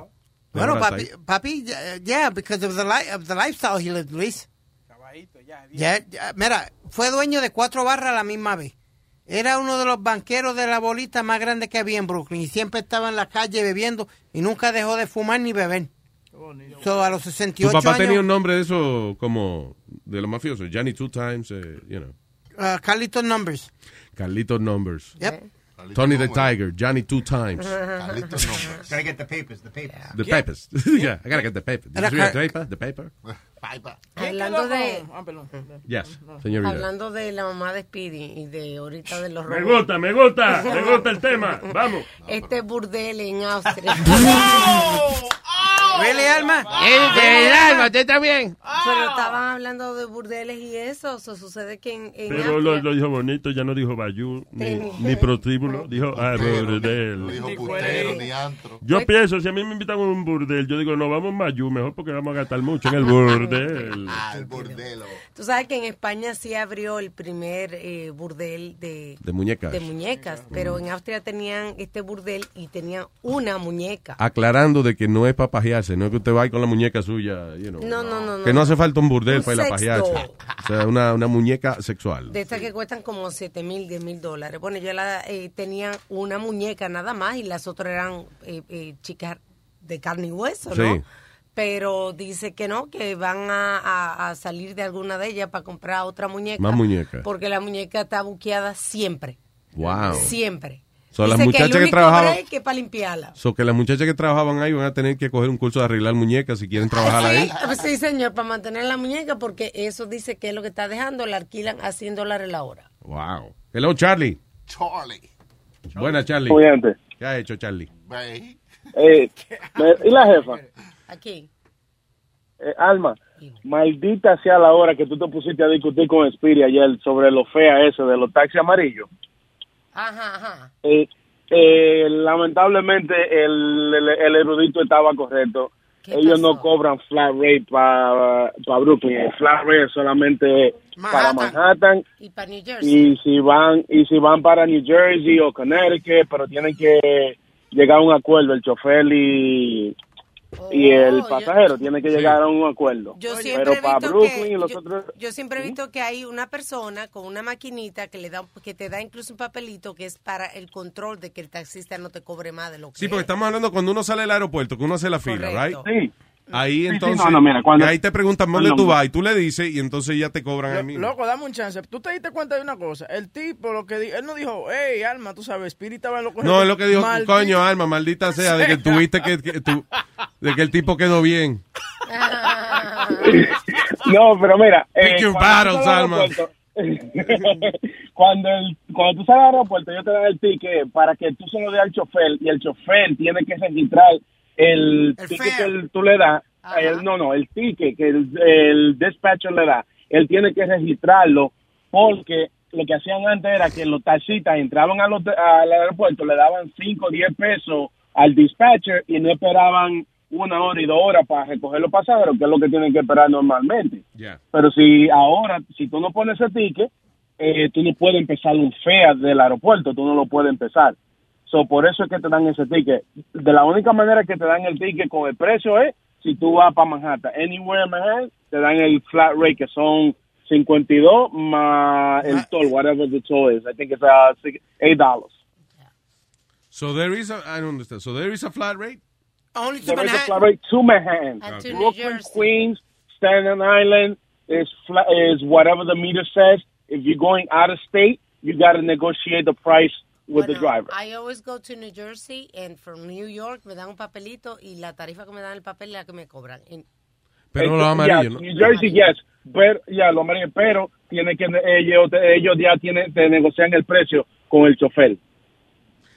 Bueno,
ahora
papi,
está
papi, yeah, yeah, because of the, li of the lifestyle he lived, Luis. Ya, ya, mira, fue dueño de cuatro barras a la misma vez. Era uno de los banqueros de la bolita más grande que había en Brooklyn y siempre estaba en la calle bebiendo y nunca dejó de fumar ni beber. So, a los
ahí. Tu
68
papá
años,
tenía un nombre de eso como de los mafiosos, Johnny Two Times, eh, you know,
uh, Carlitos Numbers.
Carlitos Numbers,
Yep.
Tony the Tiger, Johnny Two Times,
Gotta get the papers, the papers.
the
Yeah.
papers. yeah, I gotta get the paper. Did you read the paper? The paper?
Hablando de...
Ah, perdón.
Yes, señorita.
Hablando de la mamá de Speedy y de ahorita de los
Me
robots.
gusta, me gusta, me gusta el tema. Vamos.
Este burdel en Austria.
¿Really, Alma?
Ah.
Eh, ¿usted está bien?
Ah.
Pero estaban hablando de burdeles y eso. O sea, sucede que en, en
Pero lo, lo dijo bonito, ya no dijo Bayou, ni, ni protíbulo, dijo ah, Arbordel. Yo pienso, si a mí me invitan a un burdel, yo digo, no, vamos a Bayou, mejor porque vamos a gastar mucho en el burdel.
Tú sabes que en España sí abrió el primer eh, burdel de,
De muñecas.
de muñecas, pero en Austria tenían este burdel y tenían una muñeca.
Aclarando de que no es para pajearse, no es que usted vaya con la muñeca suya, you know.
No, no, no.
que no hace falta un burdel
Un
para ir a
sexto.
pajearse. O sea, una, una muñeca sexual.
De estas que cuestan como 7 mil, 10 mil dólares. Bueno, yo la eh, tenía una muñeca nada más y las otras eran eh, eh, chicas de carne y hueso, ¿no?
Sí.
pero dice que no, que van a, a- a salir de alguna de ellas para comprar otra muñeca.
Más muñecas.
Porque la muñeca está buqueada siempre,
Wow.
siempre.
So, las
Dice
muchachas
el
que,
único
trabajaban.
break es para limpiarla.
so, que las muchachas que trabajaban ahí van a tener que coger un curso de arreglar muñecas si quieren trabajar ahí.
¿Ah, Sí, eh, pues sí, señor, para mantener la muñeca, porque eso dice que es lo que está dejando, la alquilan a 100 dólares la hora.
Wow. Hello, Charlie.
Charlie.
Buenas, Charlie.
Oyente.
¿Qué ha hecho, Charlie?
Eh, me- ¿Y la jefa?
Aquí.
Eh, Alma, maldita sea la hora que tú te pusiste a discutir con Spiri ayer sobre lo fea ese de los taxis amarillos.
Ajá, ajá.
Eh, eh, lamentablemente el, el- el erudito estaba correcto. Ellos no cobran flat rate para Brooklyn. El flat rate es solamente para Manhattan
Y para New Jersey.
y si van y si van para New Jersey o Connecticut, pero tienen que llegar a un acuerdo el chofer y y el pasajero tiene que llegar a un acuerdo.
Oh, Yo siempre
pero
he
para
visto
Brooklyn
que-
y los
yo,
otros
yo siempre he visto que hay una persona con una maquinita que le da que te da incluso un papelito que es para el control de que el taxista no te cobre más de lo que
Sí, porque estamos hablando cuando uno sale del aeropuerto, que uno hace la fila, ¿right?
Correcto.
Sí.
Ahí
sí,
entonces,
no, no, mira, cuando-
y ahí te preguntan dónde
Cuando-
tú vas y tú le dices y entonces ya te cobran a mí.
Loco, dame un chance. Tú te diste cuenta de una cosa. El tipo, lo que di- él no dijo, hey, alma, tú sabes, Spirit estaba loco.
No, es lo que dijo,
Maldito.
coño, alma, maldita sea, de que tuviste que, que tú- de que el tipo quedó bien.
No, pero mira. eh,
Pick your
cuando tú
battles,
sales al
Alma.
aeropuerto- cuando, el- cuando tú sales al aeropuerto, ellos te dan el ticket para que tú se lo des al chofer y el chofer tiene que registrar el,
El
ticket
fare.
que el- tú le das. El, no, no, el ticket que el, el dispatcher le da. Él tiene que registrarlo porque lo que hacían antes era que los taxistas entraban a los- al aeropuerto, le daban 5 o 10 pesos al dispatcher y no esperaban una hora y dos horas para recoger los pasajeros, que es lo que tienen que esperar normalmente.
Ya.
Pero si ahora, si tú no pones ese ticket, eh, tú no puedes empezar un FEA del aeropuerto, tú no lo puedes empezar. So, por eso es que te dan ese ticket. De la única manera que te dan el ticket con el precio es si tú vas para Manhattan. Anywhere in Manhattan, te dan el flat rate, que son 52 más el toll, whatever the toll is. I think it's uh, six- $8. dollars.
So there is a, I don't understand. So there is a flat rate.
Only
There is a flat rate to Manhattan.
And to New
Brooklyn, Queens, Staten Island is fla- is whatever the meter says. If you're going out of state, you got to negotiate the price with the driver.
I always go to New Jersey and from New York me dan un papelito y la tarifa que me dan el papel es la que me cobran. Y-
Pero lo
Yeah,
amarillo, ¿no?
New Jersey, yes. Pero, ya lo amarillo, pero tiene que, ellos, ellos ya tienen, te negocian el precio con el chofer.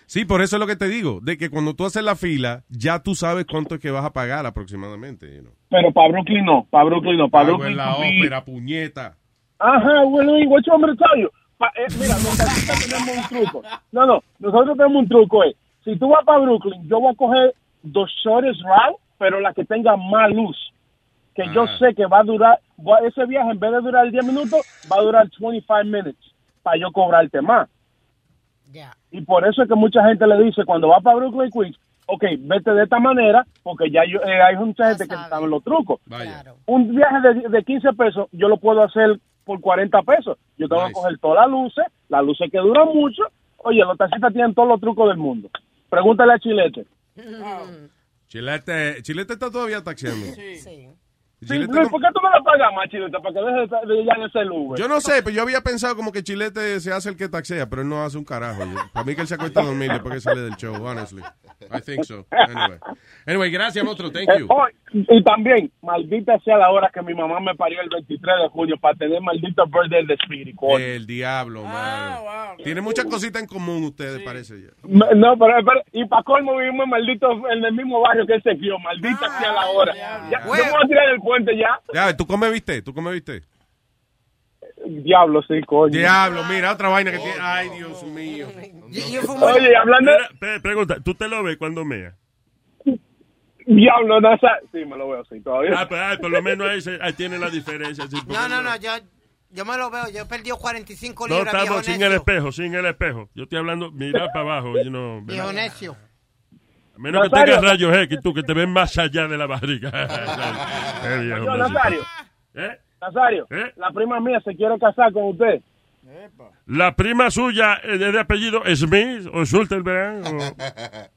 Sí, por eso es lo que te digo, de que cuando tú haces la fila, ya tú sabes cuánto es que vas a pagar aproximadamente. you know.
Pero para Brooklyn no, para Brooklyn no, para
Pago
Brooklyn.
en la
to be-
ópera, puñeta.
Ajá, bueno, ¿y what you want me to tell you? Pa- eh, mira, nosotros tenemos un truco. No, no, nosotros tenemos un truco. Es, si tú vas para Brooklyn, yo voy a coger dos shortest route, pero la que tenga más luz. Que yo
Ajá.
sé que va a durar, va- ese viaje en vez de durar 10 minutos, va a durar 25 minutes para yo cobrarte más. Y por eso es que mucha gente le dice cuando va para Brooklyn Queens, ok, vete de esta manera, porque ya yo, eh, hay mucha gente que sabe los trucos. Un viaje de, de 15 pesos, yo lo puedo hacer por 40 pesos. Yo tengo que coger todas las luces, las luces que duran mucho. Oye, los taxistas tienen todos los trucos del mundo. Pregúntale a Chilete.
Chilete, Chilete está todavía taxiando.
Sí.
Sí,
Chilete
Luis,
no-
¿por qué tú no la pagas más, Chilete? Para que deje de, de ya en ese lugar.
Yo no sé, pero yo había pensado como que Chilete se hace el que taxea, pero él no hace un carajo. Yo- Para mí que él se acuesta a dormir después que sale del show, honestly. I think so. Anyway, anyway gracias, monstruo. Thank
Eh,
you.
oh, y también, maldita sea la hora que mi mamá me parió el 23 de junio para tener maldito birthday de Spirit. coño.
El diablo, mano. Eh, Tiene muchas cositas en común ustedes, parece. ya.
Me- No, pero, pero- y para colmo vivimos en maldito, en el mismo barrio que él se crió, maldita sea la hora. Ah, Ya, yo me voy a tirar del puente ya.
Ya, ¿tú cómo me viste? ¿Tú cómo me viste?
Diablo, sí, coño.
Diablo, mira, otra vaina que tiene.
Oh.
Ay, Dios mío.
Oye, y hablando-
Mira, pe- pregunta, ¿tú te lo ves cuando mea?
Diablo, no sé. Sí, me lo veo así todavía.
Ah, pues, ay, por lo menos ahí, se- ahí tiene la diferencia. sí, porque
No, no, no, yo, yo me lo veo. Yo he perdido 45
No
libras, viejo
estamos sin
necio.
el espejo, sin el espejo. Yo estoy hablando, mira para abajo. You know, mira.
Viejo necio.
a menos que
Nazario.
tengas rayos X, tú que te ves más allá de la barriga. Eh, viejo
Yo,
necio.
Nazario. Nazario, la prima mía se quiere casar con usted.
La prima suya eh, de, de apellido Smith o Schulterberg. o-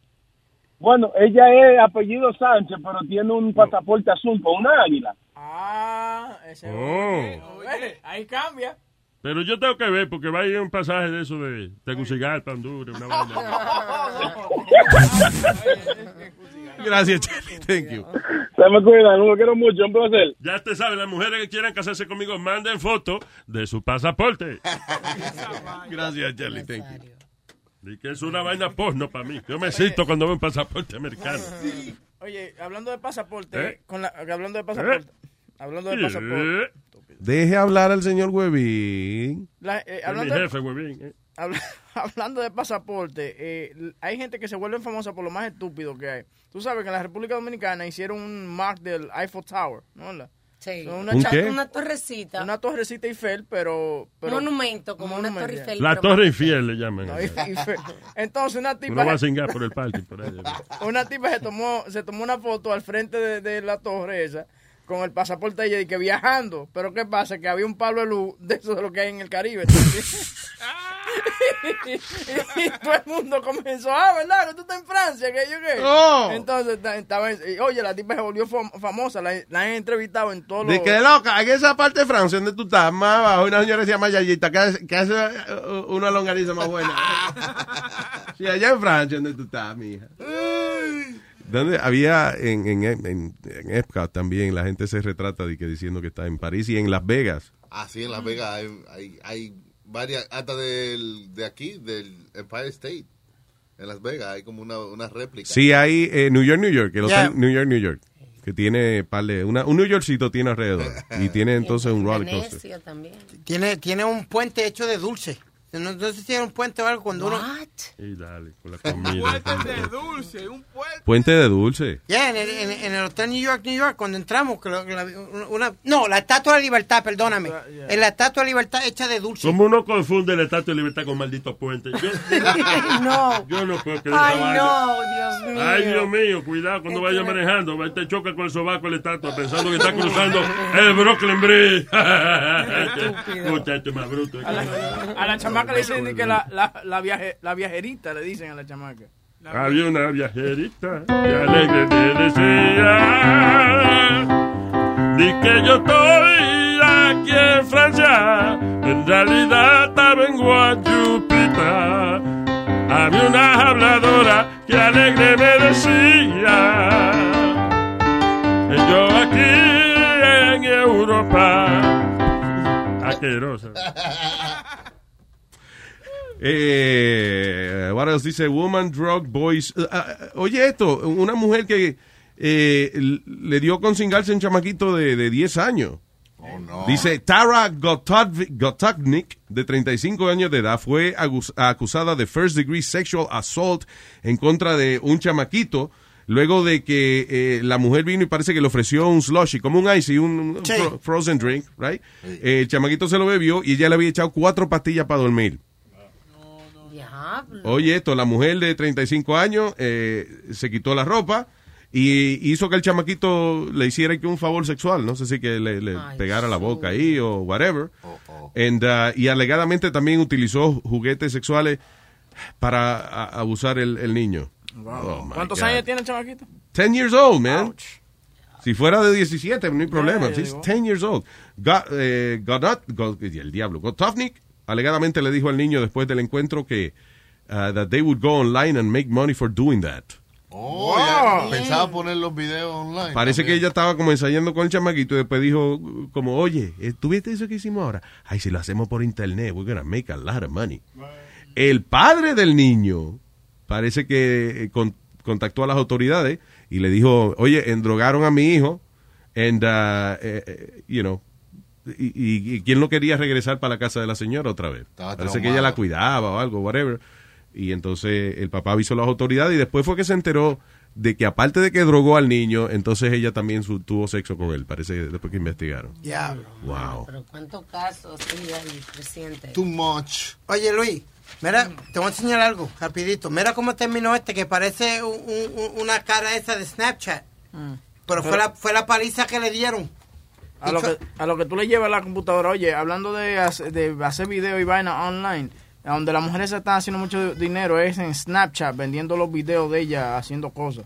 Bueno, ella es apellido Sánchez, pero tiene un pasaporte azul con una águila.
Ah, ese
Oh.
Oye, ahí cambia.
Pero yo tengo que ver, porque va a ir un pasaje de eso de Tegucigalpa, Honduras, una vaina.
Gracias, Charlie. Thank you.
Se me cuidan, lo quiero mucho, un placer.
Ya te saben, las mujeres que quieran casarse conmigo, manden foto de su pasaporte.
Gracias, Charlie. Thank you.
Y que es una vaina porno para mí. Yo me cito cuando veo un pasaporte americano.
Oye, hablando de pasaporte,
¿Eh?
con la- hablando de pasaporte, hablando de
¿Eh?
pasaporte,
Deje hablar al señor Huevín.
la- eh,
Es mi
hablando,
jefe,
de,
huevín. eh.
habla- hablando de pasaporte, eh, l- hay gente que se vuelve famosa por lo más estúpido que hay. Tú sabes que en la República Dominicana hicieron un mock del Eiffel Tower, ¿no? La-
Sí.
Son Una,
¿Un
cha-
qué?
una-
Una torrecita.
una torrecita Eiffel, pero... pero
monumento, como una
monumento,
torre
ya.
Eiffel.
La
pero-
torre infiel le llaman.
No, Eiffel. Entonces una
Uno
tipa...
va a cingar por el parking. Por ahí.
una tipa se tomó se tomó una foto al frente de, de la torre esa con el pasaporte de ella y que viajando pero qué pasa que había un palo de luz de eso de lo que hay en el Caribe y, todo el mundo comenzó ah verdad que tú estás en Francia que yo qué
No.
entonces ta- estaba en- y, oye la tipa se volvió fam- famosa la, la han entrevistado en todos
De
los
que loca, en esa parte de Francia donde tú estás, más abajo, una señora se llama Yayita, que hace, que hace, uh, una longaniza más buena. sí, allá en Francia donde tú estás, mija. ¿Dónde? Había en, en, en, en Epcot también, la gente se retrata de que diciendo que está en París y en Las Vegas.
Ah, Así en Las Vegas hay, hay, hay varias, hasta del, de aquí, del Empire State. En Las Vegas hay como una, una réplica.
Sí, hay eh, New York, New York, que lo
Yeah.
están- New York, New York, que tiene par de- una, un New Yorkcito tiene alrededor y tiene entonces
Ah,
un roller coaster.
Venecia también.
Tiene, tiene un puente hecho de dulce. No, no sé si tiene un puente o algo cuando uno...
Y dale, con la comida.
dulce, un puente.
Puente de dulce.
Ya, en, el, en, en el Hotel New York, New York, cuando entramos, que lo- que la- una- no, la Estatua de la Libertad, perdóname. Es La Estatua de la Libertad hecha de dulce.
Como uno confunde la estatua de libertad con maldito puente. Yo,
no.
Yo no puedo creer.
Ay,
esa vaina.
no, Dios mío.
Ay, Dios mío, cuidado cuando vaya manejando. Va, Te choca con el sobaco la estatua pensando que está cruzando el Brooklyn Bridge. Muchacho más bruto.
a la, a la chamaca le dicen que la, la, la, viaje- la viajerita le dicen a la chamaca
Había una viajerita que alegre me decía Di que yo estoy aquí en Francia En realidad estaba en Guayupita Había una habladora que alegre me decía Que yo aquí en Europa Aquerosa
Eh, what else dice woman, drug, boys. Eh, ah, ah, oye, esto, una mujer que eh, l- le dio con cingarse a un chamaquito de, de 10 años. Dice Tara Gotodvi- Gotodnik, de 35 años de edad, fue agus- acusada de first degree sexual assault en contra de un chamaquito. Luego de que eh, la mujer vino y parece que le ofreció un slushy, como un icy, un un fro- frozen drink, right? Eh, el chamaquito se lo bebió y ella le había echado cuatro pastillas para dormir. Oye, esto, la mujer de 35 años eh, se quitó la ropa y hizo que el chamaquito le hiciera que un favor sexual, no sé si que le, le pegara la boca ahí o whatever. And, uh, y alegadamente también utilizó juguetes sexuales para a- abusar el, el niño. Oh, my
¿cuántos
God.
años tiene el chamaquito?
10 years old, man. Si fuera de 17, no hay problema.
yo
She's
digo.
10 years old. Go- eh, Godot- Go- el diablo, Gotovnik alegadamente le dijo al niño después del encuentro que uh, that they would go online and make money for doing that.
Oh,
Ah.
ya pensaba poner los videos online.
Parece que ella estaba como ensayando con el chamaquito y después dijo uh, como, oye, eh, ¿tú viste eso que hicimos ahora? Ay, si lo hacemos por internet, we're gonna make a lot of money. El padre del niño parece que eh, con- contactó a las autoridades y le dijo, oye, endrogaron a mi hijo, and, uh, eh, eh, you know, y, y- y quién lo quería regresar para la casa de la señora otra vez.
Estaba
Parece que
traumado.
ella la cuidaba o algo, whatever. Y entonces el papá avisó a las autoridades y después fue que se enteró de que aparte de que drogó al niño, entonces ella también su- tuvo sexo con él. Parece que después que investigaron.
Diablo.
Wow.
Pero cuántos casos sí hay recientes.
much. Oye, Luis, mira, te voy a enseñar algo, rapidito. Mira cómo terminó este, que parece un- un- una cara esa de Snapchat. Pero fue la, fue la paliza que le dieron.
A lo, que, a lo que tú le llevas a la computadora, oye, hablando de, hace- de hacer video y vaina online, a donde las mujeres se están haciendo mucho dinero es en Snapchat, vendiendo los videos de ella haciendo cosas.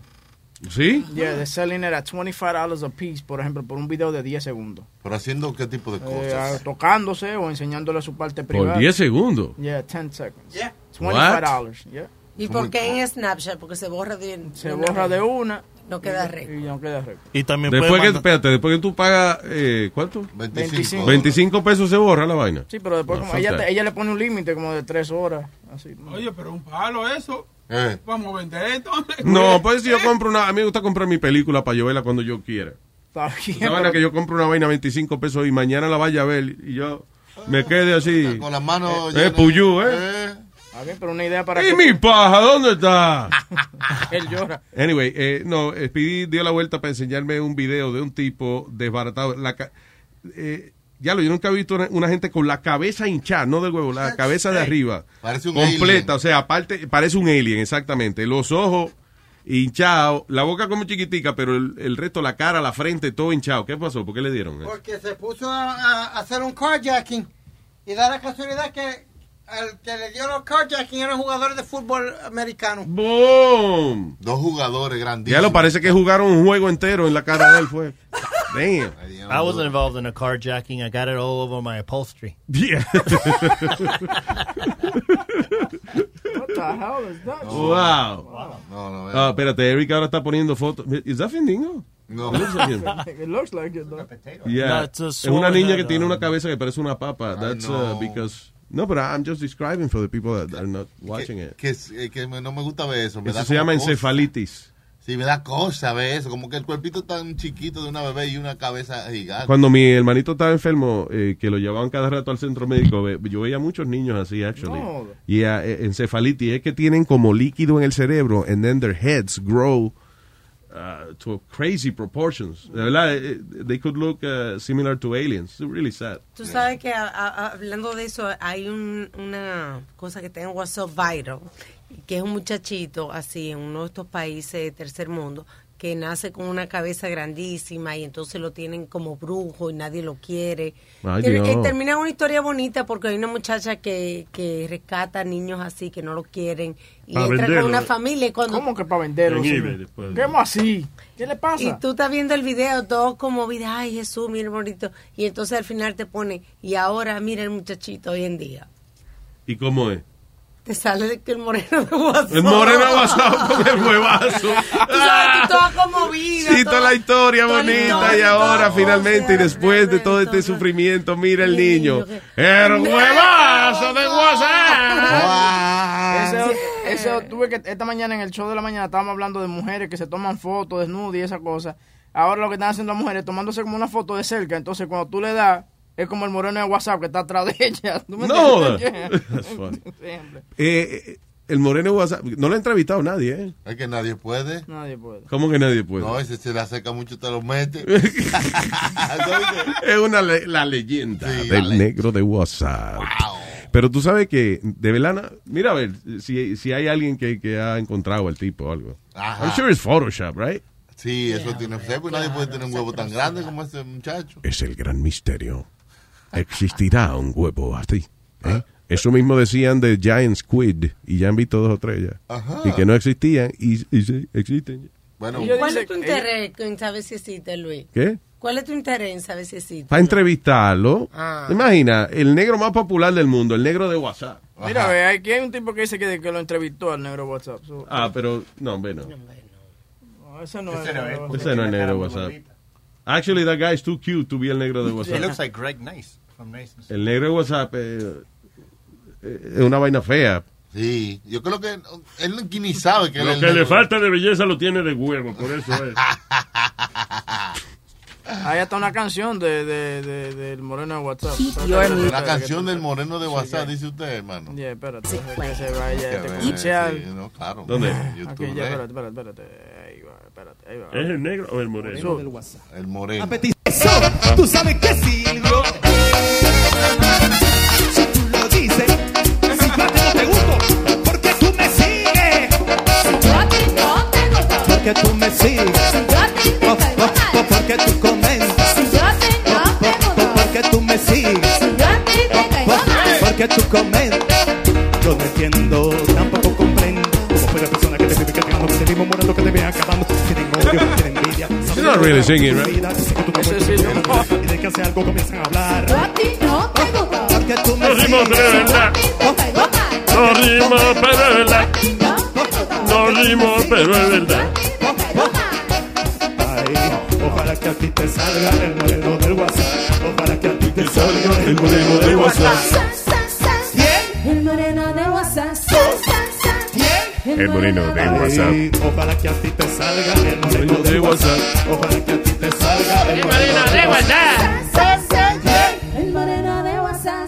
¿Sí?
Yeah, they're selling it at $25 a piece, por ejemplo, por un video de 10 segundos.
Pero haciendo qué tipo de
Eh,
cosas.
a- tocándose o enseñándole su parte privada.
10 segundos?
Yeah, 10 seconds.
Yeah.
$25, yeah.
¿Y por qué en Snapchat? Porque se borra de
Se borra de una.
No queda recto.
Y no queda recto.
Y también
Después
puede
que,
mandar-
espérate, después que tú pagas, eh, ¿cuánto?
25.
25 pesos se borra la vaina.
Sí, pero después
No,
como ella,
fuck
te-
that.
ella le pone un límite como de 3 horas. Así.
Oye, pero un palo eso.
Eh.
Vamos a vender entonces.
No, pues si yo compro una, a mí me gusta comprar mi película para yo verla cuando yo quiera.
Está bien,
Esa vaina
pero-
que yo compro una vaina a 25 pesos y mañana la vaya a ver y yo me quede así.
Con las manos
Eh,
llenas.
puyú, eh.
Está bien, pero una idea para que
¿Y mi paja? ¿Dónde está?
él llora.
Anyway, eh, no, Speedy dio la vuelta para enseñarme un video de un tipo desbaratado. La ca- eh, ya lo, yo nunca he visto una, una gente con la cabeza hinchada, no del huevo, la cabeza de
Ey,
arriba.
parece un
Completa, o sea, aparte, parece un alien, exactamente. Los ojos hinchados, la boca como chiquitica, pero el, el resto, la cara, la frente, todo hinchado. ¿Qué pasó? ¿Por qué le dieron? eh?
Porque se puso a, a hacer un carjacking y da la casualidad que el que le dio los carjacking era un jugador de fútbol americano.
¡Boom!
Dos jugadores grandísimos.
Ya lo parece que jugaron un juego entero en la cara de él, fue. Damn.
I wasn't involved in a carjacking. I got it all over my upholstery.
Yeah.
What the hell is that?
Wow.
No, no,
Ah, espérate, Eric ahora está poniendo fotos. ¿Es that Findingo?
No.
It looks like him.
It looks like it, though.
Yeah.
No, it's a
es una
swollen
niña
head,
que tiene
uh,
una cabeza que parece una papa. That's uh,
know.
because. No, but I'm just describing for the people that are not watching it.
Que, es- eh, que me- no me gusta ver eso. Me
Eso
da
se llama
como cosa.
encefalitis.
Sí, me da cosa ver eso. Como que el cuerpito tan chiquito de una bebé y una cabeza gigante.
Cuando mi hermanito estaba enfermo, eh, que lo llevaban cada rato al centro médico, ve- yo veía muchos niños así, actually.
No.
Y ah, eh, encefalitis es que tienen como líquido en el cerebro, and then their heads grow uh, to crazy proportions. De verdad, eh, eh, they could look uh, similar to aliens. It's really sad.
Tú sabes que a- a- hablando de eso, hay un- una cosa que está en WhatsApp viral, que es un muchachito así en uno de estos países de tercer mundo que nace con una cabeza grandísima y entonces lo tienen como brujo y nadie lo quiere.
Ay,
Pero,
Dios.
eh, termina en una historia bonita porque hay una muchacha que, que rescata niños así que no lo quieren y
Pa'
entra
venderlo.
con una familia y cuando...
¿Cómo que para venderlo?
En
señor?
eBay
después.
¿Qué hemos así? ¿Qué le pasa?
Y tú estás viendo el video todo como vida, ay Jesús, mira bonito. Y entonces al final te pone, y ahora mira el muchachito hoy en día.
¿Y cómo es?
Te sale de que el moreno de WhatsApp.
El moreno basado con el huevazo.
Tú sabes, tú toda conmovida.
Sí, toda
toda-
la historia
toda la
bonita
historia,
y ahora
todo.
finalmente y después de todo este sufrimiento, mira el niño. El huevazo de WhatsApp.
Ese, ese- tuve que esta mañana en el show de la mañana estábamos hablando de mujeres que se toman fotos desnudas y esa cosa. Ahora lo que están haciendo las mujeres es tomándose como una foto de cerca. Entonces cuando tú le das es como el moreno de WhatsApp que está atrás de ella. ¿Tú me
No
entiendes?
jodas. That's funny.
Siempre.
Eh, eh, el moreno WhatsApp, no lo ha entrevistado nadie, ¿eh?
Es que nadie puede.
Nadie puede.
¿Cómo que nadie puede?
No, ese se le acerca mucho, te lo mete.
es una le- la leyenda del negro de WhatsApp. Pero tú sabes que, de Velana, mira a ver si, si hay alguien que, que ha encontrado al tipo o algo.
Ajá.
I'm sure it's Photoshop, right?
Sí, eso tiene fe, pues nadie puede tener un huevo tan grande como ese muchacho.
es el gran misterio. ¿Existirá un huevo así? ¿Eh? Eso mismo decían de Giant Squid y ya han visto dos o tres ya.
Ajá.
Y que no existían y, y sí, existen.
Bueno,
¿Cuál es tu interés en saber si existe, Luis?
¿Qué?
¿Cuál es tu interés en saber si existe?
Para entrevistarlo.
Ah.
Imagina, el negro más popular del mundo, el negro de WhatsApp.
Mira, ve, aquí hay un tipo que dice que, que lo entrevistó al negro de WhatsApp. So,
Ah, pero no, hombre, no.
no, ese no
Ese
es.
no es,
no es.
Ese no es negro de WhatsApp. Actually, that guy is too cute to be el negro de
He looks
WhatsApp.
like Greg Nice from Nice.
El negro de WhatsApp eh, eh, es una vaina fea.
Sí, yo creo que él ni sabe que él es
Lo
el
que le
negro.
falta de belleza lo tiene de huevo, por eso es.
Ahí está una canción de, de, de- del moreno de WhatsApp.
La canción del moreno de WhatsApp, dice usted, hermano.
Yeah, espérate, que se vaya este
Sí,
comercial.
no, claro.
¿Dónde?
YouTube,
Aquí, ya,
eh.
espérate, espérate, espérate. Ahí va, espérate, ahí va.
¿Es el negro o el moreno?
Sube.
El moreno.
Ah.
Tú sabes que silbo. Si tú lo dices, si yo te lo pregunto, ¿por qué tú me sigues? Si yo a ti no te gusta, ¿por qué tú me sigues? Si yo a ti no te gusta, ¿por qué tú comentas? Si yo a ti no te gusta, ¿por qué tú me sigues? Si yo a ti no te gusta, ¿por qué tú comentas?
really singing, right?
Y de que hace algo comienzan a hablar. Porque tú me
Nos rimos de verdad. Nos rimos, pero es verdad. Nos rimos, pero es verdad.
Ojalá que a ti te salga el modelo del WhatsApp. Ojalá que a ti te salga el modelo del WhatsApp.
El moreno de WhatsApp.
El moreno de WhatsApp. Ojalá que a ti te salga el modelo de WhatsApp. Ojalá que a ti te salga el moreno de WhatsApp.
El moreno de WhatsApp.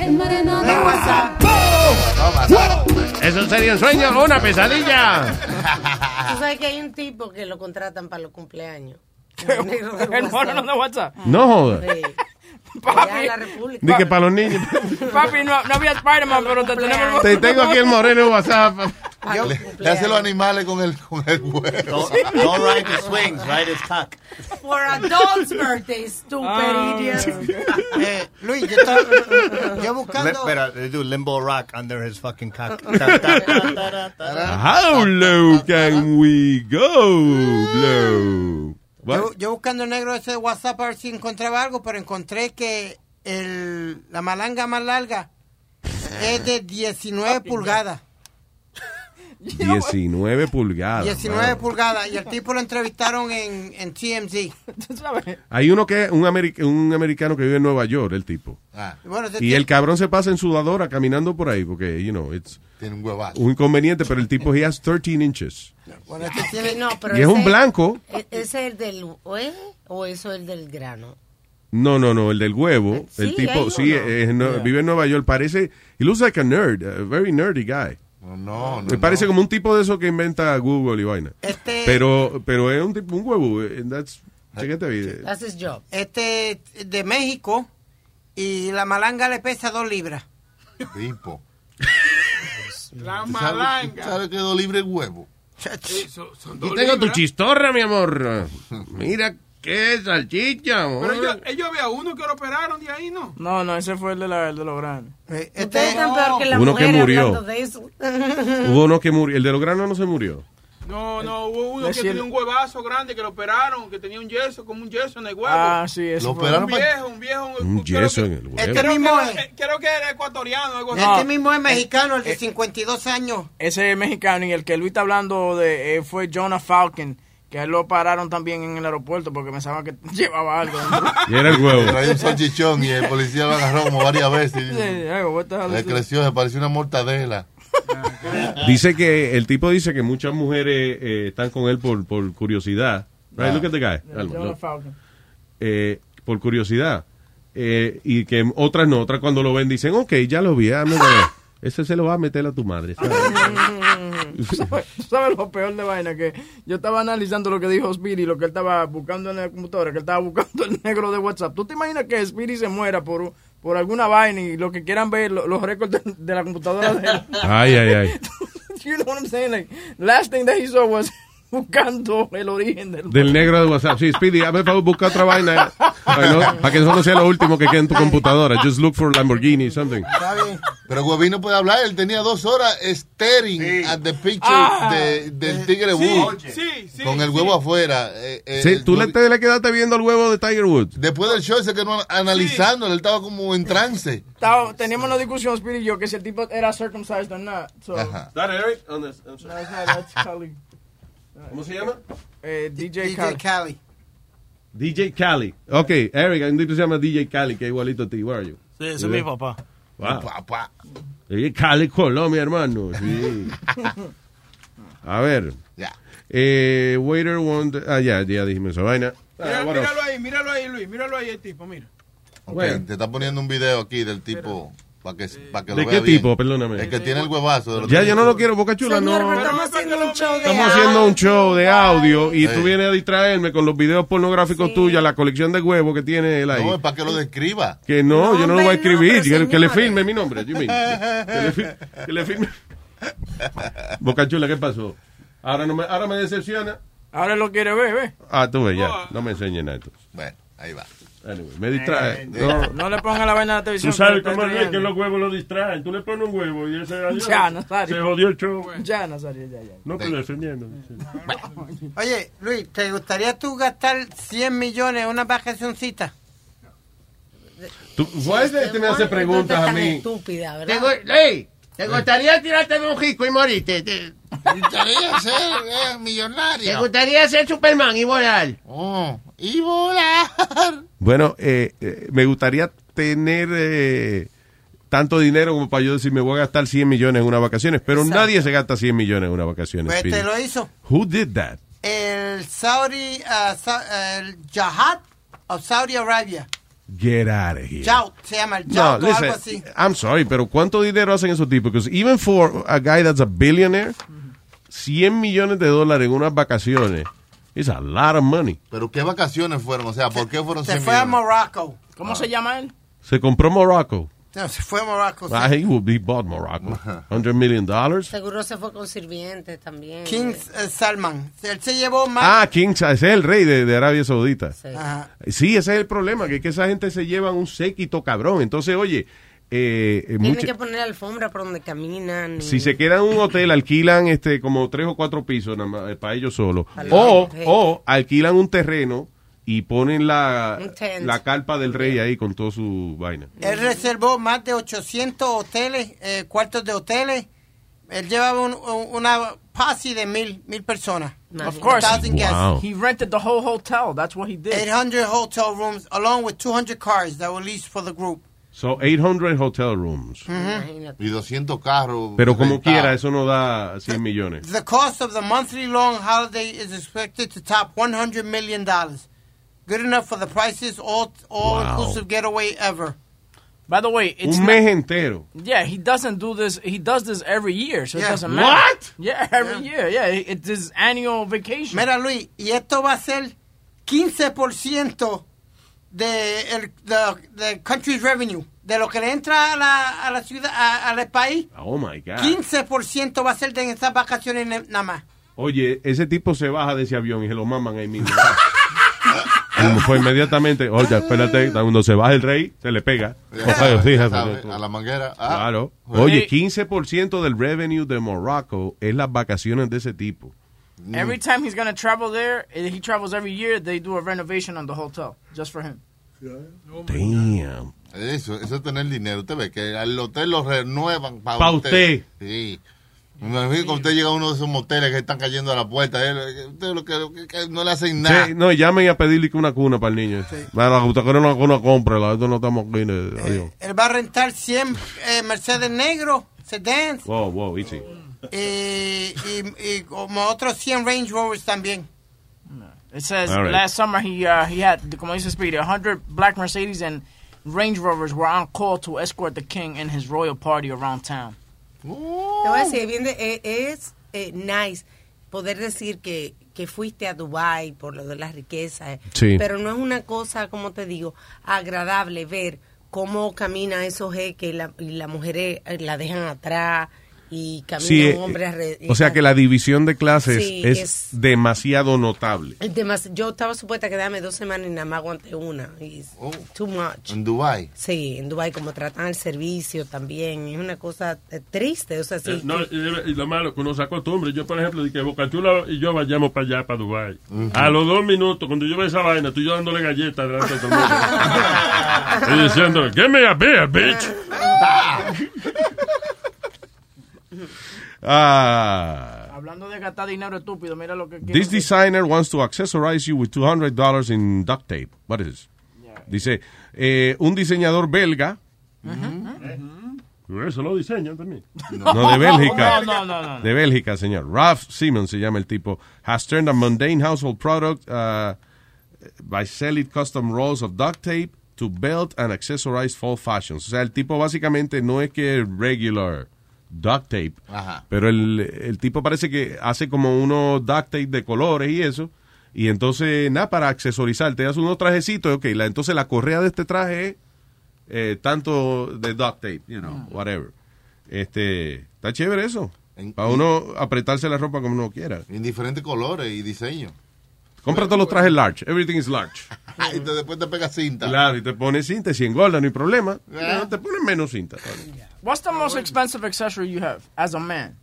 El moreno de
¡Ah!
WhatsApp.
¿Eso sería un sueño o una pesadilla?
Tú sabes que hay un tipo que lo contratan para los cumpleaños.
El moreno de WhatsApp.
No joda.
Sí. Allá en la República.
Di que para los niños.
Papi, no, no había Spider-Man, pero te tenemos
Te tengo aquí el moreno de WhatsApp.
Le, le hace los animales con el, con el huevo.
Don't- don't ride the
swings, ride his cock.
For adults birthday, stupid
Ah.
idiot.
Eh, Luis, yo estaba yo
Lim-
buscando.
espera, they do limbo rock under his fucking cock.
How low can we go, blow? What?
Yo, yo buscando el negro ese de WhatsApp a ver si encontraba algo, pero encontré que el, la malanga más larga es de 19 pulgadas.
19 pulgadas.
19
wow.
pulgadas. Y el tipo lo entrevistaron en, en TMZ.
Hay uno que un, ameri- un americano que vive en Nueva York, el tipo.
Ah.
Bueno, ese
Y
tipo-
el cabrón se pasa en sudadora caminando por ahí porque, you know, it's
Tiene un huevazo.
un inconveniente, pero el tipo, he has 13 inches.
Bueno, este
tiene... no, pero
Y es un
ese-
blanco.
e- ¿Ese es el del ¿eh? o eso es el del grano?
No, no, no, el del huevo.
Sí,
el
hay
tipo,
uno.
sí, eh, no,
Yeah.
vive en Nueva York, parece, he looks like a nerd, a very nerdy guy.
No,
Me parece como un tipo de eso que inventa Google y vaina.
Este-
Pero, pero es un tipo, un huevo. eh, That's, eh, chécate video.
That's his job.
Este de México y la malanga le pesa 2 libras.
Tipo.
La
¿Tú ¿Sabes
malanga.
tú sabes que dos libres huevo?
Sí, son- son dos
Yo tengo tu
libras.
chistorra, mi amor. Mira qué salchicha, amor.
Pero eh, ellos, ellos había uno que lo operaron de ahí, ¿no?
No, no, ese fue el de, la, el de los grandes.
Ustedes están peor que la
Uno
mujer
que murió.
hablando de eso.
Hubo uno que murió, el de los granos no se murió.
No, no, hubo uno que
Decir-
tenía un huevazo grande que lo operaron, que tenía un yeso, como un yeso en el huevo.
Ah, sí, ese
Lo
fue.
operaron
Un viejo, un viejo. un-
Un yeso en el huevo.
Este mismo es.
Creo que era ecuatoriano, algo así.
Este mismo es mexicano, el de 52 años.
Eh, Ese es mexicano y el que Luis está hablando de eh, fue Jonah Falcon, que a él lo pararon también en el aeropuerto porque pensaban que llevaba algo.
Y era el huevo.
Traía un salchichón y el policía lo agarró como varias veces.
Sí,
y
algo, what the hell
Le
is this?
creció, se pareció una mortadela.
Dice que el tipo dice que muchas mujeres eh, están con él por, por curiosidad. Right,
Ah.
look at the guy.
El
Alma,
Jonah
look.
Falcon.
Eh, por curiosidad. Eh, y que otras no, otras cuando lo ven dicen, ok, ya lo vi. ah, no, no, no. Ese se lo va a meter a tu madre. ¿sabes?
¿Sabes sabes lo peor de vaina? Que yo estaba analizando lo que dijo Speedy, lo que él estaba buscando en la computadora, que él estaba buscando el negro de WhatsApp. ¿Tú te imaginas que Speedy se muera por, un- por alguna vaina y lo que quieran ver, lo- los récords de, de la computadora de él?
Ay, ay, ay.
you know what I'm saying? Like, last thing that he saw was buscando el origen del...
Del negro de WhatsApp. Sí, Speedy, hazme el favor, busca otra vaina. Para, que no- para que eso no sea lo último que quede en tu computadora. Just look for Lamborghini, something.
Pero Guavín no puede hablar, él tenía dos horas staring at the picture
Ah.
de- del tigre Wood. con el huevo afuera. eh, eh,
Sí,
el-
tú le, te le quedaste viendo el huevo de Tiger Woods.
Después del show se quedó analizando, él estaba como en trance.
Estaba- teníamos una discusión, Speedy y yo, que si el tipo era circumcised or not. So,
Ajá.
that Eric? No, it's not, that's Cali.
¿Cómo se llama?
Eh, DJ,
DJ
Cali.
Cali.
DJ Cali. Ok, Eric, hay un tipo que se llama DJ Cali, que es igualito a ti. Where are you?
Sí, ese es mi papá.
Wow.
Papá.
DJ Cali, Colombia, hermano. Sí. A ver. Eh, waiter want... Ah, ya, ya dijimos esa vaina.
Mira-
Ah, what else?
míralo ahí, míralo ahí, Luis, míralo ahí el tipo, mira.
Ok, te está poniendo un video aquí del tipo para que,
eh,
pa' que lo
¿De
vea
qué
bien.
tipo? Perdóname.
El que tiene el huevazo. de los
Ya,
tigres.
yo no lo quiero, Boca Chula, no.
Estamos haciendo un show de
Estamos
arte.
haciendo un show de audio y
Sí.
tú vienes a distraerme con los videos pornográficos tuyos, la colección de huevos que tiene él ahí.
No, es para que lo describa.
que no, yo no lo
hombre,
voy a
no,
escribir.
pero
que, que le
señores.
firme mi nombre. you mean. Que le fir- que le firme. Boca Chula, ¿qué pasó? Ahora, no me, ahora me decepciona.
Ahora lo quiere ver, ve.
Ah, tú ves, ya. No me enseñes nada. entonces.
Bueno, ahí va.
Anyway, me distrae.
No, no le pongan la vaina de la televisión.
Tú sabes
que lo
cómo
está
es que
distrayendo.
los huevos lo distraen. Tú le pones un huevo y ese adiós,
Ya, Nazario.
se jodió el show.
Ya, Nazario, ya, ya.
No, pero defendiendo. sí.
Oye, Luis, ¿te gustaría tú gastar 100 millones en una vacacioncita?
Tú, ¿Cuál de este me hace preguntas a mí?
Estúpida,
¿Te, gu- Luis, ¿te gustaría tirarte de un jico y morirte? ¿Te,
gustaría ser eh, millonario?
te gustaría ser Superman y volar?
Oh,
Y volar.
Bueno, eh, eh, me gustaría tener eh, tanto dinero como para yo decir me voy a gastar 100 millones en unas vacaciones, pero nadie se gasta 100 millones en unas vacaciones.
Pues
Speedy.
este lo hizo
Who did that?
el Saudi, ah, Sa- el Jihad of Saudi Arabia.
Get out of here.
Jaut, se llama el
No,
Jaut o algo
listen,
así.
I'm sorry, pero ¿cuánto dinero hacen esos tipos? Because even for a guy that's a billionaire, 100 millones de dólares en unas vacaciones is a lot of money.
Pero qué vacaciones fueron, o sea, ¿por qué fueron Ah.
Se
100
fue a
millones?
Morocco.
¿Cómo se llama él?
Se compró Morocco.
No, se fue a Morocco.
I hate would be bought Morocco. 100 million dollars.
Seguro se fue con sirvientes también.
King eh, Salman. Él se llevó más.
Ah, King, ese es el rey de, de Arabia Saudita.
Ajá.
Sí, ese es el problema, que, que esa gente se lleva un séquito cabrón. Entonces, oye, eh, eh,
Tienen
mucha-
que poner alfombra por donde caminan.
si se quedan en un hotel, alquilan este como tres o cuatro pisos nada más, eh, para ellos solos.
Para
O,
los reyes.
o alquilan un terreno y ponen la,
Un tent.
la carpa del rey ahí con toda su vaina.
Él reservó más de 800 hoteles, eh, cuartos de hoteles. Él llevaba un- un- una posse de mil, mil personas.
Of course.
1,000 guests.
He rented the whole hotel. That's what he did.
800 hotel rooms, along with 200 cars that were leased for the group. Mm-hmm.
So, 800 hotel rooms.
Y 200 carros.
Pero como
rentados.
quiera, eso no da 100 millones.
The cost of the monthly long holiday is expected to top 100 million dollars. Good enough for the priciest all all inclusive getaway ever.
By the way, it's
Un
not-
mes entero.
Yeah, he doesn't do this. He does this every year, so
Yeah.
it doesn't matter.
What?
Yeah, every year. Yeah, it- it's his annual vacation.
Mira Luis, y esto va a ser 15% de el the, the country's revenue, de lo que le entra a la, a la ciudad a- al país.
Oh, my God.
15% va a ser de esas vacaciones ne- nada más.
Oye, ese tipo se baja de ese avión y se lo maman ahí mismo. Y fue inmediatamente, oye, espérate, cuando se baja el rey, se le pega.
Ya,
O sea,
ya
fíjate,
sabe,
tú.
a la manguera. Ah,
Claro.
Bueno.
Oye, 15% del revenue de Morocco es las vacaciones de ese tipo.
Every
Mm.
time he's gonna travel there, eh, he travels every year. They do a renovation on the hotel just for him.
Damn.
Eso, eso es tener dinero. Usted ve que al hotel lo renuevan para
Pa' usted.
Sí. Me imagino que usted llega a uno de esos moteles que están cayendo a la puerta. eh, Usted lo que, lo que- que no le hacen nada.
Sí, no, llamen a pedirle que una cuna para el niño. Bueno, usted quiere una cuna, cómprela. Esto no estamos aquí. eh, Adiós.
Él va a rentar 100 eh, Mercedes negro, sedans
Wow, wow, easy.
y, y, y como otros 100 Range Rovers también.
It says
All right.
last summer he uh, he had como dice Speedy, 100 black Mercedes and Range Rovers were on call to escort the king and his royal party around town.
Te voy a decir, bien de- eh, es eh, nice poder decir que, que fuiste a Dubai por lo de las riquezas, eh,
Sí.
pero no es una cosa, como te digo, agradable ver cómo camina esos jeques y la, y la mujer eh, la dejan atrás y camina
Sí, eh,
un hombre arre-
o sea que la división de clases
Sí,
es,
es-
demasiado notable.
Además, yo estaba supuesta a quedarme dos semanas y nada más aguanté una. It's
Oh.
too much.
En Dubai.
Sí, en Dubai como tratan el servicio también, es una cosa eh, triste, o sea, sí.
Eh, no, y, y lo malo que uno se acostumbra. Yo, por ejemplo, de que Bocachula y yo vayamos para allá, para Dubái. A los dos minutos, cuando yo veo esa vaina, estoy yo dándole galletas delante de todo el mundo. Estoy diciendo, give me a beer, bitch.
Ah.
Hablando de gastar dinero estúpido, mira lo que
This designer wants to accessorize you with $200 in duct tape. What is this? Dice, eh, un diseñador belga,
Eso lo diseñan también.
no de Bélgica,
No, no, no, no, no.
de Bélgica, señor. Ralph Simmons se llama el tipo, has turned a mundane household product uh, by selling custom rolls of duct tape to belt and accessorized fall fashions. O sea, el tipo básicamente no es que es regular duct tape,
Ajá.
Pero el, el tipo parece que hace como unos duct tape de colores y eso. Y entonces, nada, para accesorizar, te das unos trajecitos. Ok, la, entonces la correa de este traje es eh, tanto de duct tape, you
Ah.
know, whatever. Este, está chévere eso. Para uno apretarse la ropa como uno quiera.
En diferentes colores y diseños.
Cómprate los trajes large. Everything is large.
Y te- después te pegas cinta.
Claro, y te pones cinta y si engorda no hay
Eh.
problema.
Yeah.
No, Te pones menos cinta.
What's the most expensive accessory you have as a man?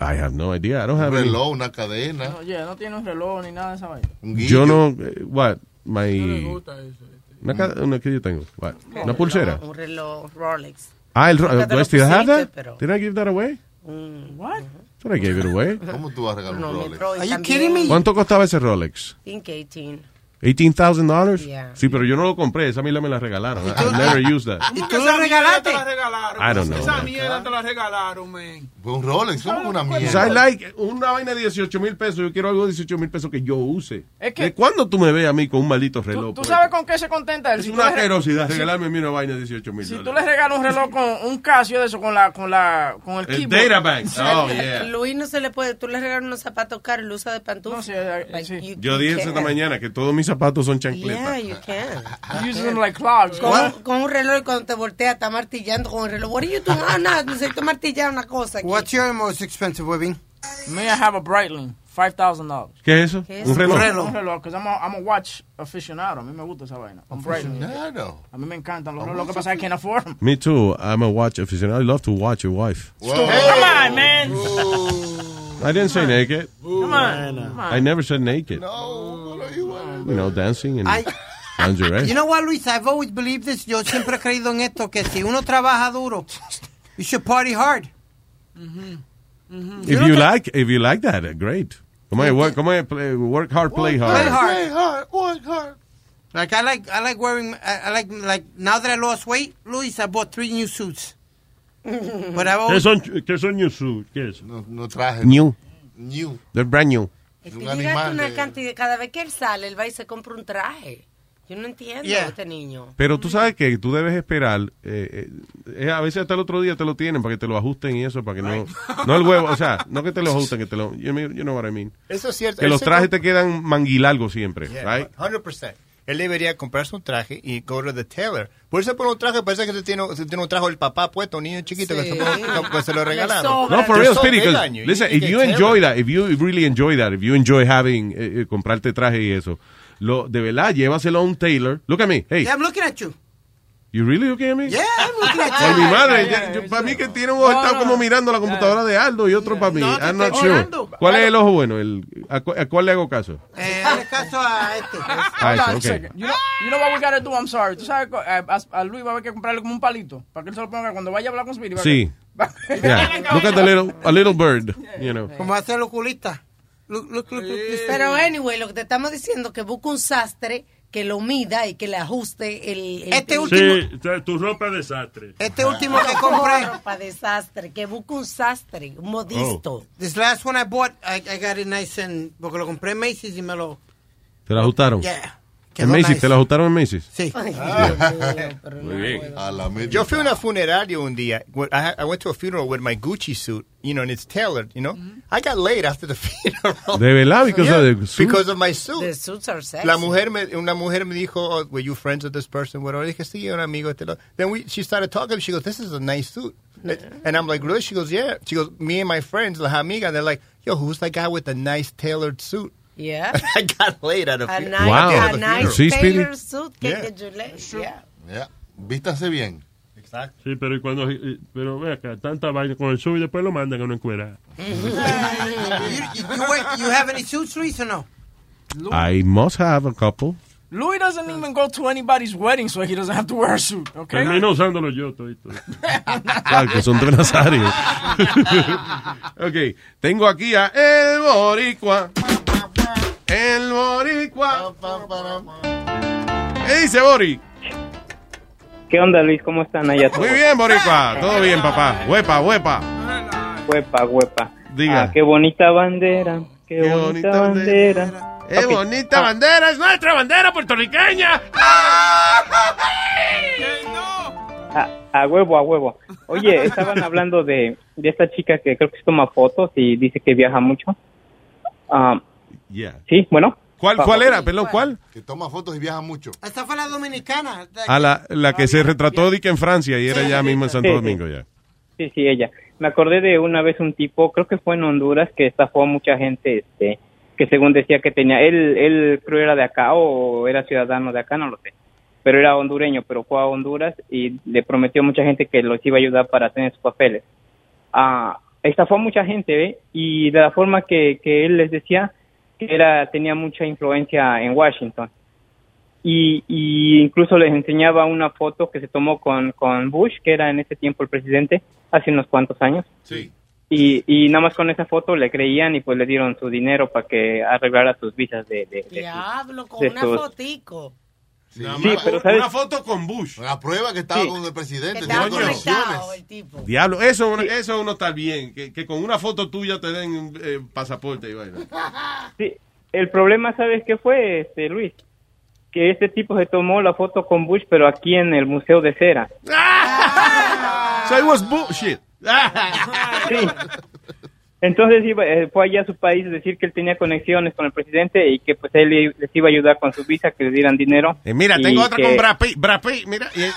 I have no idea. I don't
Un
have any-
reloj, una cadena.
No, yeah, no tiene un reloj ni nada de esa vaina.
Yo no... eh, What? My...
este.
Una, ca- una que yo tengo. What? Una pulsera.
Un reloj Rolex.
Ah, el ro-
Nunca te
do
lo
I still have
pusiste,
that?
pero-
Did I give that away?
Mm, what?
Thought I gave it away.
¿Cómo tú vas a regalar un
No,
Rolex?
mi Rolex. también.
¿Cuánto costaba ese Rolex?
Think 18.
$18,000?
Yeah.
Sí, pero yo no lo compré. Esa mila me la regalaron. I I've never used that.
¿Y tú lo regalaste? Te la regalaron.
I don't know,
Esa
man.
mierda te la regalaron, man.
Un Rolex, son como una
Because
mierda.
I like una vaina de 18 mil pesos. Yo quiero algo de 18 mil pesos que yo use.
Es que-
¿De cuándo tú me ves a mí con un maldito reloj?
¿Tú
pues?
sabes con qué se contenta él?
es
Si tú
una
le re-
asquerosidad
si-
regalarme a mí una vaina de 18 mil
Si tú
dólares.
le regalas un reloj con un Casio de eso, con la, con la, con el
El
keyboard.
data bank. Oh, yeah.
Luis no se le puede. Tú le regalas unos zapatos caros, él usa de pantufla. No,
Yo dije esta mañana que todos mis zapatos son
Yeah,
chancletas.
you can.
You use them like clogs.
Con, con un reloj y cuando te voltea está martillando con el reloj. What are you doing? Ah, nada, necesito martillar una cosa. aquí.
What's your most expensive webbing?
Me, I have a Breitling, five thousand dollars.
¿Qué es eso?
¿Qué es?
¿Un reloj?
Un reloj, because I'm a, I'm a watch aficionado. A mí me gusta esa vaina. I'm Breitling.
Aficionado.
A mí me encantan los relojes. Lo que pasa es que I can't afford them.
Me too. I'm a watch aficionado. I love to watch your wife.
Come on, man.
I didn't say naked.
Come on. Come on.
I never said naked. You know, dancing and
I-
lingerie.
You know what, Luis? I've always believed this. Yo siempre he creído en esto, que si uno trabaja duro, you should party hard. Mm-hmm.
If you like, if you like that, uh, great. Come on, work, come on, play, work hard,
Play
play hard.
hard. Work hard. Like I like I like wearing I, I like like now that I lost weight, Luis, I bought three new suits. But I've
¿Qué
always
son, ¿Qué son New Suit? ¿Qué es?
No, traje.
New.
New.
They're brand new.
Es
Un
que llegaste
animal
una
de-
cantidad. Cada vez que él sale, él va y se compra un traje. Yo no entiendo a este niño.
Pero tú sabes que tú debes esperar. eh, eh, eh, a veces hasta el otro día te lo tienen para que te lo ajusten y eso, para que no. No el huevo, o sea, no que te lo ajusten, que te lo. You, mean- you know what I mean.
Eso es cierto.
Que los
Ese
trajes
co-
te quedan manguilargos siempre,
Yeah,
right?
100%. Él debería comprarse un traje y go to the tailor. Por eso por un traje parece que se tiene, se tiene un traje el papá puesto, un niño chiquito que, se, pone- que se lo regalaron.
No, for real,
Son
Speedy,
del
'cause
año.
listen,
You
if
need
you
to get
enjoy
tailored.
that, if you really enjoy that, if you enjoy having, eh, eh, comprarte traje y eso, lo, de verdad, llévaselo a un tailor. Look at me, hey,
Yeah, I'm looking at you.
you really looking at me?
Yeah, I'm looking at you.
Por mi madre, para mí que tiene un ojo está como mirando la computadora de Aldo y otro para mí.
No, te
I'm not
estoy
sure.
mirando.
¿Cuál es el ojo bueno? El, a, cu- a cuál le hago caso?
Eh, hazle caso a este.
Ah,
Hold on
eso,
a
ok.
second. You know, you know what we gotta do? I'm sorry. Tú sabes, co- a, a- a Luis va a haber que comprarle como un palito para que él se lo ponga cuando vaya a hablar con Speedy. va
Sí.
que-
Yeah. Look at the little, a little bird, you know.
Como hace el oculista. Look, look, look, look.
Pero, anyway, lo que te estamos diciendo es que busca un sastre que lo mida y que le ajuste el. el-
Este
el-
Sí, te- tu ropa es desastre.
Este último que
No,
compré.
ropa de sastre, que busca un sastre, un modisto.
This last one I bought, I, I got it nice and porque lo compré en Macy's y me lo
¿Te lo ajustaron?
Yeah.
¿En
Quedó
Macy's?
nice.
¿Te lo ajustaron en Macy's?
Sí.
Muy
bien. A la media.
Ah. Yo fui a una funeraria un día. When I, ha- I went to a funeral with my Gucci suit, you know, and it's tailored, you know.
Mm-hmm.
I got laid after the funeral.
De verdad, because
Yeah,
of the suit?
Because of my suit.
The suits are sexy.
La mujer me, una mujer me dijo, oh, were you friends with this person? Whatever. Dije, sí, era amigo. este, lo-" Then we, she started talking. She goes, this is a nice suit. And I'm like, really? She goes, yeah. She goes, me and my friends, la amiga, they're like, yo, who's that guy with the nice tailored suit?
Yeah.
I got laid at a,
A
funeral.
nice,
At
a
the
nice
funeral.
tailor suit que,
Yeah.
que yo le- yeah.
Vístase bien.
Exacto.
Sí, pero y cuando. y- Pero ve acá, tanta vaina con el sub y después lo mandan a una encuera.
you, you, you wear- you have any suits, Luis, or no?
I must have a couple.
Louis doesn't even go to anybody's wedding, so he doesn't have to wear a suit. Okay.
Termino Pues usándolo yo todo
Claro, que son de Nazario. ok, tengo aquí a El Boricua. El Boricua. ¿Qué dice Bori?
¿Qué onda, Luis? ¿Cómo están allá todos?
Muy bien, Boricua. Todo bien, papá. Huepa, huepa.
Huepa, huepa.
Diga.
Ah, qué bonita bandera. Qué, bonita, bandera.
¡Qué
Ah.
Papi,
bonita bandera! ¡Es nuestra bandera puertorriqueña!
A, a huevo, a huevo. Oye, estaban hablando de, de esta chica que creo que se toma fotos y dice que viaja mucho. Ah,
Yeah.
sí, bueno.
¿Cuál, cuál era? Perdón, ¿cuál?
Que toma fotos y viaja mucho.
Esta fue la dominicana.
A la, la que se retrató de que en Francia y era ya mismo en Santo
Sí, sí.
Domingo ya.
Sí, sí, ella. Me acordé de una vez un tipo, creo que fue en Honduras, que estafó a mucha gente este, que según decía que tenía, él, él creo era de acá o era ciudadano de acá, no lo sé, pero era hondureño, pero fue a Honduras y le prometió a mucha gente que los iba a ayudar para tener sus papeles. Ah, estafó a mucha gente ¿eh? y de la forma que, que él les decía que era tenía mucha influencia en Washington y, y incluso les enseñaba una foto que se tomó con, con Bush que era en ese tiempo el presidente hace unos cuantos años
Sí.
y, y nada más con esa foto le creían y pues le dieron su dinero para que arreglara sus visas de, de- de-
Diablo, con
de
una
sus-
fotico.
Sí,
pero ¿sabes?
Una foto con Bush. La prueba que estaba
Sí.
con el presidente.
Que
tenía
estaba
conexiones.
conectado el tipo.
Diablo, eso, eso uno está bien. Que, que con una foto tuya te den eh, pasaporte y vaina.
Sí, el problema, ¿sabes qué fue, este, Luis? Que este tipo se tomó la foto con Bush, pero aquí en el Museo de Cera.
Ah.
So it was bullshit. Ah.
Sí. Entonces iba, eh, fue allá a su país a decir que él tenía conexiones con el presidente y que pues él i- les iba a ayudar con su visa, que le dieran dinero.
Eh, mira,
Y
tengo otra
que-
con Brad Pitt, Brad Pitt, mira. y, eh,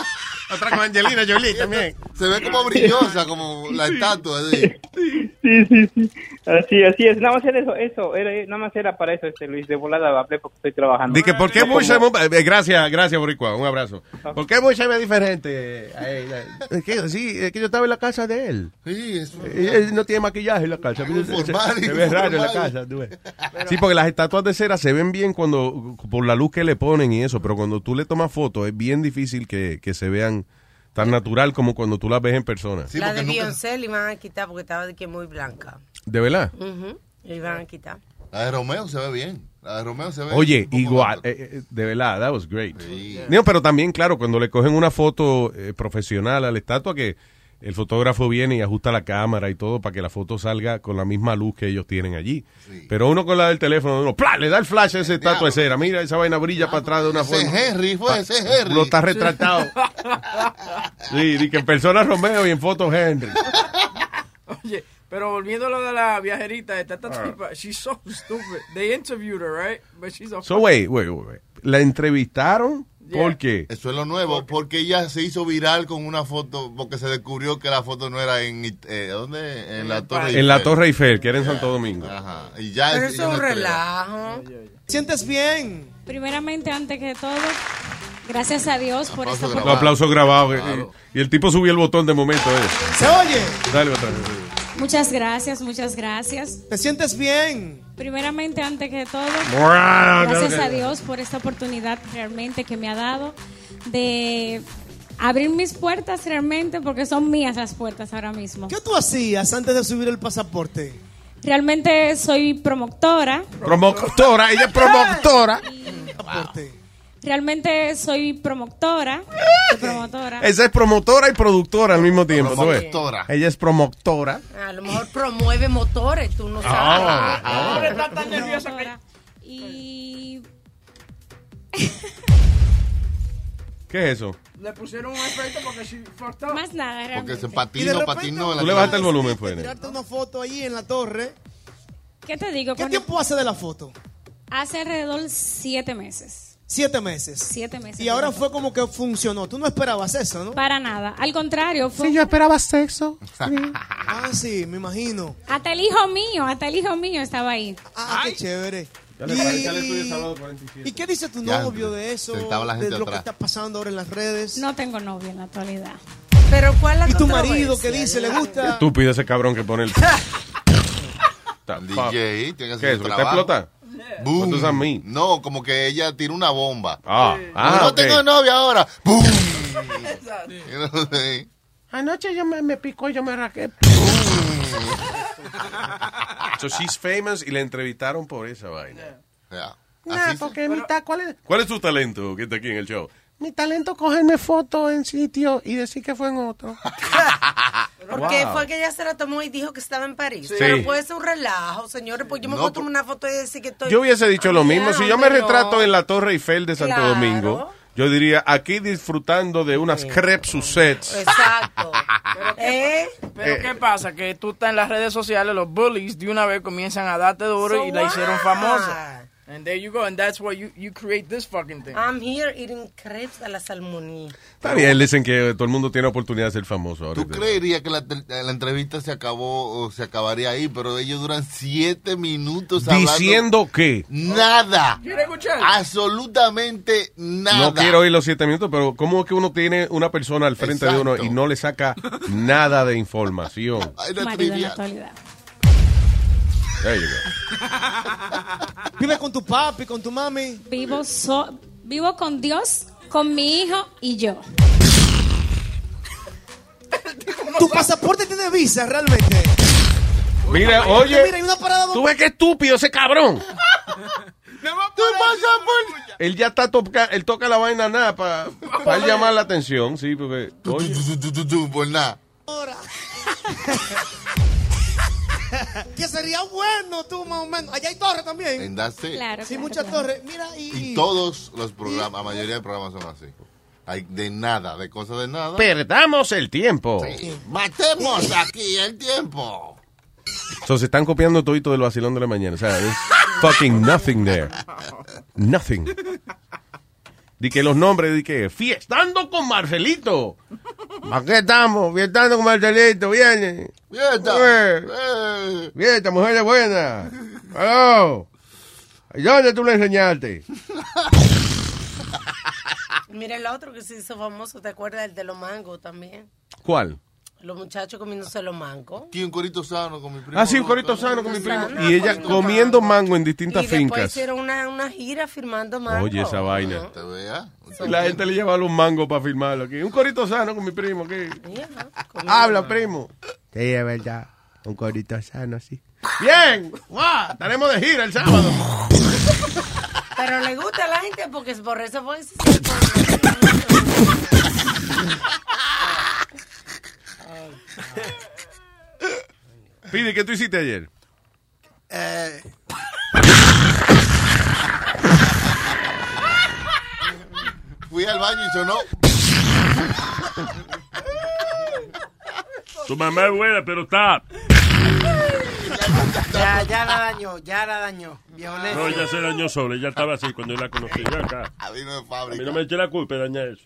otra con Angelina Jolie también.
Se ve como brillosa, como la estatua. así.
Sí, sí, sí. Así, así es. Nada más era eso, eso. Era, eh, nada más era para eso, este Luis. De volada hablé porque estoy trabajando.
Dice, ¿por qué
Ah, No
Bush se
como-
mo- eh, Gracias, gracias, Boricua. Un abrazo. ¿Por qué Bush se ve diferente? Ay, ay, es que, sí, es que yo estaba en la casa de él.
Sí, es
Eh, Él no tiene maquillaje en la casa. Se,
formal,
se ve raro en la
formal.
casa. tú ves. Sí, porque las estatuas de cera se ven bien cuando por la luz que le ponen y eso, pero cuando tú le tomas fotos es bien difícil que, que se vean tan natural como cuando tú las ves en persona.
la de Beyoncé le iban a quitar porque estaba de que muy blanca.
¿De verdad?
Ujú, Le iban a quitar.
La de Romeo se ve bien. La de Romeo se ve
Oye, igual, eh, eh, de verdad, that was great. No, pero también, claro, cuando le cogen una foto eh, profesional a la estatua, que el fotógrafo viene y ajusta la cámara y todo para que la foto salga con la misma luz que ellos tienen allí. Pero uno con la del teléfono, uno ¡plá! le da el flash a esa estatua de cera. Mira, esa vaina brilla para atrás de una
Ese
forma.
Henry fue, ese Henry.
Uno está retratado. Sí, di que en persona Romeo y en foto Henry.
Oye, pero volviendo a lo de la viajerita, esta, esta tipa, she's so stupid. They interviewed her, right? But she's a
So, wait, wait, wait, wait. ¿La entrevistaron? ¿Por qué?
Eso es lo nuevo, porque ella se hizo viral con una foto, porque se descubrió que la foto no era en... eh, ¿Dónde? En la Torre
En la
Eiffel.
Torre Eiffel, que era en Santo Domingo.
Ajá. Y ya
Pero
es-
eso
ya no
es un
estrella.
relajo.
¿Sientes bien?
Primeramente, antes que todo, gracias a Dios por esta
Los aplausos grabados. eh, Y, el tipo subió el botón de momento. eh.
¿Se oye?
Dale otra vez.
Muchas gracias, muchas gracias. ¿Te sientes bien? Primeramente, antes que todo,
Wow,
gracias
claro
a
que-
Dios por esta oportunidad realmente que me ha dado de abrir mis puertas realmente porque son mías las puertas ahora mismo.
¿Qué tú hacías antes de subir el pasaporte?
Realmente soy promotora.
Promotora, ella es promotora.
Realmente soy promotora. soy promotora.
Esa es promotora y productora al mismo tiempo. ¿tú ves?
Promotora.
Ella es promotora.
A lo mejor promueve motores, tú no sabes.
Ah, ah. Ahora
está tan nerviosa que...
Y
¿Qué es eso?
Le pusieron un efecto porque she fucked up.
Más nada,
Porque se
Y de
patinó,
repente-
patinó.
Tú le bajaste el volumen, pues.
Tirarte una foto ahí en la torre.
¿Qué te digo?
¿Qué
Con-
tiempo hace de la foto?
hace alrededor siete meses.
Siete meses.
Siete meses.
Y ahora fue como que funcionó. Tú no esperabas eso, ¿no?
Para nada. Al contrario, fue
yo esperaba sexo. ah, sí, me imagino.
hasta el hijo mío, hasta el hijo mío estaba ahí.
Ah, qué chévere.
Ya
le- ya le estudié sábado ¿Y
47.
qué dice tu
Ya,
novio de eso?
sentaba la gente
de lo que
atrás.
está pasando ahora en las redes.
No tengo novio en la actualidad.
Pero ¿cuál
¿Y tu marido qué dice? ¿Le gusta?
Estúpido ese cabrón que pone el.
DJ, tiene que hacer
¿Qué
su
es? ¿Está
trabajo.
explota?
Boom.
What does that mean?
No, como que ella tira una bomba.
Ah, ah,
no
ok.
tengo novia ahora. ¡Boom! Sí.
Anoche yo me, picó y yo me raqué. So she's famous y la entrevistaron por esa vaina.
Nah, porque mi, ta- ¿cuál es?
¿Cuál es tu talento que está aquí en el show?
mi talento es cogerme fotos en sitio y decir que fue en otro.
Porque
Wow.
fue que ella se la tomó y dijo que estaba en París.
Sí.
Pero puede ser un relajo, señores. Pues yo me
No,
puedo tomar una foto y decir que estoy.
Yo hubiese dicho lo mismo. Si yo me
Ay, no.
retrato en la Torre Eiffel de Santo
Claro.
Domingo, yo diría aquí disfrutando de unas crepes sucettes.
Exacto.
¿Eh? Pero
Eh.
¿qué pasa? Que tú estás en las redes sociales, los bullies de una vez comienzan a darte duro y la hicieron famosa. And there you go, and that's why you, you create this fucking thing.
I'm here eating crepes a la salmonía.
Está bien, dicen que todo el mundo tiene oportunidad de ser famoso ahora.
Yo creería que la, tel- la entrevista se acabó o se acabaría ahí, pero ellos duran siete minutos hablando
Diciendo que.
nada.
¿Quieres escuchar?
Absolutamente nada.
No quiero oír los siete minutos, pero ¿cómo es que uno tiene una persona al frente de uno
Exacto.
y no le saca nada de información?
Marido en la actualidad.
There you go.
¿Vives con tu papi, con tu mami? Vivo, so- vivo con Dios, con mi hijo y yo.
Tu pasaporte tiene visa realmente.
Mira, oye.
Mira, hay una parada
Tú ves qué estúpido ese cabrón.
¿Qué pasa por
Él ya está toca, él toca la vaina nada para llamar la atención, sí, porque oye.
por nada.
que sería bueno tú más o menos. Allá hay torres también.
En That's It. Claro,
sí,
claro,
muchas
claro.
torres. Mira y,
Y todos los programas, la mayoría de programas son así. Hay de nada, de cosas de nada.
Perdamos el tiempo.
Matemos aquí el tiempo.
So, se están copiando todito del vacilón de la mañana. O sea, there's fucking nothing there. Nothing. Di que los nombres, di que fiestando con Marcelito. ¿Para qué estamos? Fiestando con Marcelito, viene.
Fiesta.
Eh,
Eh.
Fiesta, mujer es buena. Aló. ¿Y ¿Dónde tú le enseñaste?
Mira el otro que se hizo famoso, ¿te acuerdas? El de los mangos también.
¿Cuál?
Los muchachos comiéndose los mangos.
Aquí un corito sano con mi primo.
Ah, sí, un corito sano con mi primo.
Sano,
Y ella
corito
comiendo mango en distintas
y después
fincas.
hicieron una, una gira firmando mangos.
Oye, esa vaina.
Te vea.
Y la gente le lleva los mangos para firmarlo aquí. Un corito sano con mi primo. ¿qué? Habla, primo. Sí, es verdad. Un corito sano, sí. Bien. ¡Guau! Estaremos de gira el sábado.
Pero le gusta a la gente porque es por eso fue.
Pide, ¿qué tú hiciste ayer?
Eh,
Fui al baño y sonó.
Tu mamá es buena, pero está.
ya, ya la dañó, ya la dañó. Viejo necio.
No, ella se dañó sola. Ella estaba así cuando yo la conocí. Ven acá.
A mí no me
A mí no me eché la culpa de dañar eso.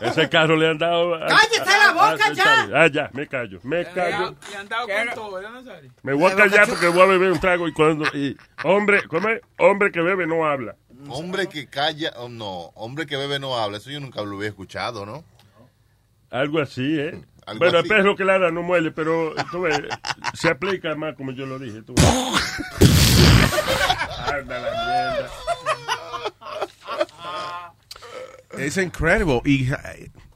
Ese carro le han dado. a-
¡Cállese la boca
a- a-
ya!
Ah, ya, me callo. Me callo.
Le han dado con todo, ¿verdad, Nazario?
Me voy a callar porque voy a beber un trago y cuando. Y, hombre, ¿cómo es? Hombre que bebe no habla.
Hombre que calla, oh, no, hombre que bebe no habla. Eso yo nunca lo había escuchado, ¿no?
Algo así, ¿eh?
Algo
bueno,
así.
el perro que ladra no muele, pero tú ves, se aplica más como yo lo dije. Tú ves. Anda la mierda.
Es incredible. Y,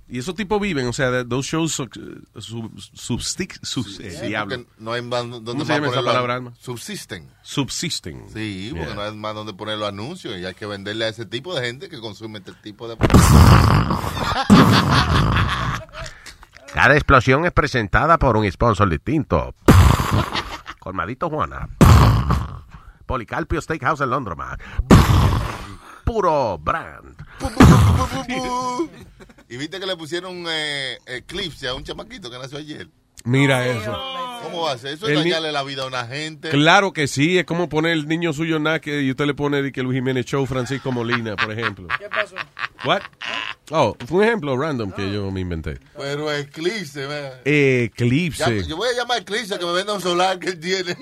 y esos tipos viven, o sea, those shows sub, sub- substic- sub- eh,
Sí,
diablo.
porque No hay más donde
¿Cómo
más
se llama esa
ponerlo.
palabra, Alma?
Subsisten.
Subsisten.
Sí, porque
Yeah.
no hay más donde poner los anuncios y hay que venderle a ese tipo de gente que consume este tipo de...
Cada explosión es presentada por un sponsor distinto. Colmadito Juana. Policarpio Steakhouse en Londroma. Puro brand.
y viste que le pusieron eh, eclipse a un chamaquito que nació ayer.
Mira eso.
¿Cómo va a ser? Eso es
El ni-
dañarle la vida a una gente.
Claro que sí, es como poner el niño suyo nada que y usted le pone de que Luis Jiménez Show Francisco Molina, por ejemplo.
¿Qué pasó?
What? Oh, fue un ejemplo random que yo me inventé.
Pero eclipse, man. Ya,
Eclipse.
yo voy a llamar a Eclipse que me venda un solar que él tiene.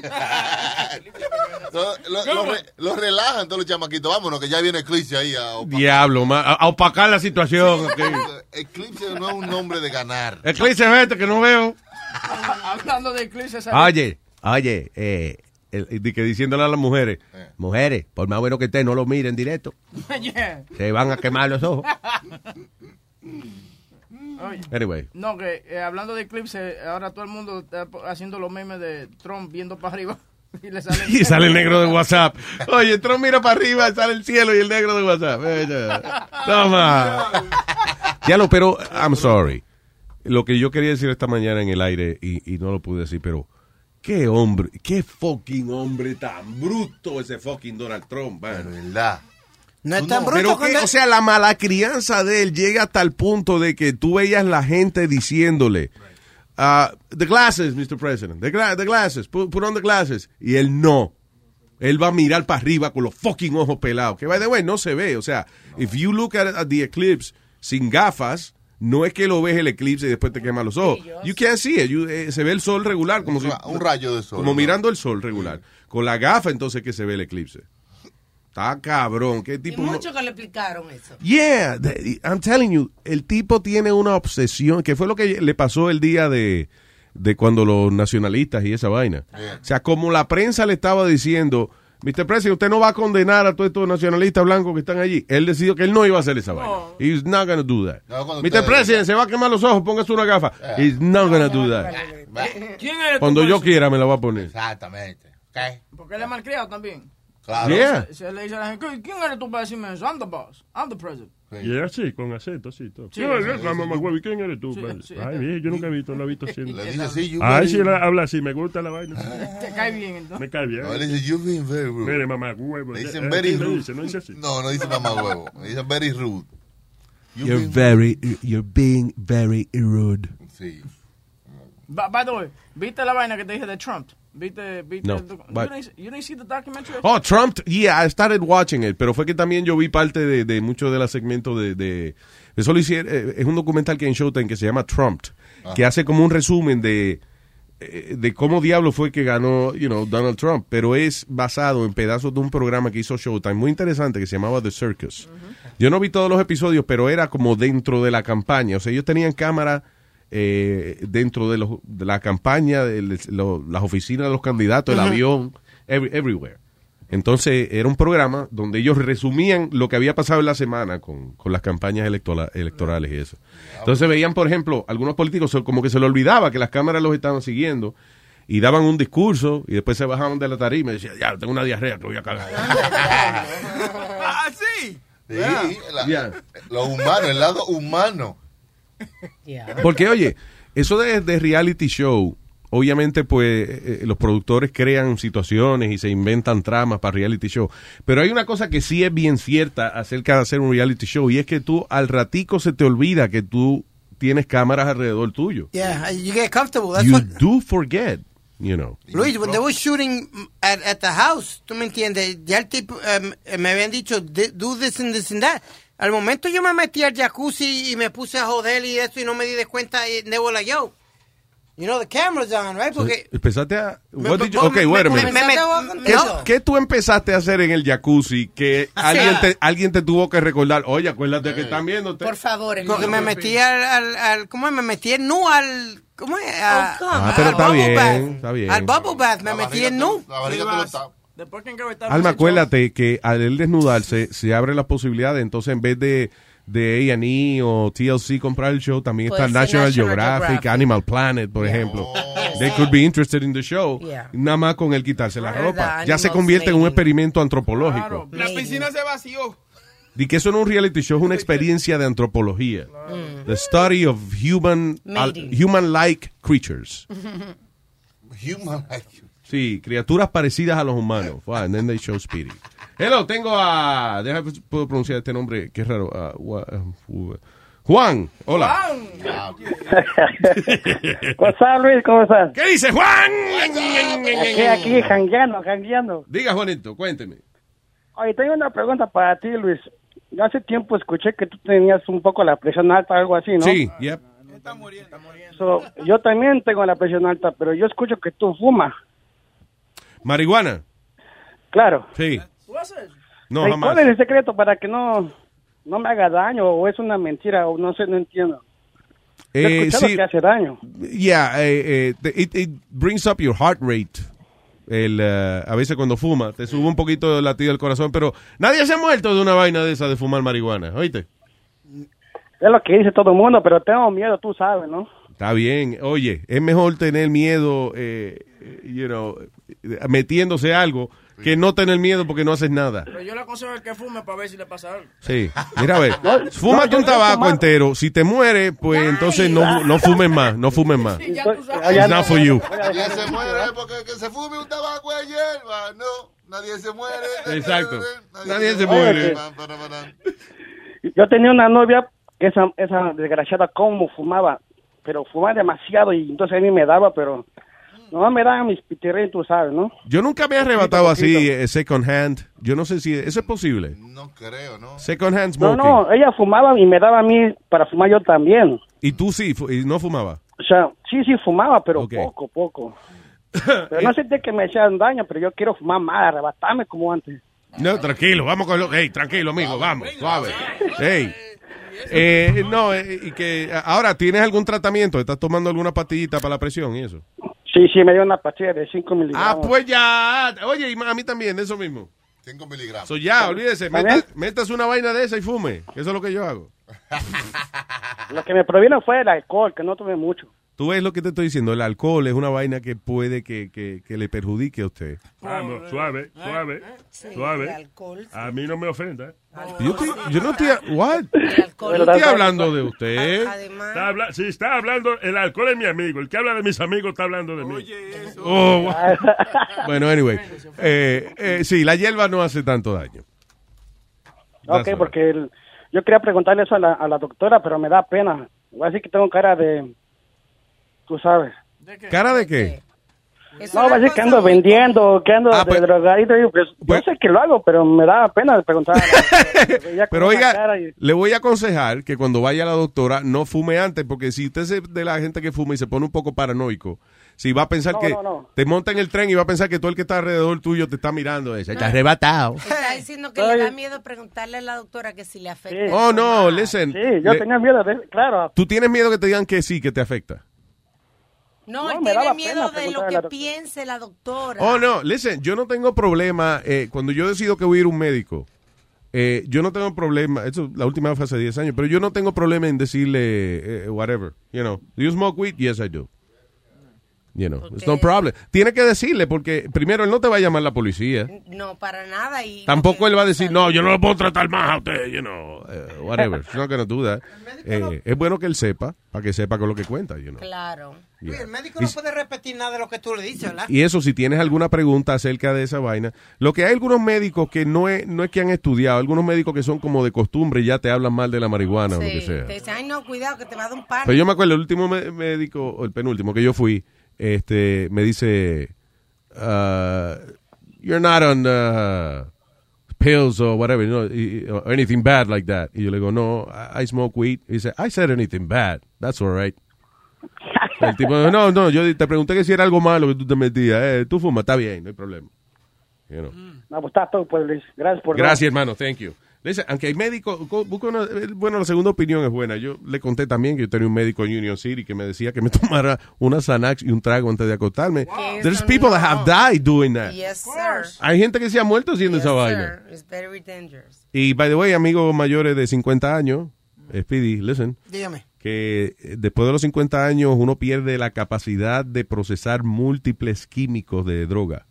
lo, lo- lo re- lo relajan todos los chamaquitos. Vámonos, que ya viene Eclipse ahí. A op-
Diablo, ma- a, a opacar la situación. ok.
Eclipse no es un nombre de ganar.
Eclipse, vete que no veo.
Ah, Hablando de eclipses. ¿sabes?
Oye, oye, eh, el- di que diciéndole a las mujeres, mujeres, por más bueno que esté, no lo miren directo,
Yeah.
se van a quemar los
Oh.
ojos.
Oye.
Anyway.
No, que eh, hablando de eclipse, ahora todo el mundo está po- haciendo los memes de Trump viendo para arriba. Y le sale,
Y sale el negro de WhatsApp. Oye, Trump mira para arriba, sale el cielo y el negro de WhatsApp. Eh, ya. Toma. Ya lo, pero, I'm sorry. Lo que yo quería decir esta mañana en el aire y, y no lo pude decir, pero qué hombre, qué fucking hombre tan bruto ese fucking Donald Trump, mano.
verdad.
No es tan bruto
pero
cuando-
que, o sea, la mala crianza de él llega hasta el punto de que tú veías la gente diciéndole, uh, ah, the glasses, Mr. President, the, gla- the glasses, put, put on the glasses. Y él no. él va a mirar para arriba con los fucking ojos pelados. Que, by the way, no se ve. O sea, if you look at, at the eclipse sin gafas, no es que lo ves el eclipse y después te quema los ojos. You can't see it. You- eh, se ve el sol regular. Como si-
un rayo de sol,
Como
¿no?
mirando el sol regular. Con la gafa, entonces, que se ve el eclipse. Está cabrón. ¿Qué
Y
tipo? no-
mucho que le explicaron eso.
Yeah, the- I'm telling you, el tipo tiene una obsesión, que fue lo que le pasó el día de, de cuando los nacionalistas y esa vaina. O sea, como la prensa le estaba diciendo, Mr. President, usted no va a condenar a todos estos nacionalistas blancos que están allí. Él decidió que él no iba a hacer esa vaina. He's not gonna do that.
No, cuando
Mr.
ustedes-
President, se va a quemar los ojos, póngase una gafa. He's not gonna do that.
¿Quién eres tú,
Cuando yo
Wilson?
quiera me la voy a poner.
Exactamente.
Porque él es malcriado también.
Claro.
Yeah.
Se, se le dice a la gente, "¿Qui- ¿quién eres tú para decirme eso? I'm the boss. I'm the president.
Y es así, con acento, así. todo.
Sí,
¿Quién eres?
sí,
La
sí.
mamagüeva, ¿y ¿Quién eres tú?
Sí,
padre?
sí.
Ay, bien, yo nunca he visto, lo he visto siempre.
Le dice así, you
Ay,
very-
sí, la- habla así, me gusta la vaina.
Te cae bien, entonces.
Me cae bien.
No, le dice, you've been very rude.
Mire, mamagüeva.
Le
Eh,
dicen very
¿qué le
rude.
dice? No dice así.
No, no dice mamá huevo. Le dicen very rude. You've
You're
been-
very, you're being very rude.
Sí.
By, by the way, ¿viste la vaina que te dije de Trump? ¿Viste? viste
No,
el docu-
but-
you, didn't, you didn't see the documentary?
Oh, Trump, yeah, I started watching it, pero fue que también yo vi parte de, de muchos de los segmentos de, de eso lo hicieron, eh, es un documental que hay en Showtime que se llama Trump,
Ajá.
que hace como un resumen de eh, de cómo diablo fue que ganó, you know, Donald Trump, pero es basado en pedazos de un programa que hizo Showtime muy interesante que se llamaba The Circus. Yo no vi todos los episodios, pero era como dentro de la campaña, o sea, ellos tenían cámara eh, dentro de, los- de la campaña, de les- lo- las oficinas de los candidatos, el
Ujú.
avión, every- everywhere. Entonces era un programa donde ellos resumían lo que había pasado en la semana con, con las campañas electola- electorales y eso. Entonces veían, por ejemplo, algunos políticos se- como que se le olvidaba que las cámaras los estaban siguiendo y daban un discurso y después se bajaban de la tarima y decían, ya, tengo una diarrea que voy a cagar.
Ah, sí.
Sí,
Yeah.
la-
Yeah.
lo humano, el lado humano.
Porque, oye, eso de, de reality show, obviamente, pues, eh, eh, los productores crean situaciones y se inventan tramas para reality show. Pero hay una cosa que sí es bien cierta acerca de hacer un reality show y es que tú al ratico se te olvida que tú tienes cámaras alrededor tuyo.
Yeah, you get comfortable. That's
You
what
do forget, you know.
Luis, when they were shooting at, at the house, tú me entiendes, ya el tipo em, me habían dicho, "Di- do this and this and that. Al momento yo me metí al jacuzzi y me puse a joder y eso y no me di de cuenta y they were like, yo, you know the camera's on, right? Porque
Empezaste Eh, a...
Me-
what did you-
me-
ok,
me-
wait a
me-
minute.
me- me-
¿Qué,
no.
qué tú empezaste a hacer en el jacuzzi que
Ah,
alguien te, alguien te tuvo que recordar? Oye, acuérdate
Eh,
que están viendo
Por favor, el
Porque me metí al, al, al- ¿cómo es? Me metí en nu al, ¿cómo es? A-
Ah, pero
al
está
bubble
bien,
bath.
está bien.
Al bubble bath, me metí en nu.
Después que engavetaba
Alma,
ese
acuérdate que al él desnudarse se abre las posibilidades, entonces en vez de de A&E o TLC comprar el show, también
Puede
está
ser
National,
National
Geographic,
Geographic. Oh,
Animal Planet, por ejemplo. They could be interested in the show.
Yeah.
Nada más con el quitarse la
Verdad,
ropa. Ya se
Animal
convierte en un
Planet.
experimento antropológico.
La piscina se vació.
Y que eso no es un reality show, es una experiencia de antropología. The study of human,
Mating.
human-like creatures.
Human
Sí, criaturas parecidas a los humanos. Wow, and then they show Speedy. Hello, tengo a. Déjame puedo pronunciar este nombre, qué raro. a- Gua- uh, Juan, hola.
Ah. ¿Cómo estás, Luis? ¿Cómo estás?
¿Qué dice Juan?
Aquí, aquí, jangueando, jangueando.
Diga, Juanito, cuénteme.
Oye, tengo una pregunta para ti, Luis. Yo hace tiempo escuché que tú tenías un poco la presión alta o algo así, ¿no?
Sí, yep.
So, yo también tengo la presión alta, pero yo escucho que tú fumas.
Marihuana.
Claro.
Sí. No,
Ey,
jamás.
¿Cuál es el secreto para que no, no me haga daño o es una mentira o no sé, no entiendo? Yo he
Eh,
escuchado
sí.
que hace daño.
Yeah, eh, eh, the- it, it brings up your heart rate. El, eh, a veces cuando fuma, te sube un poquito el latido del corazón, pero nadie se ha muerto de una vaina de esa de fumar marihuana, ¿oíste?
Es lo que dice todo el mundo, pero tengo miedo, tú sabes, ¿no?
Está bien, oye, es mejor tener miedo, eh, you know, metiéndose algo, que no tener miedo porque no haces nada.
Pero yo le aconsejo al que fume para ver si le pasa algo.
Sí, mira a ver,
No,
fúmate
no, yo
un
no he
tabaco
fumado.
entero, si te mueres, pues entonces no, no fumes más, no fumes más. It's not for you.
Nadie se muere porque que se fume un tabaco de hierba. No, nadie se muere.
Exacto.
Nadie se
muere. Yo tenía una novia que esa, esa desgraciada cómo fumaba, pero fumaba demasiado y entonces a mí me daba, pero Nomás me dan mis pitirrín, tú sabes, ¿no?
Yo nunca me he arrebatado así eh, second hand. Yo no sé si eso es posible. No creo, ¿no? Second hand
No,
smoking.
no, ella fumaba y me daba a mí para fumar yo también.
Y tú sí, fu- y no fumaba.
O sea, sí, sí fumaba, pero poco, poco. Pero no sentí que me hacían daño, pero yo quiero fumar más, arrebatarme como antes.
No, tranquilo, vamos con lo... Hey, tranquilo, amigo, vamos, suave. Hey. Eh, no, eh, y que ahora tienes algún tratamiento, estás tomando alguna pastillita para la presión y eso.
Sí, sí, me dio una pastilla de 5 miligramos.
Ah, pues ya. Oye, y ma- a mí también, de eso mismo.
5 miligramos.
So ya, olvídese,
¿Está
meta-
bien?
metas, una vaina de esa y fume, que eso es lo que yo hago.
Lo que me provino fue el alcohol, que no tomé mucho.
Tú ves lo que te estoy diciendo, el alcohol es una vaina que puede que, que, que le perjudique a usted.
Vamos,
Eh,
suave, suave, suave. A mí no me ofenda. ¿eh?
Yo, estoy- yo no estoy, what? Yo no estoy hablando de usted.
Está habla- si está hablando, el alcohol es mi amigo. El que habla de mis amigos está hablando de mí. Oye, eso.
Oh, wow. bueno, anyway. Eh, eh, sí, la hierba no hace tanto daño.
Ok,
That's
porque el- yo quería preguntarle eso a la, a la doctora, pero me da pena. Voy a decir que tengo cara de... Tú sabes.
¿Cara de qué?
No, voy a decir que ando vendiendo, que ando de drogadito. y pues, yo sé que lo hago, pero me da pena preguntar. a la- ya con una
Pero oiga,
cara y-
le voy a aconsejar que cuando vaya a la doctora no fume antes, porque si usted es de la gente que fuma y se pone un poco paranoico, si va a pensar
No,
que
no, no.
te monta en el tren y va a pensar que todo el que está alrededor tuyo te está mirando, eh, se está arrebatado.
Está diciendo que le da miedo preguntarle a la doctora que si le afecta. el
Oh,
estómago.
no, listen.
Sí, yo
Le-
tenía miedo, de, claro.
Tú tienes miedo que te digan que sí, que te afecta.
No,
No,
él
me
tiene
daba
miedo
pena
de lo
preguntarle
que
a la-
piense la doctora.
Oh, no, listen, yo no tengo problema. eh, cuando yo decido que voy a ir a un médico, eh, yo no tengo problema. Eso, la última vez fue hace 10 años, pero yo no tengo problema en decirle, eh, whatever. You know, do you smoke weed? Yes, I do. You know, it's no problem. Tiene que decirle, porque primero él no te va a llamar la policía.
No, para nada. Y
Tampoco él va a decir, no, yo no lo puedo tratar más a usted, you know, eh, whatever. It's not gonna do that. Eh, es bueno que él sepa, para que sepa con lo que cuenta, you know.
Claro.
Yeah.
El médico no
Y-
puede repetir nada de lo que tú le dices, ¿verdad?
Y eso, si tienes alguna pregunta acerca de esa vaina, lo que hay algunos médicos que no es, no es que han estudiado, algunos médicos que son como de costumbre y ya te hablan mal de la marihuana o lo que
Sí,
sea.
te dice, ay, no, cuidado, que te va a dar un paro.
Pero yo me acuerdo, el último me- médico, o el penúltimo que yo fui, este, me dice, ah, you're not on uh, pills or whatever, you know, y- y- or anything bad like that. Y yo le digo, no, I, I smoke weed. He dice, I said anything bad, that's all right. El tipo, no, no, yo te pregunté que si era algo malo que tú te metías. Eh, tú fumas, está bien, no hay problema. You know.
No, pues está todo, pues Luis. Gracias por...
Gracias, hermano. Thank you. Dice, aunque hay médicos, co- busca una- eh, bueno, la segunda opinión es buena. Yo le conté también que yo tenía un médico en Union City que me decía que me tomara una Xanax y un trago antes de acostarme. There's people that have died doing that.
Yes, sir.
Hay gente que se ha muerto haciendo esa vaina.
It's very dangerous.
Y, by the way, amigos mayores de 50 años, Speedy, listen,
Dígame.
que eh, después de los 50 años uno pierde la capacidad de procesar múltiples químicos de droga.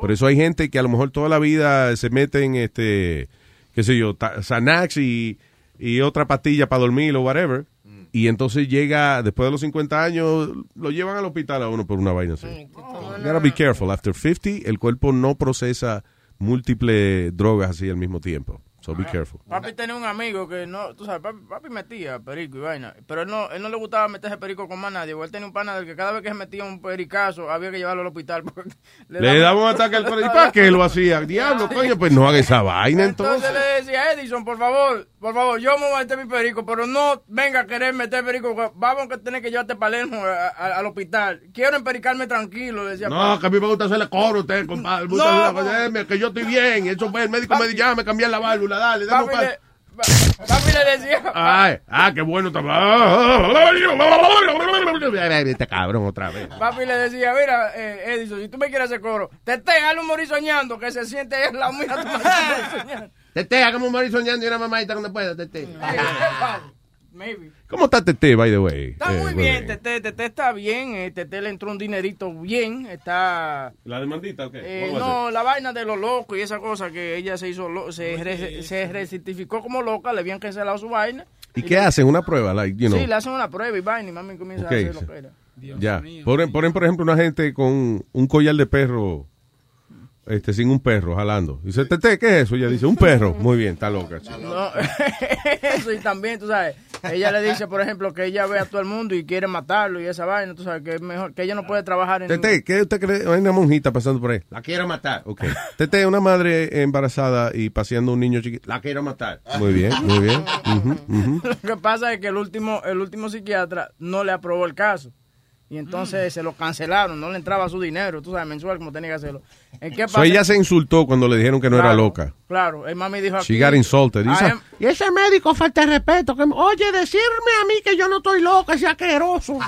Por eso hay gente que a lo mejor toda la vida se mete en este, qué sé yo, ta- Xanax y, y otra pastilla para dormir o whatever.
Mm.
Y entonces llega, después de los 50 años, lo llevan al hospital a uno por una vaina así.
Oh,
You gotta be careful. After 50, el cuerpo no procesa múltiples drogas así al mismo tiempo. So
Ah.
be careful.
Papi tenía un amigo que no, tú sabes, papi, papi metía perico y vaina, pero él no, él no le gustaba meterse perico con más nadie. Igual tenía un pana del que cada vez que se metía un pericazo había que llevarlo al hospital. porque
Le daba un ataque al corazón. ¿Y para qué lo hacía? Diablo, coño, pues no haga esa vaina
Entonces
entonces.
le decía, Edison, por favor, por favor, yo me voy a meter mi perico, pero no venga a querer meter perico. Vamos a tener que llevarte Palermo a- a- al hospital. Quiero empericarme tranquilo, le decía.
No,
papi.
que a mí me gusta hacerle coro a usted, compadre. Me gusta
No.
hacerle coro. Déjeme, que yo estoy bien. Eso fue, el médico me dijo, ya me cambié la válvula, dale, dame un
Papi
par.
le, pa- papi le decía,
Ay, ah, qué bueno. está- Este cabrón otra vez.
Papi le decía, mira, eh, Edison, si tú me quieres hacer coro, te te al morir soñando que se siente ahí al lado, mira tu marido soñando.
Tete, hagamos un morir soñando y una mamadita cuando pueda, Tete.
Maybe.
¿Cómo está Tete, by the way?
Está
Eh,
muy
bueno.
bien, Tete, Tete está bien, eh, Tete le entró un dinerito bien, está...
¿La demandita o qué?
Eh,
¿Cómo va a
no, la vaina de los locos y esa cosa que ella se hizo, lo- se, re- se recertificó como loca, le habían cancelado su vaina.
¿Y qué hacen? ¿Una prueba? Like, you know.
Sí, le hacen una prueba y vaina y mami comienza
Ok,
a hacer
sí.
lo que era.
ya. Ponen, ponen, por ejemplo, una gente con un collar de perro este, sin un perro jalando. Dice, Tete, ¿qué es eso? Ella dice, un perro. Muy bien, está loca. chico.
No, eso y también, tú sabes, ella le dice, por ejemplo, que ella ve a todo el mundo y quiere matarlo y esa vaina, tú sabes, que es mejor, que ella no puede trabajar en...
Tete, ¿qué usted cree? Hay una monjita pasando por ahí. La
quiero matar.
Ok. Tete, una madre embarazada y paseando un niño chiquito.
La quiero matar.
Muy bien, muy bien. Ujú, ujú.
Lo que pasa es que el último, el último psiquiatra no le aprobó el caso. Y
Mm.
entonces se lo cancelaron, no le entraba su dinero, tú sabes, mensual, como tenía que hacerlo. ¿En qué
So, ella se insultó cuando le dijeron que no era
Claro.
loca.
Claro, el mami dijo
She
aquí.
got insulted. Dice,
I am-
Y ese médico falta de respeto. Que, me- oye, decirme a mí que yo no estoy loca, ese asqueroso.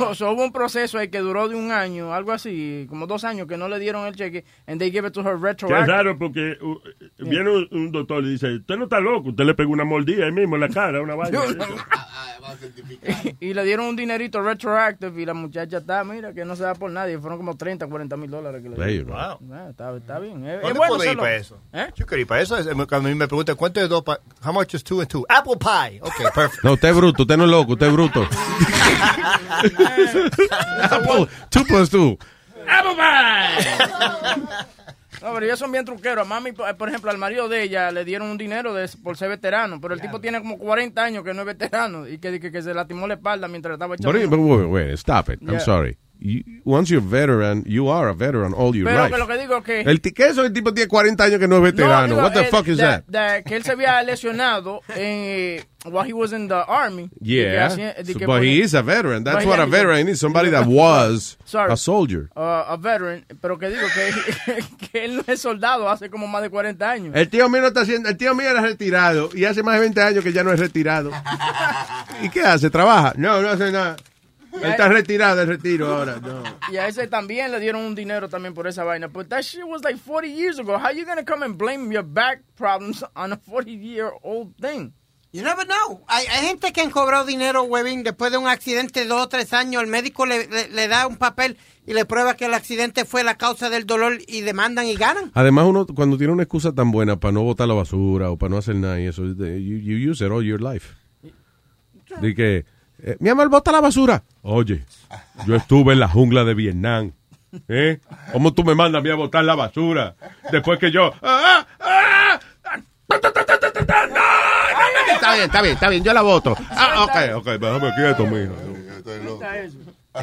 So- so hubo un proceso ahí que duró de un año, algo así, como dos años, que no le dieron el cheque, and they gave it to her
Qué
retroactive.
raro porque uh, viene un, un doctor y dice, usted no está loco, usted le pegó una mordida ahí mismo en la cara, una vaina.
y le dieron un dinerito retroactive y la muchacha está, mira, que no se da por nadie. Fueron como 30, 40 mil dólares que le
There you
dieron.
go.
Ah, está, está bien. Es, es
¿Dónde
bueno
puedo ir
hacerlo.
para eso? Yo quiero ir para eso. Es- Cuando a mí me preguntan, ¿cuánto es dos pa- How much is two and two? Apple pie. Okay, perfect.
"Ah, No, usted es bruto, usted no es loco, usted es bruto. Apple, two plus two.
¡Vamos, va! No, pero ellos son bien truqueros. A mami, eh, por por ejemplo, al marido de ella le dieron un dinero de- por ser veterano, pero el tipo tiene como 40 años que no es veterano y que, que, que se lastimó la espalda mientras estaba echando.
But, but wait, wait, stop it.
Yeah.
I'm sorry. You- once you're veteran, you are a veteran all your
Pero
life.
que lo que digo es que-
El ti- ¿qué es eso? El tipo tiene 40 años que no es veterano.
digo,
What the
eh,
fuck is
de-
that?
de- que él se había lesionado en, eh, while he was in the army.
Yeah.
Y que hacía- de
So-
que
but he
ponía-
is a veteran. That's
But
what
yeah,
a veteran is. Somebody that was
Sorry.
a soldier.
Uh, a veteran, pero que digo que, que él no es soldado hace como más de 40 años.
El tío mío no está haciendo, el tío mío era retirado y hace más de 20 años que ya no es retirado. ¿Y qué hace? ¿Trabaja? No, no hace nada. Él está retirado del retiro ahora. No.
Y a ese también le dieron un dinero también por esa vaina. But that shit was like 40 years ago. How you gonna come and blame your back problems on a 40 year old thing?
You never know. Hay, hay gente que han cobrado dinero, Webin, después de un accidente de dos o tres años. El médico le, le- le da un papel y le prueba que el accidente fue la causa del dolor y demandan y ganan.
Además, uno cuando tiene una excusa tan buena para no botar la basura o para no hacer nada y eso, you, you use it all your life. De que, eh, mi amor, bota la basura. Oye, yo estuve en la jungla de Vietnam. ¿Eh? ¿Cómo tú me mandas a mí a botar la basura? Después que yo... ¡Ah! ¡Ah!
Está bien, está bien, está bien, yo la voto.
Ah, ok, ok, déjame quieto, mijo.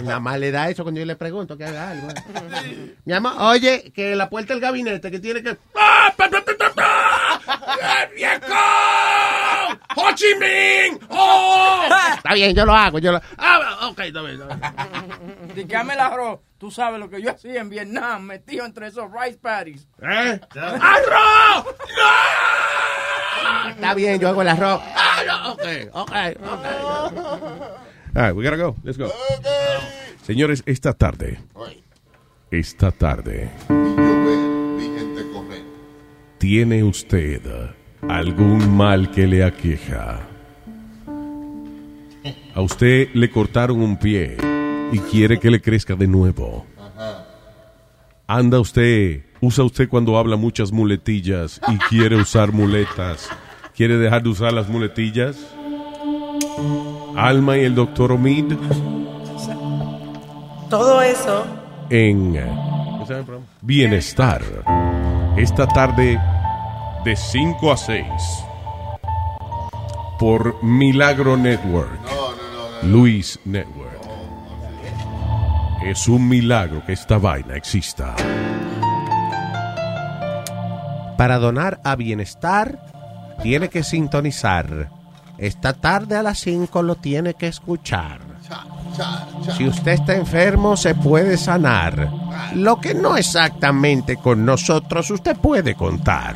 Nada más le da eso cuando yo le pregunto que haga algo. Mi amor, oye, que la puerta del gabinete que tiene que.
¡Ho Chi Minh! ¡Oh!
Está bien, yo lo hago, yo lo.
Ah, ok, Dígame el arroz. Tú sabes lo que yo hacía en Vietnam, metido entre esos rice patties.
¿Eh?
¡Arroz!
Está bien, yo hago el arroz.
Ah, no, ok,
ok,
All right, we gotta go. Let's go. Señores, esta tarde. Esta tarde. ¿Tiene usted algún mal que le aqueja? A usted le cortaron un pie y quiere que le crezca de nuevo. Anda usted, usa usted cuando habla muchas muletillas y quiere usar muletas. ¿Quiere dejar de usar las muletillas? Alma y el doctor Omid
Todo eso.
en Bienestar. Esta tarde de 5 a 6 por Milagro Network. Luis Network. Es un milagro que esta vaina exista.
Para donar a bienestar, tiene que sintonizar. Esta tarde a las 5 lo tiene que escuchar. Si usted está enfermo, se puede sanar. Lo que no exactamente con nosotros, usted puede contar.